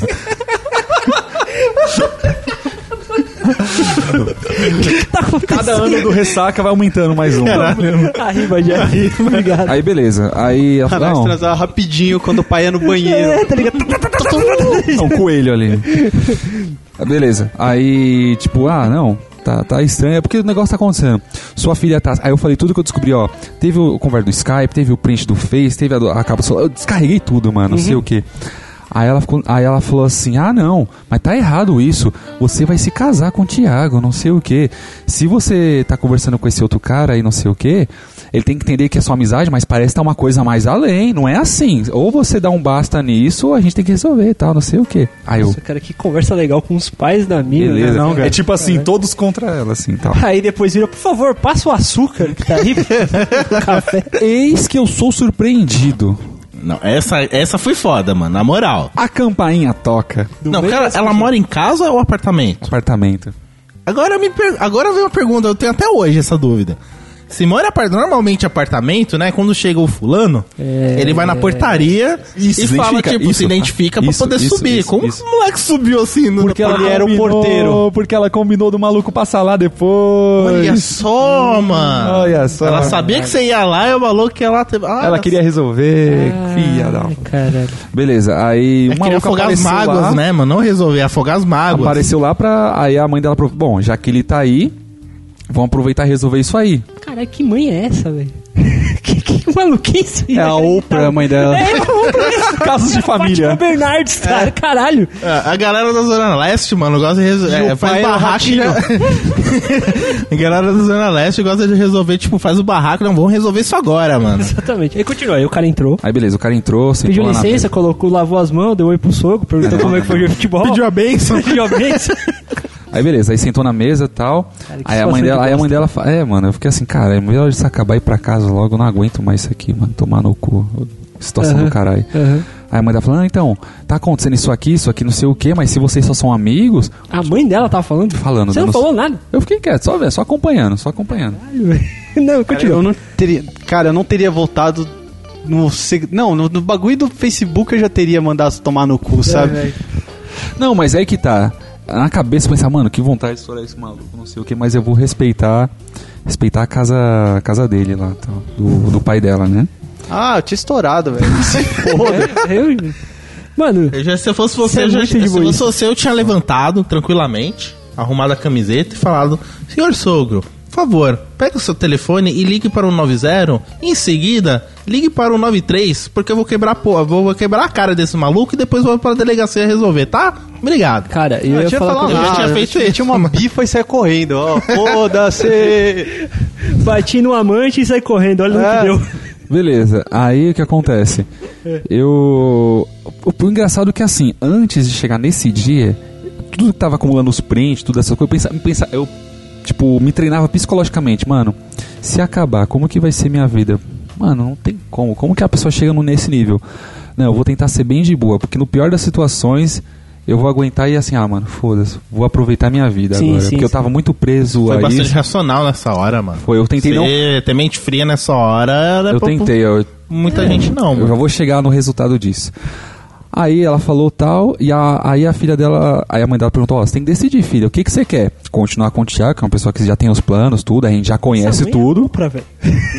Speaker 1: tá
Speaker 2: Cada ano do ressaca vai aumentando mais um.
Speaker 1: Arriba já. tá Obrigado.
Speaker 2: Aí beleza. Aí ela
Speaker 5: Ela
Speaker 2: falou, não,
Speaker 5: transava rapidinho quando o pai ia no
Speaker 1: É,
Speaker 5: banheiro.
Speaker 1: tá ligado?
Speaker 2: é um coelho ali. Ah, beleza. Aí, tipo, ah, não. Tá, tá estranho, é porque o negócio tá acontecendo. Sua filha tá. Aí eu falei tudo que eu descobri, ó. Teve o conversa do Skype, teve o print do Face, teve a, do- a cápsula. Eu descarreguei tudo, mano, não sei o que. Aí ela, ficou, aí ela falou assim: Ah, não, mas tá errado isso. Você vai se casar com o Thiago, não sei o que. Se você tá conversando com esse outro cara e não sei o que, ele tem que entender que é sua amizade, mas parece que tá uma coisa mais além. Não é assim. Ou você dá um basta nisso, ou a gente tem que resolver e tal, não sei o que. Aí eu.
Speaker 1: Nossa, cara, que conversa legal com os pais da mina.
Speaker 2: Beleza.
Speaker 1: né?
Speaker 2: é tipo assim, todos contra ela, assim, tal.
Speaker 1: Aí depois vira, por favor, passa o açúcar que tá aí. o café.
Speaker 2: Eis que eu sou surpreendido.
Speaker 7: Não, essa, essa foi foda, mano, na moral.
Speaker 2: A campainha toca.
Speaker 7: não, cara, ela mora em casa ou apartamento?
Speaker 2: Apartamento.
Speaker 7: Agora me per- agora vem uma pergunta, eu tenho até hoje essa dúvida. Se mora em apart- normalmente em apartamento, né? Quando chega o fulano, ele vai na portaria
Speaker 2: É. Isso,
Speaker 7: e fala,
Speaker 2: identifica,
Speaker 7: tipo,
Speaker 2: isso,
Speaker 7: se identifica
Speaker 2: isso,
Speaker 7: pra poder
Speaker 2: isso,
Speaker 7: subir.
Speaker 2: isso,
Speaker 7: Como
Speaker 2: isso.
Speaker 7: o moleque subiu assim no
Speaker 2: Porque ela
Speaker 5: Ele era o
Speaker 2: combinou-
Speaker 5: porteiro.
Speaker 2: Porque ela combinou do maluco passar lá
Speaker 7: Olha
Speaker 2: depois.
Speaker 7: só, mano.
Speaker 2: é Olha só.
Speaker 7: Ela sabia que você ia lá e o maluco que ela teve. Ah,
Speaker 2: Tá. Ela queria resolver. Filha da.
Speaker 1: Ai, Caralho.
Speaker 2: Beleza, aí
Speaker 7: é,
Speaker 2: o
Speaker 7: queria
Speaker 2: maluco
Speaker 7: afogar as
Speaker 2: apareceu
Speaker 7: mágoas,
Speaker 2: lá,
Speaker 7: né, mano? Não resolver, afogar as mágoas.
Speaker 2: Apareceu lá pra. Aí a mãe dela falou: Bom, já que ele tá aí, vamos aproveitar e resolver isso aí.
Speaker 1: Caralho, que mãe é essa, velho? que, que maluquice.
Speaker 5: É a Oprah, a mãe dela.
Speaker 2: É, Casos de
Speaker 1: Fátima
Speaker 2: família.
Speaker 1: Bernardes, cara, caralho.
Speaker 7: É, A a galera da Zona Leste, mano, gosta de resolver.
Speaker 5: E
Speaker 7: É,
Speaker 5: o
Speaker 7: faz
Speaker 5: pai é o
Speaker 7: barraco.
Speaker 5: ratinho.
Speaker 7: A galera da Zona Leste gosta de resolver, tipo, faz o barraco. Não, vamos resolver isso agora, mano.
Speaker 1: Exatamente. Aí continua, aí o cara entrou.
Speaker 2: Aí beleza, o cara entrou,
Speaker 1: Pediu
Speaker 2: sentou lá na
Speaker 1: licença, colocou, lavou as mãos, deu oi pro sogro, perguntou como é que foi o jogo de futebol.
Speaker 7: a benção.
Speaker 1: Pediu a bênção.
Speaker 2: Aí beleza, aí sentou na mesa e tal.
Speaker 1: Cara, que
Speaker 2: aí a
Speaker 1: situação
Speaker 2: mãe
Speaker 1: de
Speaker 2: dela, aí a
Speaker 1: bosta.
Speaker 2: mãe dela fala, é, mano, eu fiquei assim, cara, é melhor isso acabar e ir pra casa logo, eu não aguento mais isso aqui, mano, tomar no cu. Situação
Speaker 1: Aham,
Speaker 2: do caralho.
Speaker 1: aham.
Speaker 2: Aí a mãe dela falando, ah, então, tá acontecendo isso aqui, isso aqui, não sei o quê, mas se vocês só são amigos,
Speaker 1: A mãe dela tava falando?
Speaker 2: Falando,
Speaker 1: Você não
Speaker 2: dando-
Speaker 1: falou nada?
Speaker 2: eu fiquei quieto, só vendo, só acompanhando, só acompanhando.
Speaker 1: Não,
Speaker 5: Cara,
Speaker 1: continua.
Speaker 5: eu não teria. Cara, eu não teria voltado. No, seg- não, no, no bagulho do Facebook eu já teria mandado tomar no
Speaker 1: É,
Speaker 5: cu, sabe?
Speaker 2: Não, mas aí que tá. Na cabeça pensar, mano, que vontade de estourar esse maluco, não sei o que, mas eu vou respeitar. Respeitar a casa, a casa dele lá, tá? do, do pai dela, né?
Speaker 5: ah, eu tinha estourado, velho. Se foda.
Speaker 1: É, Eu- Mano,
Speaker 7: Eu já, se eu fosse
Speaker 1: Você
Speaker 7: você,
Speaker 1: é
Speaker 7: eu já,
Speaker 1: muito de
Speaker 7: se eu
Speaker 1: boa.
Speaker 7: fosse você, eu tinha levantado tranquilamente, arrumado a camiseta e falado: Senhor sogro, por favor, pega o seu telefone e ligue para o 90. Em seguida, ligue para o 93, porque eu vou quebrar, a porra, vou, vou quebrar a cara desse maluco e depois vou para a delegacia resolver, tá? Obrigado.
Speaker 1: cara, eu, ia falar.
Speaker 7: falado- eu já tinha feito
Speaker 5: tinha,
Speaker 7: isso,
Speaker 5: tinha uma bifa e saia correndo, ó. Foda-se!
Speaker 1: Bati no amante e saí correndo, olha no que
Speaker 5: É.
Speaker 1: deu.
Speaker 2: Beleza, aí o que acontece? Eu. O, o engraçado é que assim, antes de chegar nesse dia, tudo que tava acumulando os prints, tudo essa coisa, eu pensava, pensa, eu tipo, me treinava psicologicamente, mano. Se acabar, como que vai ser minha vida? Mano, não tem como. Como que a pessoa chega no- nesse nível? Não, eu vou tentar ser bem de boa, porque no pior das situações. Eu vou aguentar e assim, ah, mano, foda-se, vou aproveitar minha vida
Speaker 1: Sim,
Speaker 2: agora.
Speaker 1: sim,
Speaker 2: porque eu
Speaker 1: sim.
Speaker 2: tava muito preso
Speaker 7: Foi
Speaker 2: a
Speaker 7: bastante
Speaker 2: isso.
Speaker 7: racional nessa hora, mano.
Speaker 2: Foi, eu tentei não.
Speaker 7: Você ter mente fria nessa hora era
Speaker 2: Eu
Speaker 7: pra-
Speaker 2: tentei, eu
Speaker 7: Muita gente não.
Speaker 2: Eu já
Speaker 7: mano.
Speaker 2: vou chegar no resultado disso. Aí ela falou tal, e a- aí a filha dela, aí a mãe dela perguntou: Ó, você tem que decidir, filha, o que, que você quer? Continuar com o Tiago, que é uma pessoa que já tem os planos, tudo, a gente já conhece
Speaker 1: Essa mãe É
Speaker 2: tudo.
Speaker 1: Oprah, velho.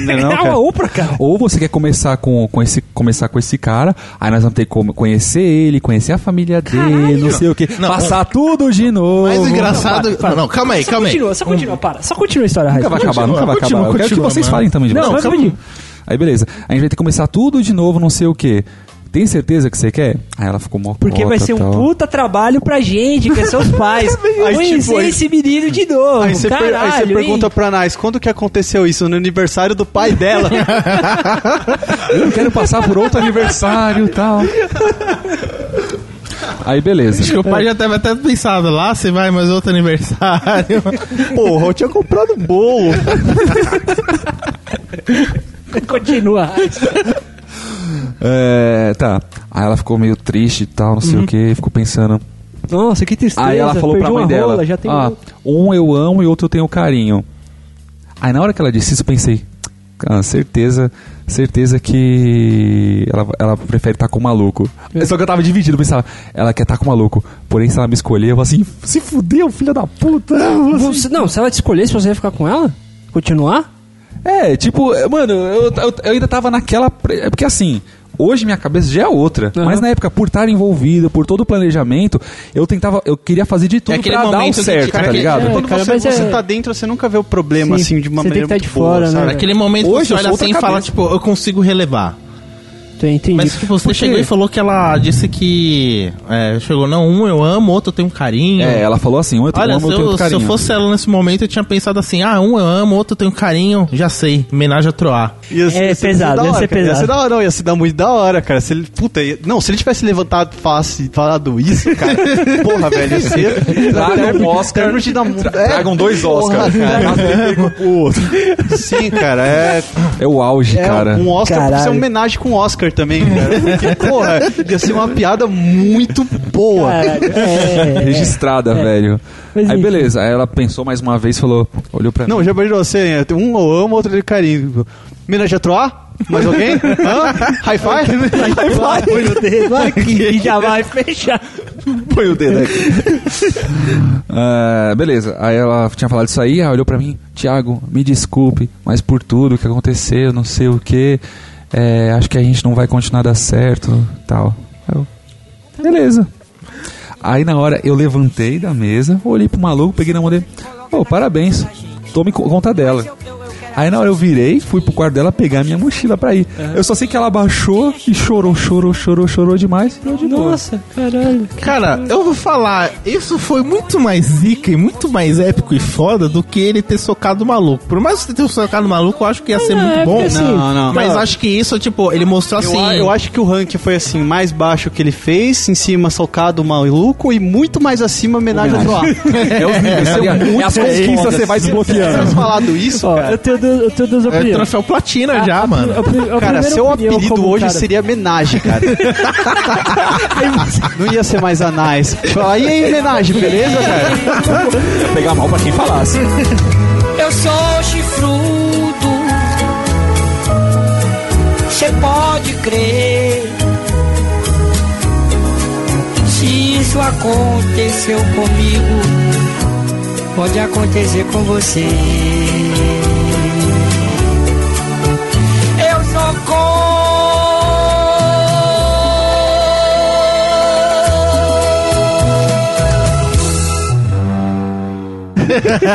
Speaker 5: Não,
Speaker 1: É
Speaker 5: não, cara.
Speaker 1: uma Oprah, cara.
Speaker 2: Ou você quer começar com, com esse, começar com esse cara, aí nós vamos ter que come- conhecer ele, conhecer a família dele, não sei o que,
Speaker 7: Não, um
Speaker 2: passar tudo de novo.
Speaker 7: Mas o engraçado. Não, não, calma aí,
Speaker 1: Só
Speaker 7: calma aí.
Speaker 1: continua, só continua, para. Só continua a história,
Speaker 2: Nunca
Speaker 1: Raíssa.
Speaker 2: vai acabar, nunca vai acabar.
Speaker 7: continua,
Speaker 2: eu quero que
Speaker 7: continua,
Speaker 2: vocês
Speaker 7: mano.
Speaker 2: falem também de
Speaker 1: Não,
Speaker 2: vocês.
Speaker 1: vai pedir.
Speaker 2: Aí beleza. A gente vai ter que começar tudo de novo, não sei o que. Tem certeza que você quer? Aí ela ficou mó
Speaker 1: Porque vai
Speaker 2: cota,
Speaker 1: ser um
Speaker 2: tal.
Speaker 1: puta trabalho pra gente, que é seus pais.
Speaker 5: Aí,
Speaker 1: Conhecer
Speaker 5: tipo, aí-
Speaker 1: esse menino de novo.
Speaker 5: Aí você, per- aí
Speaker 1: Caralho,
Speaker 5: você pergunta pra Nais quando que aconteceu isso? No aniversário do pai dela.
Speaker 2: Eu não quero passar por outro aniversário e tal. Aí, beleza.
Speaker 7: Acho que o pai já tava até pensado, lá você vai mais outro aniversário.
Speaker 5: Porra, eu tinha comprado um bolo.
Speaker 1: hein? Continua, Raíssa.
Speaker 2: É, tá. Aí ela ficou meio triste e tal, não sei
Speaker 1: Uhum.
Speaker 2: o que, ficou pensando.
Speaker 1: Nossa, que tristeza.
Speaker 2: Aí ela falou
Speaker 1: perdi
Speaker 2: pra mãe
Speaker 1: uma
Speaker 2: dela:
Speaker 1: rola, já tem
Speaker 2: ah,
Speaker 1: um-
Speaker 2: um eu amo e outro eu tenho carinho. Aí na hora que ela disse isso, eu pensei: "Ah, certeza, certeza que ela, ela prefere estar com o maluco.
Speaker 1: É.
Speaker 2: Só que eu tava dividido, eu pensava: ela quer estar com o maluco. Porém, se ela me escolher, eu vou assim: se fudeu, filha da puta.
Speaker 1: um- Você- não, se ela te escolhesse, você ia ficar com ela? Continuar?
Speaker 2: É, tipo, é, mano, eu, eu, eu ainda tava naquela. pre- é Porque assim, hoje minha cabeça já é outra.
Speaker 1: Aham.
Speaker 2: Mas na época, por estar envolvido, por todo o planejamento, eu tentava. Eu queria fazer de tudo
Speaker 7: É aquele
Speaker 2: pra dar o
Speaker 7: momento que-
Speaker 2: certo,
Speaker 7: cara,
Speaker 2: tá
Speaker 7: que-
Speaker 2: ligado?
Speaker 1: É,
Speaker 5: quando
Speaker 1: cara,
Speaker 5: você,
Speaker 1: mas
Speaker 5: você
Speaker 1: é-
Speaker 5: tá dentro, você nunca vê o problema,
Speaker 1: Sim,
Speaker 5: assim, de uma
Speaker 1: você tem
Speaker 5: maneira
Speaker 1: que tá
Speaker 5: muito
Speaker 1: de fora,
Speaker 5: boa,
Speaker 1: né,
Speaker 5: sabe?
Speaker 1: velho?
Speaker 7: Aquele momento
Speaker 2: Hoje
Speaker 7: que você
Speaker 2: eu
Speaker 7: olha
Speaker 2: sou outra
Speaker 7: assim e fala,
Speaker 2: cabeça.
Speaker 7: tipo, eu consigo relevar.
Speaker 1: Tô- Entendi.
Speaker 7: Mas tipo, você
Speaker 2: Por quê?
Speaker 7: chegou e falou que ela disse que. é, chegou, não, um eu amo, outro eu tenho carinho.
Speaker 2: É, ela falou assim: um eu tenho
Speaker 7: Olha,
Speaker 2: amor,
Speaker 7: se
Speaker 2: eu tenho
Speaker 7: eu,
Speaker 2: outro
Speaker 7: se eu
Speaker 2: carinho.
Speaker 7: fosse ela nesse momento, eu tinha pensado assim: ah, um eu amo, outro eu tenho carinho, já sei, homenagem a Troar.
Speaker 5: Ia-
Speaker 1: É
Speaker 5: ia ser
Speaker 1: pesado,
Speaker 5: da
Speaker 1: ia
Speaker 5: hora,
Speaker 1: ser
Speaker 5: cara. Ia
Speaker 1: pesado.
Speaker 5: ser da hora, não, ia se dar muito da hora, cara. Se ele, puta, ia- não, se ele tivesse levantado face e falado isso, cara, porra, velho, ia ser...
Speaker 2: Tragam um Oscar.
Speaker 5: Termo de dar mu- é,
Speaker 1: um
Speaker 2: Tragam dois
Speaker 5: porra,
Speaker 2: Oscars.
Speaker 5: Sim, cara, é,
Speaker 2: É o auge,
Speaker 5: é
Speaker 2: cara.
Speaker 5: um Oscar,
Speaker 1: Caralho.
Speaker 5: precisa ser uma homenagem com Oscar também, cara. Porque, porra, ia ser uma piada muito boa.
Speaker 1: Caralho, é, é, é.
Speaker 2: Registrada, velho.
Speaker 1: Mas
Speaker 2: Aí
Speaker 1: enfim.
Speaker 2: beleza, aí ela pensou mais uma vez falou, olhou pra
Speaker 5: Não,
Speaker 2: mim.
Speaker 5: já imaginou você, né? Tem um eu amo, outro de carinho. Minas de Atroá? Mais alguém? Hã? Hi-Fi?
Speaker 1: Vai, põe o dedo aqui e já vai fechar.
Speaker 2: Põe o dedo aqui. Ah, beleza. Aí ela tinha falado isso aí, aí olhou pra mim, Thiago, me desculpe, mas por tudo que aconteceu, não sei o que, acho que a gente não vai continuar a dar certo, tal. Aí eu, beleza. Aí na hora eu levantei da mesa, olhei pro maluco, peguei na mão dele, pô, parabéns, tome co- conta dela. Aí na hora eu virei, fui pro quarto dela pegar minha mochila pra ir. Eu só sei que ela baixou e chorou, chorou, chorou, chorou demais. Chorou de boa.
Speaker 1: Nossa, caralho.
Speaker 7: Cara, eu vou falar, isso foi muito mais zica e muito mais épico e foda do que ele ter socado o maluco. Por mais que ele tenha socado o maluco, eu acho que ia ser
Speaker 1: Não,
Speaker 7: muito
Speaker 1: é
Speaker 7: bom.
Speaker 1: porque assim-
Speaker 5: Não, não.
Speaker 7: Mas acho que isso, tipo, ele mostrou
Speaker 5: Eu,
Speaker 7: assim.
Speaker 5: a- eu acho que o ranking foi assim, mais baixo que ele fez, em cima socado maluco e muito mais acima homenagem ao Troá.
Speaker 2: É os níveis, tá ligado? É as conquistas você vai
Speaker 5: Se
Speaker 2: desbloqueando.
Speaker 5: tivesse falado isso,
Speaker 1: Ó,
Speaker 5: cara,
Speaker 1: eu tenho duas, eu tenho duas
Speaker 7: É
Speaker 1: opiniões.
Speaker 7: troféu
Speaker 1: Ah,
Speaker 7: platina já, mano.
Speaker 1: A pri- a
Speaker 5: cara
Speaker 1: primeira
Speaker 5: seu
Speaker 1: opinião
Speaker 5: apelido
Speaker 1: como
Speaker 5: hoje
Speaker 1: cara-
Speaker 5: seria homenagem, cara. Não ia ser mais anais. Fala, e aí, homenagem, beleza, cara? É,
Speaker 2: Pegar mal pra quem falasse.
Speaker 6: Eu sou chifrudo. Você pode crer. Se isso aconteceu comigo, pode acontecer com você. Eu sou com.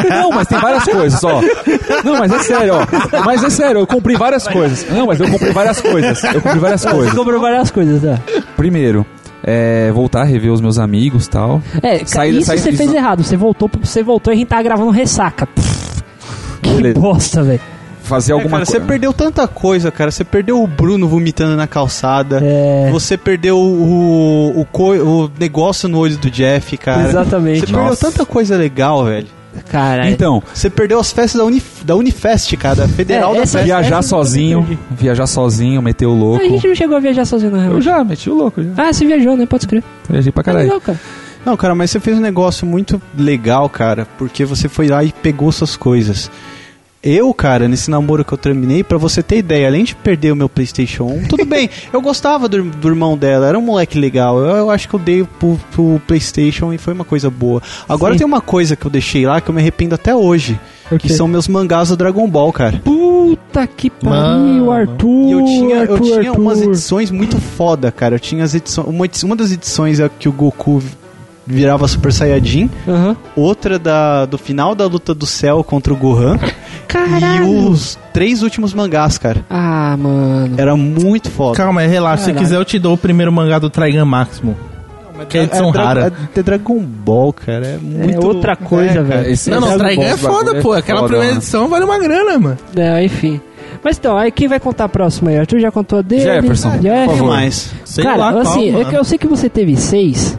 Speaker 2: Não, mas tem várias coisas, ó. Não, mas é sério, ó. Mas é sério, eu comprei várias coisas. Não, mas eu comprei várias coisas. Eu comprei várias
Speaker 1: Você
Speaker 2: coisas.
Speaker 1: comprou várias coisas, né?
Speaker 2: Primeiro, é, voltar a rever os meus amigos e tal.
Speaker 1: É, ca-
Speaker 2: Sai-
Speaker 1: isso
Speaker 2: sai-
Speaker 1: você fez
Speaker 2: isso-
Speaker 1: errado. Você voltou, pro- você voltou e a gente tava gravando ressaca. Pff, que
Speaker 2: Beleza.
Speaker 1: bosta, velho.
Speaker 2: fazer alguma
Speaker 5: cara, você
Speaker 2: coisa.
Speaker 5: perdeu tanta coisa, cara. Você perdeu o Bruno vomitando na calçada.
Speaker 1: É.
Speaker 5: Você perdeu o, o, coi- o negócio no olho do Jeff, cara.
Speaker 1: Exatamente.
Speaker 5: Você perdeu
Speaker 2: Nossa.
Speaker 5: tanta coisa legal, velho.
Speaker 1: Cara,
Speaker 2: Então,
Speaker 5: Você perdeu as festas da, Unif da Unifest, cara. Federal
Speaker 1: É,
Speaker 5: da
Speaker 1: essa- essa
Speaker 5: Festa.
Speaker 1: eu
Speaker 2: viajar
Speaker 1: nunca
Speaker 2: sozinho,
Speaker 1: perdi.
Speaker 2: viajar sozinho, meter o louco.
Speaker 1: a gente não chegou a viajar sozinho, na real.
Speaker 2: Eu já É. meti o louco, já.
Speaker 1: Ah, você viajou, né? Pode escrever.
Speaker 2: Viajei pra caralho.
Speaker 1: Não, cara.
Speaker 5: Não, cara, mas você fez um negócio muito legal, cara, porque você foi lá e pegou suas coisas. Eu, cara, nesse namoro que eu terminei, pra você ter ideia, além de perder o meu PlayStation 1, tudo bem, eu gostava do, do irmão dela, era um moleque legal. Eu, eu acho que eu dei pro, pro PlayStation e foi uma coisa boa. Agora
Speaker 1: Sim.
Speaker 5: tem uma coisa que eu deixei lá que eu me arrependo até hoje, que são meus mangás do Dragon Ball, cara.
Speaker 1: Puta que pariu,
Speaker 7: Mano.
Speaker 1: Arthur.
Speaker 5: E eu tinha, eu
Speaker 1: Arthur,
Speaker 5: tinha umas
Speaker 1: Arthur.
Speaker 5: edições muito foda, cara. Eu tinha as edições, uma, edi- uma das edições é que o Goku virava Super Saiyajin.
Speaker 1: Aham.
Speaker 5: outra da, do final da luta do céu contra o Gohan
Speaker 1: Caralho.
Speaker 5: e os três últimos mangás, cara.
Speaker 1: Ah, mano.
Speaker 5: Era muito foda.
Speaker 7: Calma aí, relaxa. Se
Speaker 1: Caralho.
Speaker 7: quiser, eu te dou o primeiro mangá do Trigun Maximum. Que é edição
Speaker 5: Dra-
Speaker 7: rara.
Speaker 5: é Dragon Ball, cara. É muito.
Speaker 1: outra coisa,
Speaker 5: cara.
Speaker 1: velho.
Speaker 2: Esse-
Speaker 7: Não, não,
Speaker 2: esse
Speaker 7: Trigun
Speaker 2: bom,
Speaker 7: é
Speaker 2: esse bagulho
Speaker 7: foda,
Speaker 2: é
Speaker 7: pô. Aquela
Speaker 2: foda,
Speaker 7: primeira
Speaker 2: mano.
Speaker 7: edição vale uma grana, mano.
Speaker 1: é- Não, enfim. Mas então, aí quem vai contar a próxima aí? Arthur já contou a dele?
Speaker 2: Jefferson,
Speaker 1: Ah,
Speaker 2: por
Speaker 1: Jeff.
Speaker 5: Tem
Speaker 2: favor.
Speaker 5: mais.
Speaker 7: Sei
Speaker 1: cara,
Speaker 7: lá, qual,
Speaker 1: assim, é
Speaker 7: mano.
Speaker 1: que eu sei que você teve seis.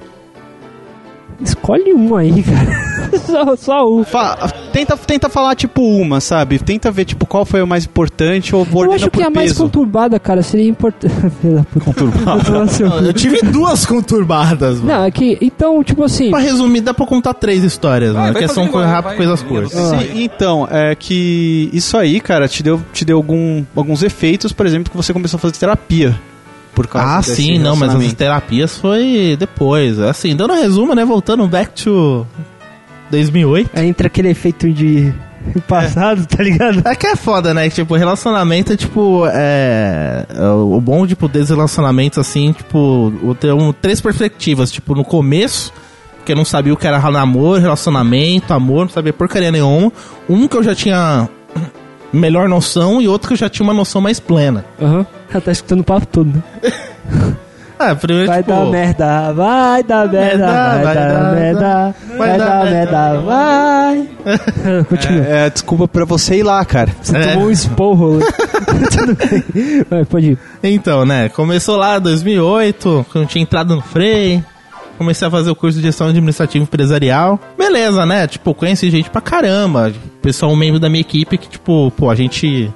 Speaker 1: Escolhe um aí, cara. só, só um.
Speaker 5: Fa- tenta, tenta falar, tipo, uma, sabe? Tenta ver, tipo, qual foi o mais importante ou
Speaker 1: Eu
Speaker 5: ordena
Speaker 1: acho
Speaker 5: por
Speaker 1: que é a mais
Speaker 5: peso.
Speaker 1: conturbada, cara, seria importante.
Speaker 7: Não, Eu tive duas conturbadas, mano.
Speaker 1: assim. Não, é que. Então, tipo assim.
Speaker 7: Pra resumir, dá pra contar três histórias,
Speaker 2: Vai,
Speaker 7: mano.
Speaker 2: vai
Speaker 7: Que são
Speaker 2: fazendo,
Speaker 7: coisas
Speaker 2: vai,
Speaker 7: rápidas,
Speaker 2: vai.
Speaker 7: coisas curtas.
Speaker 5: Sim, então, é que isso aí, cara, te deu, te deu algum, alguns efeitos, por exemplo, que você começou a fazer terapia. Por causa
Speaker 7: Ah,
Speaker 5: desse
Speaker 7: sim, não, mas as
Speaker 5: relacionamento.
Speaker 7: terapias foi depois. Assim, dando um resumo, né? Voltando back to 2008.
Speaker 1: É, Entra aquele efeito de passado, tá ligado?
Speaker 7: É que é foda, né? Tipo, relacionamento é tipo. É, é o bom tipo, desses relacionamentos, assim, tipo, eu tenho um- três perspectivas. Tipo, no começo, que eu não sabia o que era namoro, relacionamento, amor, não sabia porcaria nenhuma. Um que eu já tinha melhor noção e outro que eu já tinha uma noção mais plena.
Speaker 1: Aham. Ela tá escutando o papo todo, né?
Speaker 7: Ah, primeiro,
Speaker 1: Vai
Speaker 7: tipo.
Speaker 1: dar merda, vai dar merda,
Speaker 7: merda,
Speaker 1: vai
Speaker 7: vai
Speaker 1: dar
Speaker 7: dar,
Speaker 1: merda, vai dar merda, vai. Continua.
Speaker 5: É, desculpa pra você ir lá, cara.
Speaker 1: Você
Speaker 7: É.
Speaker 1: tomou um esporro. né? Tudo bem. Vai, pode ir.
Speaker 7: Então, né? Começou lá em 2008, quando eu tinha entrado no Frei. Comecei a fazer o curso de gestão administrativa empresarial. Beleza, né? Tipo, conheci gente pra caramba. Pessoal, um membro da minha equipe que, tipo, pô, a gente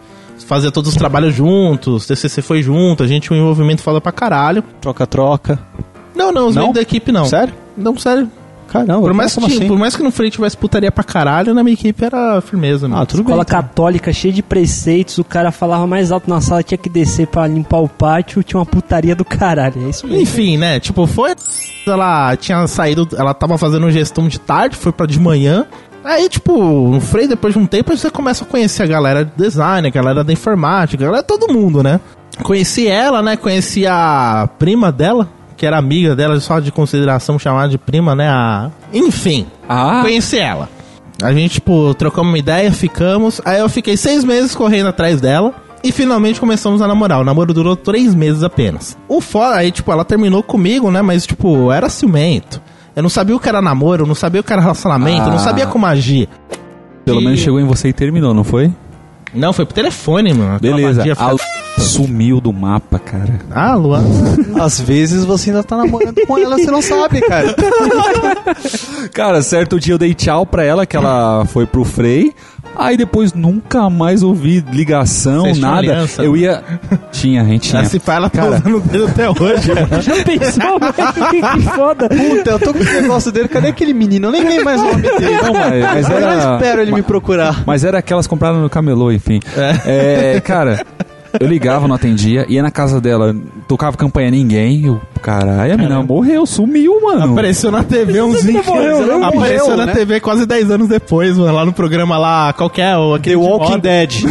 Speaker 7: fazia todos os trabalhos juntos, TCC foi junto, a gente tinha um envolvimento foda pra caralho.
Speaker 5: Troca-troca.
Speaker 7: Não, não, os
Speaker 5: Não?
Speaker 7: membros da equipe não.
Speaker 5: Sério?
Speaker 7: Não, sério.
Speaker 5: Caramba,
Speaker 7: Por mais, que,
Speaker 5: como
Speaker 7: tinha-
Speaker 5: assim?
Speaker 7: por mais que no Frei tivesse putaria pra caralho, na minha equipe era firmeza, mano.
Speaker 5: Ah, tudo bem.
Speaker 1: Escola
Speaker 5: então.
Speaker 1: católica, cheia de preceitos, o cara falava mais alto na sala, tinha que descer pra limpar o pátio, tinha uma putaria do caralho. É isso mesmo.
Speaker 7: Enfim, né? Tipo, foi. Ela tinha saído. Ela tava fazendo gestão de tarde, foi pra de manhã. Aí, tipo, no freio, depois de um tempo, você começa a conhecer a galera de design, a galera da informática, a galera todo mundo, né? Conheci ela, né? Conheci a prima dela, que era amiga dela, só de consideração chamada de prima, né? A... Enfim,
Speaker 2: Ah,
Speaker 7: conheci ela. A gente, tipo, trocamos uma ideia, ficamos. Aí eu fiquei seis meses correndo atrás dela. E finalmente começamos a namorar. O namoro durou três meses apenas. O fora, aí, tipo, ela terminou comigo, né? Mas, tipo, eu era ciumento. Eu não sabia o que era namoro, eu não sabia o que era relacionamento, eu não
Speaker 2: Ah.
Speaker 7: sabia como agir.
Speaker 2: pelo menos chegou em você e terminou, não foi?
Speaker 7: Não, foi pro telefone, mano. Aquela
Speaker 2: Beleza.
Speaker 7: vadia
Speaker 2: A
Speaker 7: foi-
Speaker 2: Lu- sumiu do mapa, cara.
Speaker 7: Ah, Luan.
Speaker 5: Às vezes você ainda tá namorando com ela, você não sabe, cara.
Speaker 2: Cara, certo dia eu dei tchau pra ela, que ela foi pro Frei. Aí depois nunca mais ouvi ligação,
Speaker 7: Vocês tinham
Speaker 2: nada.
Speaker 7: aliança?
Speaker 2: eu ia. Tinha, a gente tinha.
Speaker 7: Se pá, ela tá
Speaker 2: Cara.
Speaker 7: usando o dedo até hoje.
Speaker 1: Já pensou, velho? Que foda.
Speaker 5: Puta, eu tô com esse negócio dele, cadê aquele menino? Eu nem lembro mais o nome dele.
Speaker 2: Não, mas, mas
Speaker 5: Eu não
Speaker 2: era.
Speaker 5: espero ele me procurar.
Speaker 2: Mas era aquelas compradas no camelô, enfim. É, cara, eu ligava, não atendia, ia na casa dela, tocava campanha ninguém. Eu, caralho, a menina morreu, sumiu, mano.
Speaker 7: Apareceu na TV uns
Speaker 2: tá
Speaker 7: 20
Speaker 5: morreu,
Speaker 7: anos.
Speaker 5: não
Speaker 7: Apareceu
Speaker 5: morreu,
Speaker 7: na
Speaker 5: né?
Speaker 7: TV quase 10 anos depois, mano, lá no programa lá, qual que é? O,
Speaker 5: The
Speaker 7: aquele de
Speaker 5: Walking
Speaker 7: moda.
Speaker 5: Dead.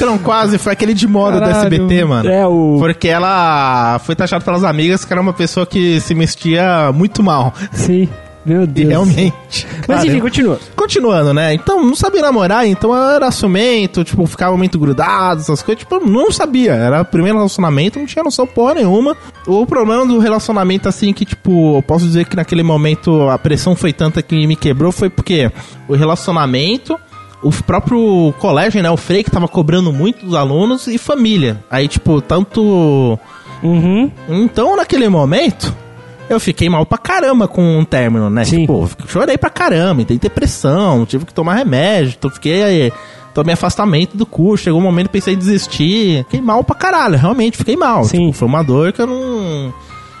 Speaker 7: Não, quase, foi aquele de moda do
Speaker 2: Caralho.
Speaker 7: SBT, mano.
Speaker 1: É, o.
Speaker 7: Porque ela foi taxada pelas amigas que era uma pessoa que se mexia muito mal.
Speaker 1: Sim. Meu
Speaker 7: E
Speaker 1: Deus.
Speaker 7: realmente.
Speaker 1: Mas enfim,
Speaker 7: Caramba.
Speaker 1: continua.
Speaker 7: Continuando, né? Então, não sabia namorar, então eu era ciumento, tipo, ficava muito grudado, essas coisas. Tipo, eu não sabia. Era o primeiro relacionamento, não tinha noção porra nenhuma. O problema do relacionamento, assim, que, tipo, eu posso dizer que naquele momento a pressão foi tanta que me quebrou, foi porque o relacionamento o próprio colégio, né? O Frei que tava cobrando muito dos alunos e família. Aí, tipo, tanto.
Speaker 1: Uhum.
Speaker 7: Então, naquele momento, eu fiquei mal pra caramba com o término, né?
Speaker 1: Sim.
Speaker 7: Tipo, eu chorei pra caramba, entrei em depressão, tive que tomar remédio, então fiquei aí. Tomei afastamento do curso, chegou um momento que pensei em desistir. Fiquei mal pra caralho, realmente fiquei mal.
Speaker 1: Sim.
Speaker 7: Tipo, foi uma dor que eu não.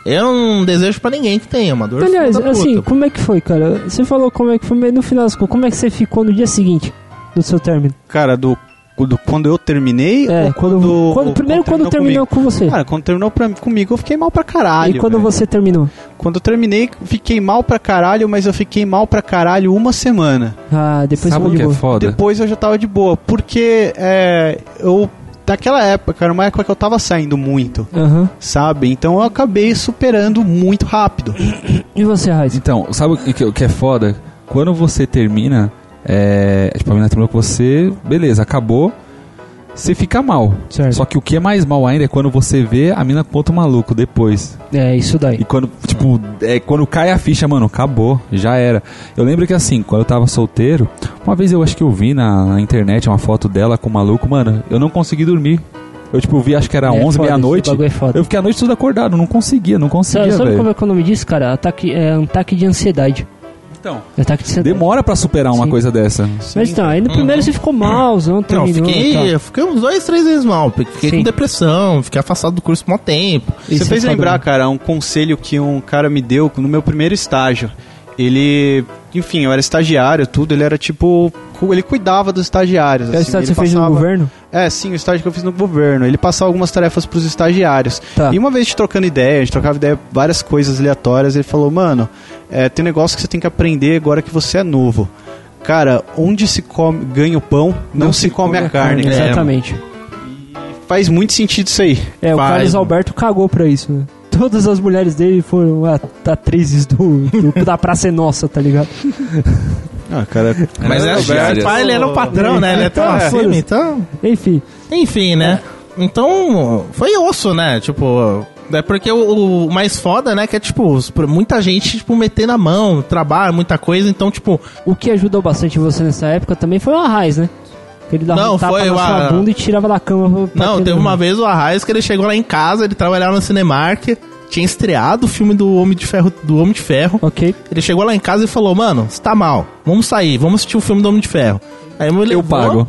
Speaker 7: Eu não desejo pra ninguém que tenha, uma dor
Speaker 1: Aliás,
Speaker 7: filha da puta.
Speaker 1: assim, como é que foi, cara? Você falou como é que foi, mas no final das contas, como é que você ficou no dia seguinte do seu término?
Speaker 5: Cara, do, do quando eu terminei.
Speaker 1: É,
Speaker 5: ou
Speaker 1: quando,
Speaker 5: quando-
Speaker 1: quando- primeiro quando terminou com você.
Speaker 5: comigo? Cara, quando terminou pra, comigo, eu fiquei mal pra caralho.
Speaker 1: e quando
Speaker 5: velho.
Speaker 1: você terminou?
Speaker 5: Quando eu terminei, fiquei mal pra caralho, mas eu fiquei mal pra caralho uma semana.
Speaker 1: Ah, depois
Speaker 2: Sabe
Speaker 1: ficou
Speaker 2: o
Speaker 1: de
Speaker 2: que é
Speaker 1: boa.
Speaker 2: foda?
Speaker 5: Depois eu já tava de boa, porque é, eu. Daquela época, era uma época que eu tava saindo muito,
Speaker 1: Aham.
Speaker 5: sabe? Então eu acabei superando muito rápido.
Speaker 1: E você, Raiz?
Speaker 2: Então, sabe o que, o que é foda? Quando você termina, é, tipo, a menina terminou com você, beleza, acabou, você fica mal.
Speaker 1: Certo.
Speaker 2: Só que o que é mais mal ainda é quando você vê a mina com outro maluco depois.
Speaker 1: É, isso daí.
Speaker 2: E quando, tipo, é, quando cai a ficha, mano, acabou, já era. Eu lembro que assim, quando eu tava solteiro, uma vez eu acho que eu vi na, na internet uma foto dela com o maluco, mano, eu não consegui dormir. Eu, tipo, vi, acho que era
Speaker 1: É
Speaker 2: 11,
Speaker 1: foda,
Speaker 2: meia-noite.
Speaker 1: esse bagulho é foda.
Speaker 2: Eu fiquei a noite toda acordado, não conseguia, não
Speaker 1: Sabe,
Speaker 2: conseguia,
Speaker 1: sabe como
Speaker 2: velho.
Speaker 1: é que é o nome disso, cara? Ataque, é um ataque de ansiedade. Um
Speaker 2: Então,
Speaker 1: Ataque de ansiedade.
Speaker 2: demora pra superar uma
Speaker 1: Sim.
Speaker 2: coisa dessa.
Speaker 1: Mas então, aí no primeiro você ficou mal, não
Speaker 7: Não,
Speaker 1: terminou.
Speaker 7: fiquei,
Speaker 1: tá.
Speaker 7: eu fiquei uns dois, três vezes mal. porque Fiquei
Speaker 1: Sim.
Speaker 7: com depressão, fiquei afastado do curso mó tempo.
Speaker 1: Isso
Speaker 5: Você fez
Speaker 1: é foda
Speaker 5: lembrar,
Speaker 1: mesmo.
Speaker 5: cara, um conselho que um cara me deu no meu primeiro estágio. Ele, enfim, eu era estagiário, tudo, ele era tipo, cu- ele cuidava dos estagiários.
Speaker 1: É o estado que
Speaker 5: assim, ele
Speaker 1: você fez no
Speaker 5: passava-
Speaker 1: governo?
Speaker 5: É, sim, o estágio que eu fiz no governo. Ele passava algumas tarefas pros estagiários.
Speaker 1: Tá.
Speaker 5: E uma vez a gente trocando ideia, a gente trocava ideia várias coisas aleatórias, ele falou, mano, é, tem um negócio que você tem que aprender agora que você é novo. Cara, onde se come, ganha o pão, não, se, come, a carne.
Speaker 7: carne.
Speaker 5: cara.
Speaker 1: Uhum, Exatamente.
Speaker 5: Faz muito sentido isso aí.
Speaker 1: É, o
Speaker 7: Faz,
Speaker 1: Carlos
Speaker 7: mano.
Speaker 1: Alberto cagou pra isso, né? Todas as mulheres dele foram at- atrizes do, do- da Praça é Nossa, tá ligado?
Speaker 5: Ah, cara,
Speaker 7: Mas
Speaker 2: Era
Speaker 7: é
Speaker 2: estagiário.
Speaker 7: o pai, ele era o patrão, né? Ele é tão
Speaker 1: É.
Speaker 7: acima, então.
Speaker 1: Enfim,
Speaker 7: Enfim, né? Então, foi osso, né? Tipo, é porque o, o mais foda, né? Que é, tipo, os- muita gente, tipo, metendo a mão, trabalho, muita coisa. Então, tipo,
Speaker 1: o que ajudou bastante você nessa época também foi o Arraiz, né? Que ele dava
Speaker 7: Não,
Speaker 1: um tapa
Speaker 7: foi
Speaker 1: na
Speaker 7: o
Speaker 1: sua
Speaker 7: Arra-
Speaker 1: bunda e tirava da cama. pra- pra
Speaker 7: não,
Speaker 1: aquele-
Speaker 7: teve uma vez o Arraes que ele chegou lá em casa, ele trabalhava no Cinemark, tinha estreado o filme do Homem de Ferro, do Homem de Ferro.
Speaker 1: Ok.
Speaker 7: Ele chegou lá em casa e falou, mano, você tá mal, vamos sair, vamos assistir o filme do Homem de Ferro. Aí me
Speaker 2: Eu
Speaker 7: levou,
Speaker 2: pago.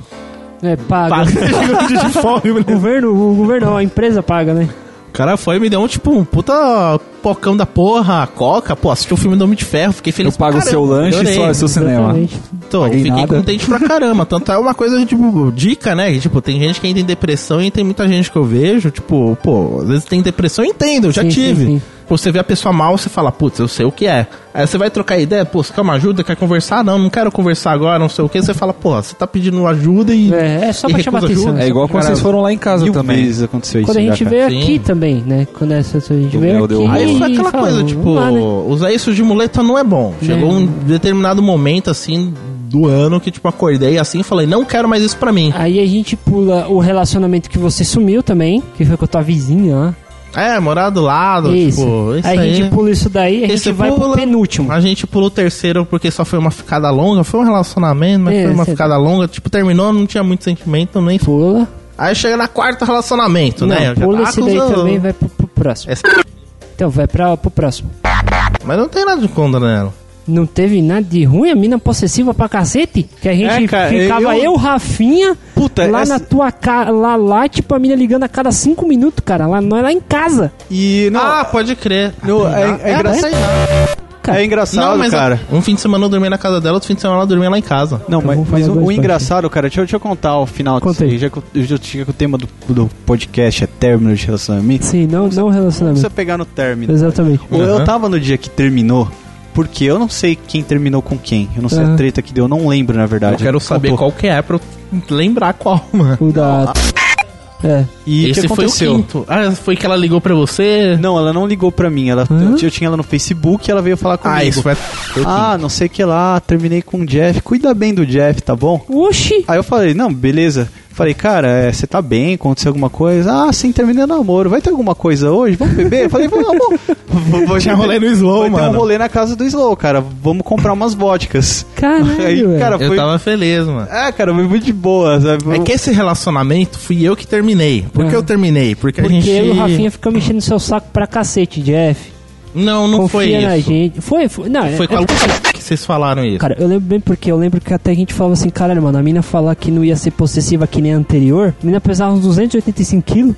Speaker 1: É, paga.
Speaker 7: Paga. de fome, né? me
Speaker 1: O governo, o governo não, a empresa paga, né?
Speaker 7: O cara foi e me deu um, tipo, um puta pocão da porra, coca, pô, assisti o filme do Homem de Ferro, fiquei
Speaker 2: Eu
Speaker 7: feliz pra
Speaker 2: pago o
Speaker 7: caramba,
Speaker 2: seu lanche e
Speaker 7: melhorei.
Speaker 2: só o seu cinema.
Speaker 1: Exatamente.
Speaker 7: Então,
Speaker 2: paguei
Speaker 7: fiquei
Speaker 2: nada.
Speaker 7: contente pra caramba. Tanto é uma coisa, tipo, dica, né? Que, tipo, tem gente que ainda tem depressão e tem muita gente que eu vejo, tipo, pô, às vezes tem depressão, eu entendo, eu já
Speaker 1: Sim, sim,
Speaker 7: tive.
Speaker 1: sim.
Speaker 7: Pô, Você vê a pessoa mal, você fala, putz, eu sei o que é. Aí você vai trocar ideia, pô, você quer uma ajuda? Quer conversar? Não, não quero conversar agora, não sei o que. Você fala, pô, você tá pedindo ajuda e.
Speaker 1: É, é só
Speaker 7: E
Speaker 1: pra chamar
Speaker 7: recusa
Speaker 1: atenção.
Speaker 7: ajuda?
Speaker 2: É igual quando
Speaker 7: Cara,
Speaker 2: vocês foram lá em casa
Speaker 5: mil
Speaker 2: também.
Speaker 5: vezes aconteceu
Speaker 1: Quando a
Speaker 5: isso já,
Speaker 1: gente
Speaker 5: cara.
Speaker 1: veio
Speaker 7: Sim.
Speaker 1: aqui também, né? Quando essa a gente
Speaker 2: O
Speaker 1: veio
Speaker 2: meu deu
Speaker 1: aqui.
Speaker 2: um-
Speaker 7: Aí foi aquela
Speaker 1: falou,
Speaker 7: coisa,
Speaker 1: vamos
Speaker 7: tipo,
Speaker 1: lá, né?
Speaker 7: usar isso de muleta não é bom. Chegou
Speaker 1: É.
Speaker 7: um determinado momento, assim, do ano que, tipo, acordei assim e falei, não quero mais isso pra mim.
Speaker 1: Aí a gente pula o relacionamento que você sumiu também, que foi com a tua vizinha, né?
Speaker 7: É, morar do lado,
Speaker 1: isso.
Speaker 7: tipo, isso
Speaker 1: aí
Speaker 7: aí.
Speaker 1: a gente pula isso daí, a
Speaker 7: Esse
Speaker 1: gente vai pro
Speaker 7: pula-
Speaker 1: penúltimo.
Speaker 7: A gente pulou o terceiro porque só foi uma ficada longa. Foi um relacionamento, mas
Speaker 1: É,
Speaker 7: foi uma
Speaker 1: sei
Speaker 7: ficada longa. Tipo, terminou, não tinha muito sentimento nem.
Speaker 1: Pula.
Speaker 7: Aí chega na quarta relacionamento, né? Eu
Speaker 1: Não,
Speaker 7: já
Speaker 1: pula
Speaker 7: tava
Speaker 1: esse daí
Speaker 7: acusando.
Speaker 1: também, vai pro, pro próximo.
Speaker 7: Essa-
Speaker 1: Então, vai pra, pro próximo.
Speaker 7: Mas não tem nada de contra nela.
Speaker 1: Não teve nada de ruim, a mina possessiva pra cacete. Que a gente
Speaker 5: É, cara,
Speaker 1: ficava eu,
Speaker 5: eu-
Speaker 1: Rafinha,
Speaker 5: Puta,
Speaker 1: lá
Speaker 5: essa-
Speaker 1: na tua casa, lá, lá, tipo, a mina ligando a cada cinco minutos, cara. Lá, nós lá em casa.
Speaker 5: E não,
Speaker 7: Ah, pode crer.
Speaker 5: não, é, é
Speaker 7: tá
Speaker 5: engraçado.
Speaker 1: Cara,
Speaker 5: É engraçado, cara.
Speaker 7: Um fim de semana eu dormi na casa dela, outro fim de semana ela dormia lá em casa.
Speaker 5: Não,
Speaker 1: Eu
Speaker 5: mas,
Speaker 1: vou falar
Speaker 5: mas o,
Speaker 1: dois
Speaker 5: o
Speaker 1: pra
Speaker 5: engraçado, cara, deixa, eu- deixa eu contar o final
Speaker 1: Conta
Speaker 5: disso aí,
Speaker 1: aí.
Speaker 5: já que, eu- já chega que o tema do, do podcast é término de relacionamento.
Speaker 1: Sim, não, não
Speaker 5: Não
Speaker 1: relacionamento.
Speaker 5: precisa pegar no término.
Speaker 1: Exatamente.
Speaker 5: Eu-
Speaker 7: Uhum.
Speaker 5: Eu tava no dia que terminou, porque eu não sei quem terminou com quem. Eu não sei
Speaker 1: Uhum.
Speaker 5: a treta que deu, eu não lembro, na verdade.
Speaker 7: Eu quero saber
Speaker 5: Contou.
Speaker 7: qual que é pra eu lembrar qual, mano.
Speaker 1: O da. É.
Speaker 5: E o que
Speaker 7: Esse foi o
Speaker 5: aconteceu?
Speaker 7: quinto. Ah, foi que ela ligou pra você?
Speaker 5: Não, ela não ligou pra mim. Ela, Eu tinha ela no Facebook e ela veio falar comigo.
Speaker 7: Ah, isso foi.
Speaker 5: Ah, não sei o que lá, terminei com o Jeff. Cuida bem do Jeff, tá bom?
Speaker 1: Oxi!
Speaker 5: Aí eu falei, não, beleza. Falei, cara, é, você tá bem? Aconteceu alguma coisa? Ah, sim, terminei o namoro. Vai ter alguma coisa hoje? Vamos beber? Falei, vamos. Vou
Speaker 7: Tinha rolê no Slow,
Speaker 5: Vai ter um
Speaker 7: mano.
Speaker 5: rolê na casa do Slow, cara. Vamos comprar umas vodkas.
Speaker 1: Caralho,
Speaker 5: Aí,
Speaker 1: velho.
Speaker 5: cara,
Speaker 7: Eu
Speaker 5: foi...
Speaker 7: tava feliz, mano.
Speaker 5: É, cara, foi muito de boa, sabe?
Speaker 7: É que esse relacionamento fui eu que terminei. Por que
Speaker 1: Ah.
Speaker 7: eu terminei? Porque,
Speaker 1: Porque
Speaker 7: a gente.
Speaker 1: eu e o Rafinha ficamos mexendo seu saco pra cacete, Jeff.
Speaker 7: Não, não
Speaker 1: Confia
Speaker 7: foi
Speaker 1: na
Speaker 7: isso.
Speaker 1: gente. Foi, foi. Não,
Speaker 7: Foi
Speaker 1: é,
Speaker 7: com a Lu que vocês falaram isso.
Speaker 1: Cara, eu lembro bem porque eu lembro que até a gente falava assim, caralho, mano, a mina falar que não ia ser possessiva que nem a anterior, a mina pesava uns 285 quilos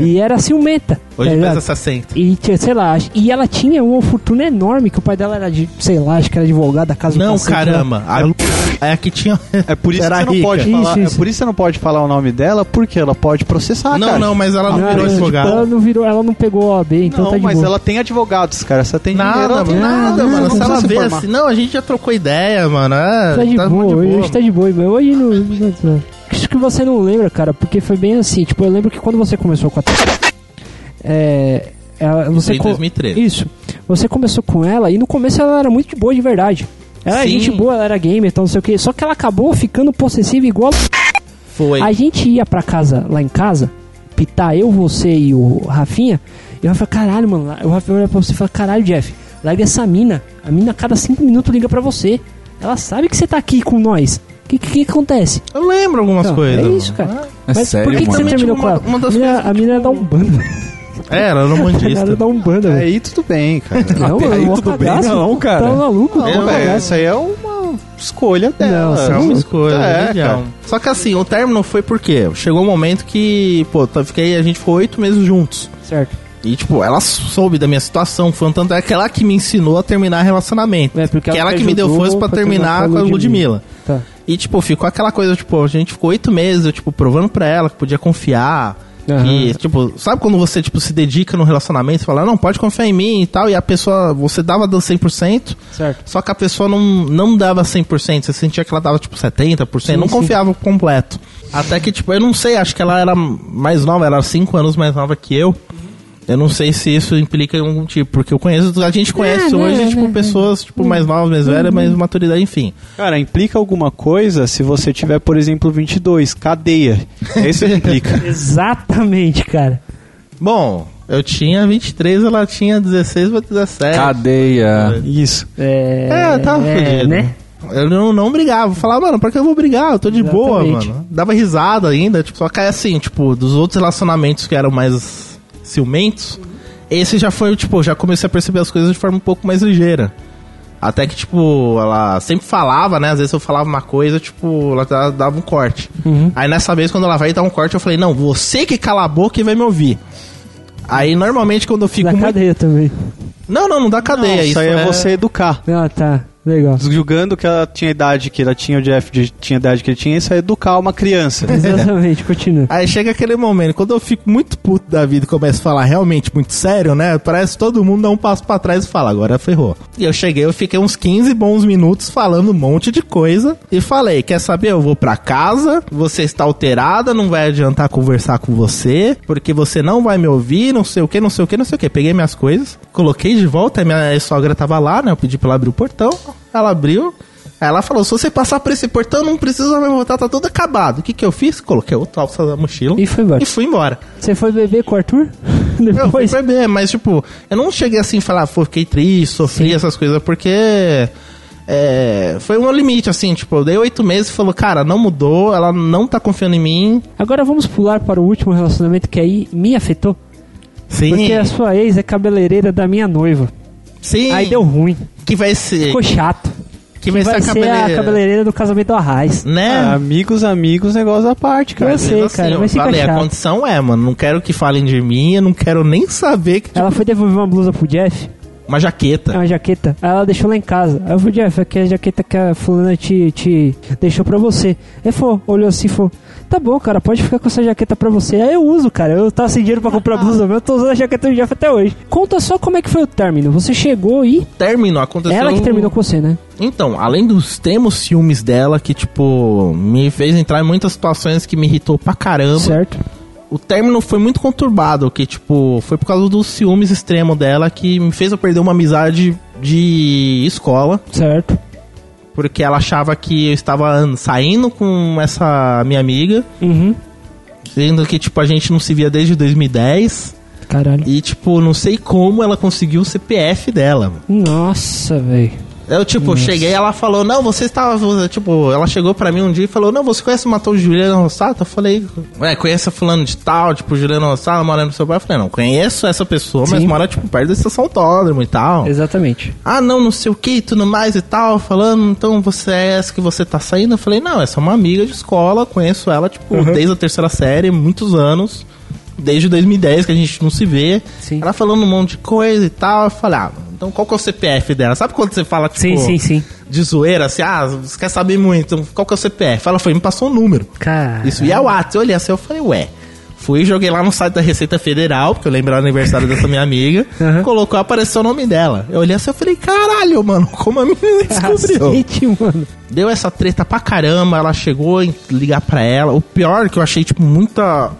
Speaker 1: e era ciumenta.
Speaker 7: Hoje
Speaker 1: tá ligado?
Speaker 7: pesa 60.
Speaker 1: E tinha, sei lá, acho- e ela tinha uma fortuna enorme, que o pai dela era de, sei lá, acho que era advogado da casa
Speaker 7: Não,
Speaker 1: do cacete,
Speaker 7: caramba. A Lu é a que tinha.
Speaker 5: É por isso que
Speaker 7: Era
Speaker 5: você não
Speaker 7: rica.
Speaker 5: pode falar.
Speaker 1: Isso, isso.
Speaker 5: É por isso que você não pode falar o nome dela, porque ela pode processar,
Speaker 7: não,
Speaker 5: cara.
Speaker 7: não, mas
Speaker 1: lá.
Speaker 7: ela não
Speaker 1: Não,
Speaker 7: virou
Speaker 1: ela, tipo, ela
Speaker 7: advogado.
Speaker 1: não virou, ela não pegou a OAB, então
Speaker 5: Não,
Speaker 1: tá de
Speaker 5: mas
Speaker 1: boa.
Speaker 5: ela tem advogados, cara. Você tem dinheiro,
Speaker 7: Nada,
Speaker 5: ela tem
Speaker 7: mano, nada,
Speaker 1: não,
Speaker 7: mano.
Speaker 1: não
Speaker 7: Se ela
Speaker 5: precisa se
Speaker 7: vê
Speaker 5: formar.
Speaker 7: assim, não, a gente já trocou ideia, mano. É,
Speaker 1: Tá de
Speaker 7: tá
Speaker 1: boa,
Speaker 7: muito de boa.
Speaker 1: hoje tá de boa, mas hoje não. não- não. Isso que você não lembra, cara, porque foi bem assim. Tipo, eu lembro que quando você começou com a. É. Ela, você
Speaker 7: em
Speaker 1: co-
Speaker 7: 2013.
Speaker 1: Isso. Você começou com ela e no começo ela era muito de boa de verdade. Ela era
Speaker 7: Sim.
Speaker 1: gente boa, ela era gamer, então não sei o que. Só que ela acabou ficando possessiva igual.
Speaker 7: Foi.
Speaker 1: A gente ia pra casa, lá em casa, pitar eu, você e o Rafinha. E eu falei, caralho, mano. O Rafinha olha pra você e fala, caralho, Jeff, larga essa mina. A mina a cada cinco minutos liga pra você. Ela sabe que você tá aqui com nós. O que, que, que acontece?
Speaker 7: Eu lembro algumas
Speaker 1: Não,
Speaker 7: coisas.
Speaker 1: é isso,
Speaker 7: mano.
Speaker 1: cara.
Speaker 2: É
Speaker 1: Mas
Speaker 2: sério,
Speaker 1: por que, que você
Speaker 2: mano.
Speaker 1: terminou
Speaker 7: Uma-
Speaker 1: com ela?
Speaker 7: uma das
Speaker 1: a mina, a mina é da Umbanda.
Speaker 7: É, ela era um
Speaker 1: Ela é
Speaker 7: bandista.
Speaker 1: da Umbanda, velho.
Speaker 5: Aí tudo bem, cara.
Speaker 1: né? Não, mano,
Speaker 2: aí
Speaker 1: mó
Speaker 2: tudo bem,
Speaker 1: cagaço.
Speaker 2: não, cara.
Speaker 1: Tá maluco?
Speaker 5: Não,
Speaker 1: mó
Speaker 7: Eu-
Speaker 5: velho,
Speaker 1: cagaço.
Speaker 5: isso aí é uma escolha dela.
Speaker 1: Não,
Speaker 7: É uma escolha,
Speaker 5: É,
Speaker 7: é,
Speaker 5: cara.
Speaker 7: Só que assim, o término foi porque chegou um momento que, pô, tá- fiquei, a gente ficou oito meses juntos.
Speaker 1: Certo.
Speaker 7: E, tipo, ela soube da minha situação. Foi um tanto é que ela que me ensinou a terminar relacionamento.
Speaker 1: É, porque
Speaker 7: que
Speaker 1: ela
Speaker 7: ela
Speaker 1: te
Speaker 7: que me deu
Speaker 1: ajudou
Speaker 7: força pra
Speaker 1: pra
Speaker 7: terminar com a Ludmilla.
Speaker 1: Tá.
Speaker 7: E, tipo, ficou aquela coisa, tipo, a gente ficou oito meses, eu, tipo, provando pra ela que podia confiar.
Speaker 1: Aham.
Speaker 7: Que, tipo, sabe quando você, tipo, se dedica num relacionamento e fala, não, pode confiar em mim e tal, e a pessoa, você dava 100%,
Speaker 1: Certo.
Speaker 7: só que a pessoa não, não dava 100%, você sentia que ela dava tipo 70%, não
Speaker 1: sim.
Speaker 7: confiava completo. Até que, tipo, eu não sei, acho que ela era mais nova, ela era 5 anos mais nova que eu. Eu não sei se isso implica em algum tipo, porque eu conheço, a gente conhece
Speaker 1: né,
Speaker 7: hoje,
Speaker 1: né,
Speaker 7: tipo,
Speaker 1: né. Uhum.
Speaker 7: pessoas, tipo, mais novas, mais velhas, mais maturidade, enfim.
Speaker 5: Cara, implica alguma coisa se você tiver, por exemplo, 22, cadeia. É isso que implica.
Speaker 1: Exatamente, cara.
Speaker 7: Bom, eu tinha 23, ela tinha 16 ou 17.
Speaker 2: Cadeia.
Speaker 5: Isso.
Speaker 1: É,
Speaker 7: É, tá fudido.
Speaker 1: né?
Speaker 7: Eu não, não brigava. Eu Falava, mano, pra que eu vou brigar? Eu tô de boa,
Speaker 1: Exatamente.
Speaker 7: mano. Dava risada ainda. Tipo, só que assim, tipo, dos outros relacionamentos que eram mais ciumentos, esse já foi, tipo, já comecei a perceber as coisas de forma um pouco mais ligeira. Até que, tipo, ela sempre falava, né? Às vezes eu falava uma coisa, tipo, ela da- dava um corte.
Speaker 5: Uhum.
Speaker 7: Aí nessa vez, quando ela vai dar um corte, eu falei, não, você que cala a boca e vai me ouvir. Aí normalmente quando eu fico
Speaker 1: Da
Speaker 7: muito.
Speaker 1: cadeia também.
Speaker 7: Não, não, não dá cadeia.
Speaker 5: Não, isso aí é você educar.
Speaker 1: Ah, tá. Legal.
Speaker 5: Julgando que ela tinha a idade que ela tinha, o Jeff de- tinha a idade que ele tinha, isso é educar uma criança.
Speaker 1: Exatamente, continua.
Speaker 7: Aí chega aquele momento, quando eu fico muito puto da vida e começo a falar realmente muito sério, né? Parece que todo mundo dá um passo pra trás e fala, agora ferrou. E eu cheguei, eu fiquei uns 15 bons minutos falando um monte de coisa e falei, quer saber, eu vou pra casa, você está alterada, não vai adiantar conversar com você, porque você não vai me ouvir, não sei o que, não sei o que, não sei o que. Peguei minhas coisas, coloquei de volta, a minha sogra tava lá, né? Eu pedi pra ela abrir o portão, ela abriu, Aí ela falou: se você passar por esse portão, não precisa mais voltar, tá tudo acabado. O que, que eu fiz? Coloquei outra alça da mochila
Speaker 1: E foi embora.
Speaker 7: e fui embora.
Speaker 1: Você foi beber com o Arthur?
Speaker 7: Eu fui
Speaker 1: Depois?
Speaker 7: beber, mas tipo, eu não cheguei assim e falar, pô, fiquei triste, sofri
Speaker 1: Sim.
Speaker 7: essas coisas, porque. é, foi um limite, assim, tipo, eu dei oito meses e falou, cara, não mudou, ela não tá confiando em mim.
Speaker 1: Agora vamos pular para o último relacionamento que aí me afetou.
Speaker 7: Sim.
Speaker 1: Porque a sua ex é cabeleireira da minha noiva.
Speaker 7: Sim.
Speaker 1: Aí deu ruim.
Speaker 7: Que vai ser.
Speaker 1: Ficou chato.
Speaker 7: Que vai,
Speaker 1: Vai
Speaker 7: ser a
Speaker 1: ser
Speaker 7: cabeleira.
Speaker 1: a cabeleireira do casamento do Arraiz.
Speaker 7: Né?
Speaker 5: Ah, amigos, amigos, negócio à parte, cara.
Speaker 1: Eu sei,
Speaker 7: Mas, assim,
Speaker 1: cara,
Speaker 7: eu
Speaker 1: mas fica
Speaker 7: falei, a
Speaker 1: chato.
Speaker 7: condição é, mano, não quero que falem de mim, eu não quero nem saber que. tipo,
Speaker 1: Ela foi devolver uma blusa pro Jeff,
Speaker 7: Uma jaqueta.
Speaker 1: é uma jaqueta. Aí ela deixou lá em casa. Aí eu falei, Jeff, aqui é a jaqueta que a fulana te, te deixou pra você. Ele falou, olhou assim e falou, tá bom, cara, pode ficar com essa jaqueta pra você. Aí eu uso, cara. Eu tava sem dinheiro pra comprar blusa mesmo, eu tô usando a jaqueta do Jeff até hoje. Conta só como é que foi o término. Você chegou e...
Speaker 7: término aconteceu. um-
Speaker 1: Ela que terminou com você, né?
Speaker 7: Então, além dos temos ciúmes dela, que, tipo, me fez entrar em muitas situações que me irritou pra caramba.
Speaker 1: Certo?
Speaker 7: O término foi muito conturbado, que, tipo, foi por causa dos ciúmes extremo dela que me fez eu perder uma amizade de escola.
Speaker 1: Certo.
Speaker 7: Porque ela achava que eu estava saindo com essa minha amiga,
Speaker 1: Uhum.
Speaker 7: sendo que, tipo, a gente não se via desde 2010.
Speaker 1: Caralho.
Speaker 7: E, tipo, não sei como ela conseguiu o CPF dela, mano.
Speaker 1: Nossa, velho.
Speaker 7: Eu, tipo, cheguei ela falou, não, você estava. você- Tipo, ela chegou pra mim um dia e falou, não, você conhece o Matou Juliana Rossato? Eu falei, ué, conhece a fulano de tal, tipo, Juliana Rossato, mora no seu bairro? Eu falei, não, conheço essa pessoa, mas
Speaker 1: Sim.
Speaker 7: mora, tipo, perto da estação autódromo e tal.
Speaker 1: Exatamente.
Speaker 7: Ah, não, não sei o que e tudo mais e tal, falando, então você é essa que você tá saindo? Eu falei, não, essa é uma amiga de escola, conheço ela, tipo,
Speaker 1: Uhum.
Speaker 7: desde a terceira série, muitos anos, desde 2010 que a gente não se vê.
Speaker 1: Sim.
Speaker 7: Ela falando um monte de coisa e tal, eu falei, ah, então qual que é o CPF dela? Sabe quando você fala, tipo,
Speaker 1: Sim, sim, sim.
Speaker 7: de zoeira, assim, ah, você quer saber muito, então qual que é o CPF? Ela foi, me passou um número.
Speaker 1: Cara.
Speaker 7: Isso ia ao ato. Eu olhei assim, eu falei, ué. Fui e joguei lá no site da Receita Federal, porque eu lembrei o aniversário dessa minha amiga. Colocou, apareceu o nome dela. Eu olhei assim, eu falei, caralho, mano, como a menina descobriu?
Speaker 1: Cacete, mano.
Speaker 7: Deu essa treta pra caramba, ela chegou em ligar pra ela. O pior é que eu achei, tipo, muita...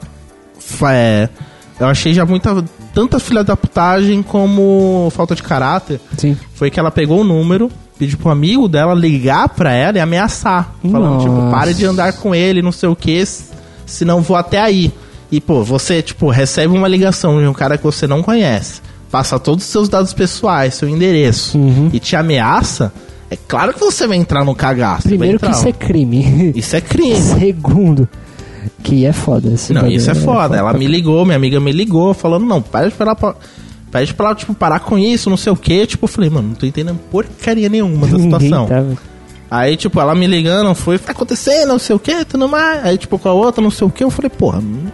Speaker 7: fa- é, eu achei já muita... Tanta filha da putagem como falta de caráter
Speaker 1: Sim.
Speaker 7: foi que ela pegou o número, pediu pro amigo dela ligar pra ela e ameaçar. Falando,
Speaker 1: Nossa.
Speaker 7: tipo, pare de andar com ele, não sei o que, senão vou até aí. E, pô, você, tipo, recebe uma ligação de um cara que você não conhece, passa todos os seus dados pessoais, seu endereço,
Speaker 1: Uhum.
Speaker 7: e te ameaça, é claro que você vai entrar no cagaço. vai
Speaker 1: Primeiro que
Speaker 7: entrar.
Speaker 1: isso é crime.
Speaker 7: Isso é crime.
Speaker 1: Segundo, que é foda. esse
Speaker 7: Não,
Speaker 1: bagulho,
Speaker 7: isso é foda. Ela me ligou, minha amiga me ligou, falando, não, pede pra ela. pa- Pede pra ela, tipo, parar com isso, não sei o quê. Tipo, eu falei, mano, não tô entendendo porcaria nenhuma da
Speaker 1: Ninguém
Speaker 7: situação.
Speaker 1: tá, velho.
Speaker 7: Aí, tipo, ela me ligando, foi, tá acontecendo, não sei o que, tudo mais. Aí, tipo, com a outra, não sei o que, eu falei, porra. não-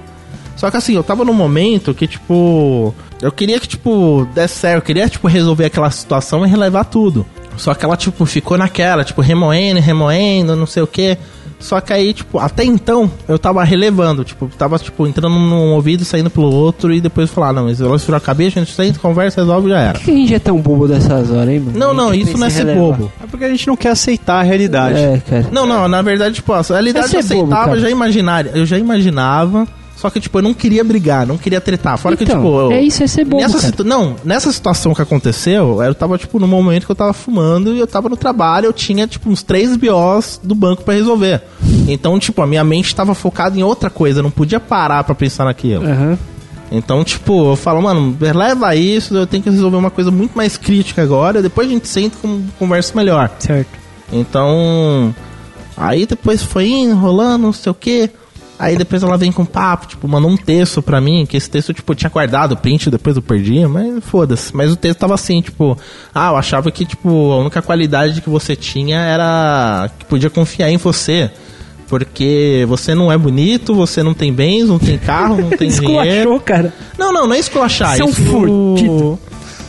Speaker 7: Só que assim, eu tava num momento que, tipo, eu queria que, tipo, desse certo, eu queria, tipo, resolver aquela situação e relevar tudo. Só que ela, tipo, ficou naquela, tipo, remoendo, remoendo, não sei o que. Só que aí, tipo, até então, eu tava relevando, tipo, tava, tipo, entrando num ouvido, saindo pelo outro, e depois falar, não, mas ela virou a cabeça, a gente senta, conversa, resolve, já era.
Speaker 1: Por que a gente é tão bobo dessas horas, hein, mano?
Speaker 7: Não, não,
Speaker 1: Quem
Speaker 7: isso não é
Speaker 1: pensa em
Speaker 7: ser
Speaker 1: relevar?
Speaker 7: bobo.
Speaker 5: É porque a gente não quer aceitar a realidade.
Speaker 1: É, cara.
Speaker 7: Não, não, na verdade, tipo, a realidade
Speaker 1: Esse
Speaker 7: eu
Speaker 1: é bobo,
Speaker 7: aceitava,
Speaker 1: cara.
Speaker 7: eu já imaginária. Eu já imaginava. Só que, tipo, eu não queria brigar, não queria tretar. Fora que,
Speaker 1: Então,
Speaker 7: tipo. Eu,
Speaker 1: é isso, é ser bobo,
Speaker 7: Nessa
Speaker 1: cara.
Speaker 7: situ- Não, nessa situação que aconteceu, eu tava, tipo, num momento que eu tava fumando e eu tava no trabalho, eu tinha, tipo, uns três BOs do banco pra resolver. Então, tipo, a minha mente tava focada em outra coisa, eu não podia parar pra pensar naquilo.
Speaker 1: Aham.
Speaker 7: Então, tipo, eu falo, mano, leva isso, eu tenho que resolver uma coisa muito mais crítica agora, depois a gente senta e con- conversa melhor.
Speaker 1: Certo.
Speaker 7: Então. Aí depois foi indo, rolando, não sei o quê. Aí depois ela vem com papo, tipo, mandou um texto pra mim, que esse texto, tipo, eu tinha guardado o print, depois eu perdi, mas foda-se. Mas o texto tava assim, tipo, ah, eu achava que, tipo, a única qualidade que você tinha era que podia confiar em você. Porque você não é bonito, você não tem bens, não tem carro, não tem dinheiro.
Speaker 1: Esculachou, cara.
Speaker 7: Não, não, não é esculachar.
Speaker 1: Você é um
Speaker 7: isso-
Speaker 1: furtido.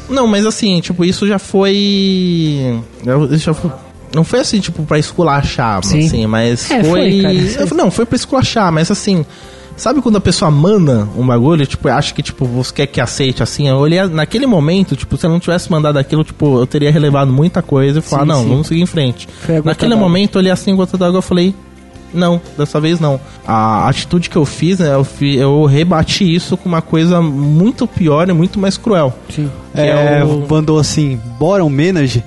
Speaker 7: Não, mas assim, tipo, isso já foi... eu- Isso já foi... Não foi assim, tipo, pra esculachar,
Speaker 1: Sim.
Speaker 7: assim, mas
Speaker 1: É, foi,
Speaker 7: foi...
Speaker 1: cara,
Speaker 7: eu
Speaker 1: foi.
Speaker 7: falei, não, foi pra esculachar, mas assim... Sabe quando a pessoa mana um bagulho, tipo, acha que, tipo, você quer que aceite, assim? Eu olhei, naquele momento, tipo, se eu não tivesse mandado aquilo, tipo, eu teria relevado muita coisa e falar,
Speaker 1: Sim,
Speaker 7: não,
Speaker 1: sim.
Speaker 7: vamos seguir em frente.
Speaker 1: Foi a gota
Speaker 7: Naquele
Speaker 1: d'água.
Speaker 7: momento, eu olhei assim, gota d'água, eu falei, não, dessa vez não. A atitude que eu fiz, né, eu, fi- eu rebati isso com uma coisa muito pior e muito mais cruel.
Speaker 1: Sim.
Speaker 7: Que é o-
Speaker 5: Mandou assim, bora um menage.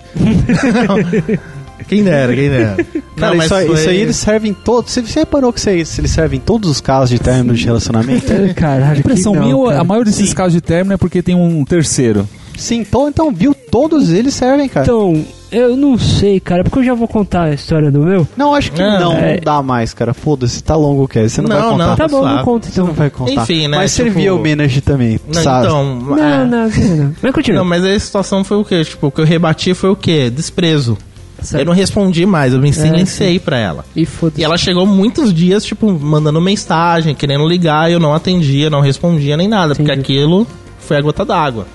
Speaker 7: Quem dera, quem dera.
Speaker 5: Cara, isso, aí- isso aí eles servem em todos. Você, você reparou que isso aí, eles servem em todos os casos de término de relacionamento?
Speaker 1: É, Caralho,
Speaker 2: A impressão
Speaker 1: que não,
Speaker 2: minha,
Speaker 1: cara.
Speaker 2: a maioria desses casos de término é porque tem um terceiro.
Speaker 5: Sim, to- então viu, todos eles servem, cara.
Speaker 1: Então, eu não sei, cara, porque eu já vou contar a história do meu.
Speaker 5: Não, acho que
Speaker 7: É,
Speaker 5: não,
Speaker 1: é.
Speaker 5: não dá mais, cara. Foda-se, tá longo o que Você não,
Speaker 7: Não,
Speaker 5: vai
Speaker 7: não,
Speaker 5: contar.
Speaker 1: tá bom,
Speaker 7: suave.
Speaker 1: não conta
Speaker 5: Você
Speaker 1: então.
Speaker 5: não vai contar.
Speaker 7: Enfim, né,
Speaker 5: Mas
Speaker 7: tipo-
Speaker 5: servia o menage também,
Speaker 7: Não,
Speaker 5: sabe?
Speaker 7: então, é.
Speaker 1: Não, não, não, não. Mas continua.
Speaker 7: Não, mas aí a situação foi o quê? Tipo, o que eu rebati foi o quê? Desprezo.
Speaker 1: Certo.
Speaker 7: Eu não respondi mais, eu me silenciei
Speaker 1: Tá. É, sim.
Speaker 7: pra ela.
Speaker 1: E
Speaker 7: E
Speaker 1: foda-se.
Speaker 7: ela chegou muitos dias, tipo, mandando mensagem, querendo ligar, e eu não atendia, não respondia nem nada, porque
Speaker 1: Entendi.
Speaker 7: aquilo foi a gota d'água.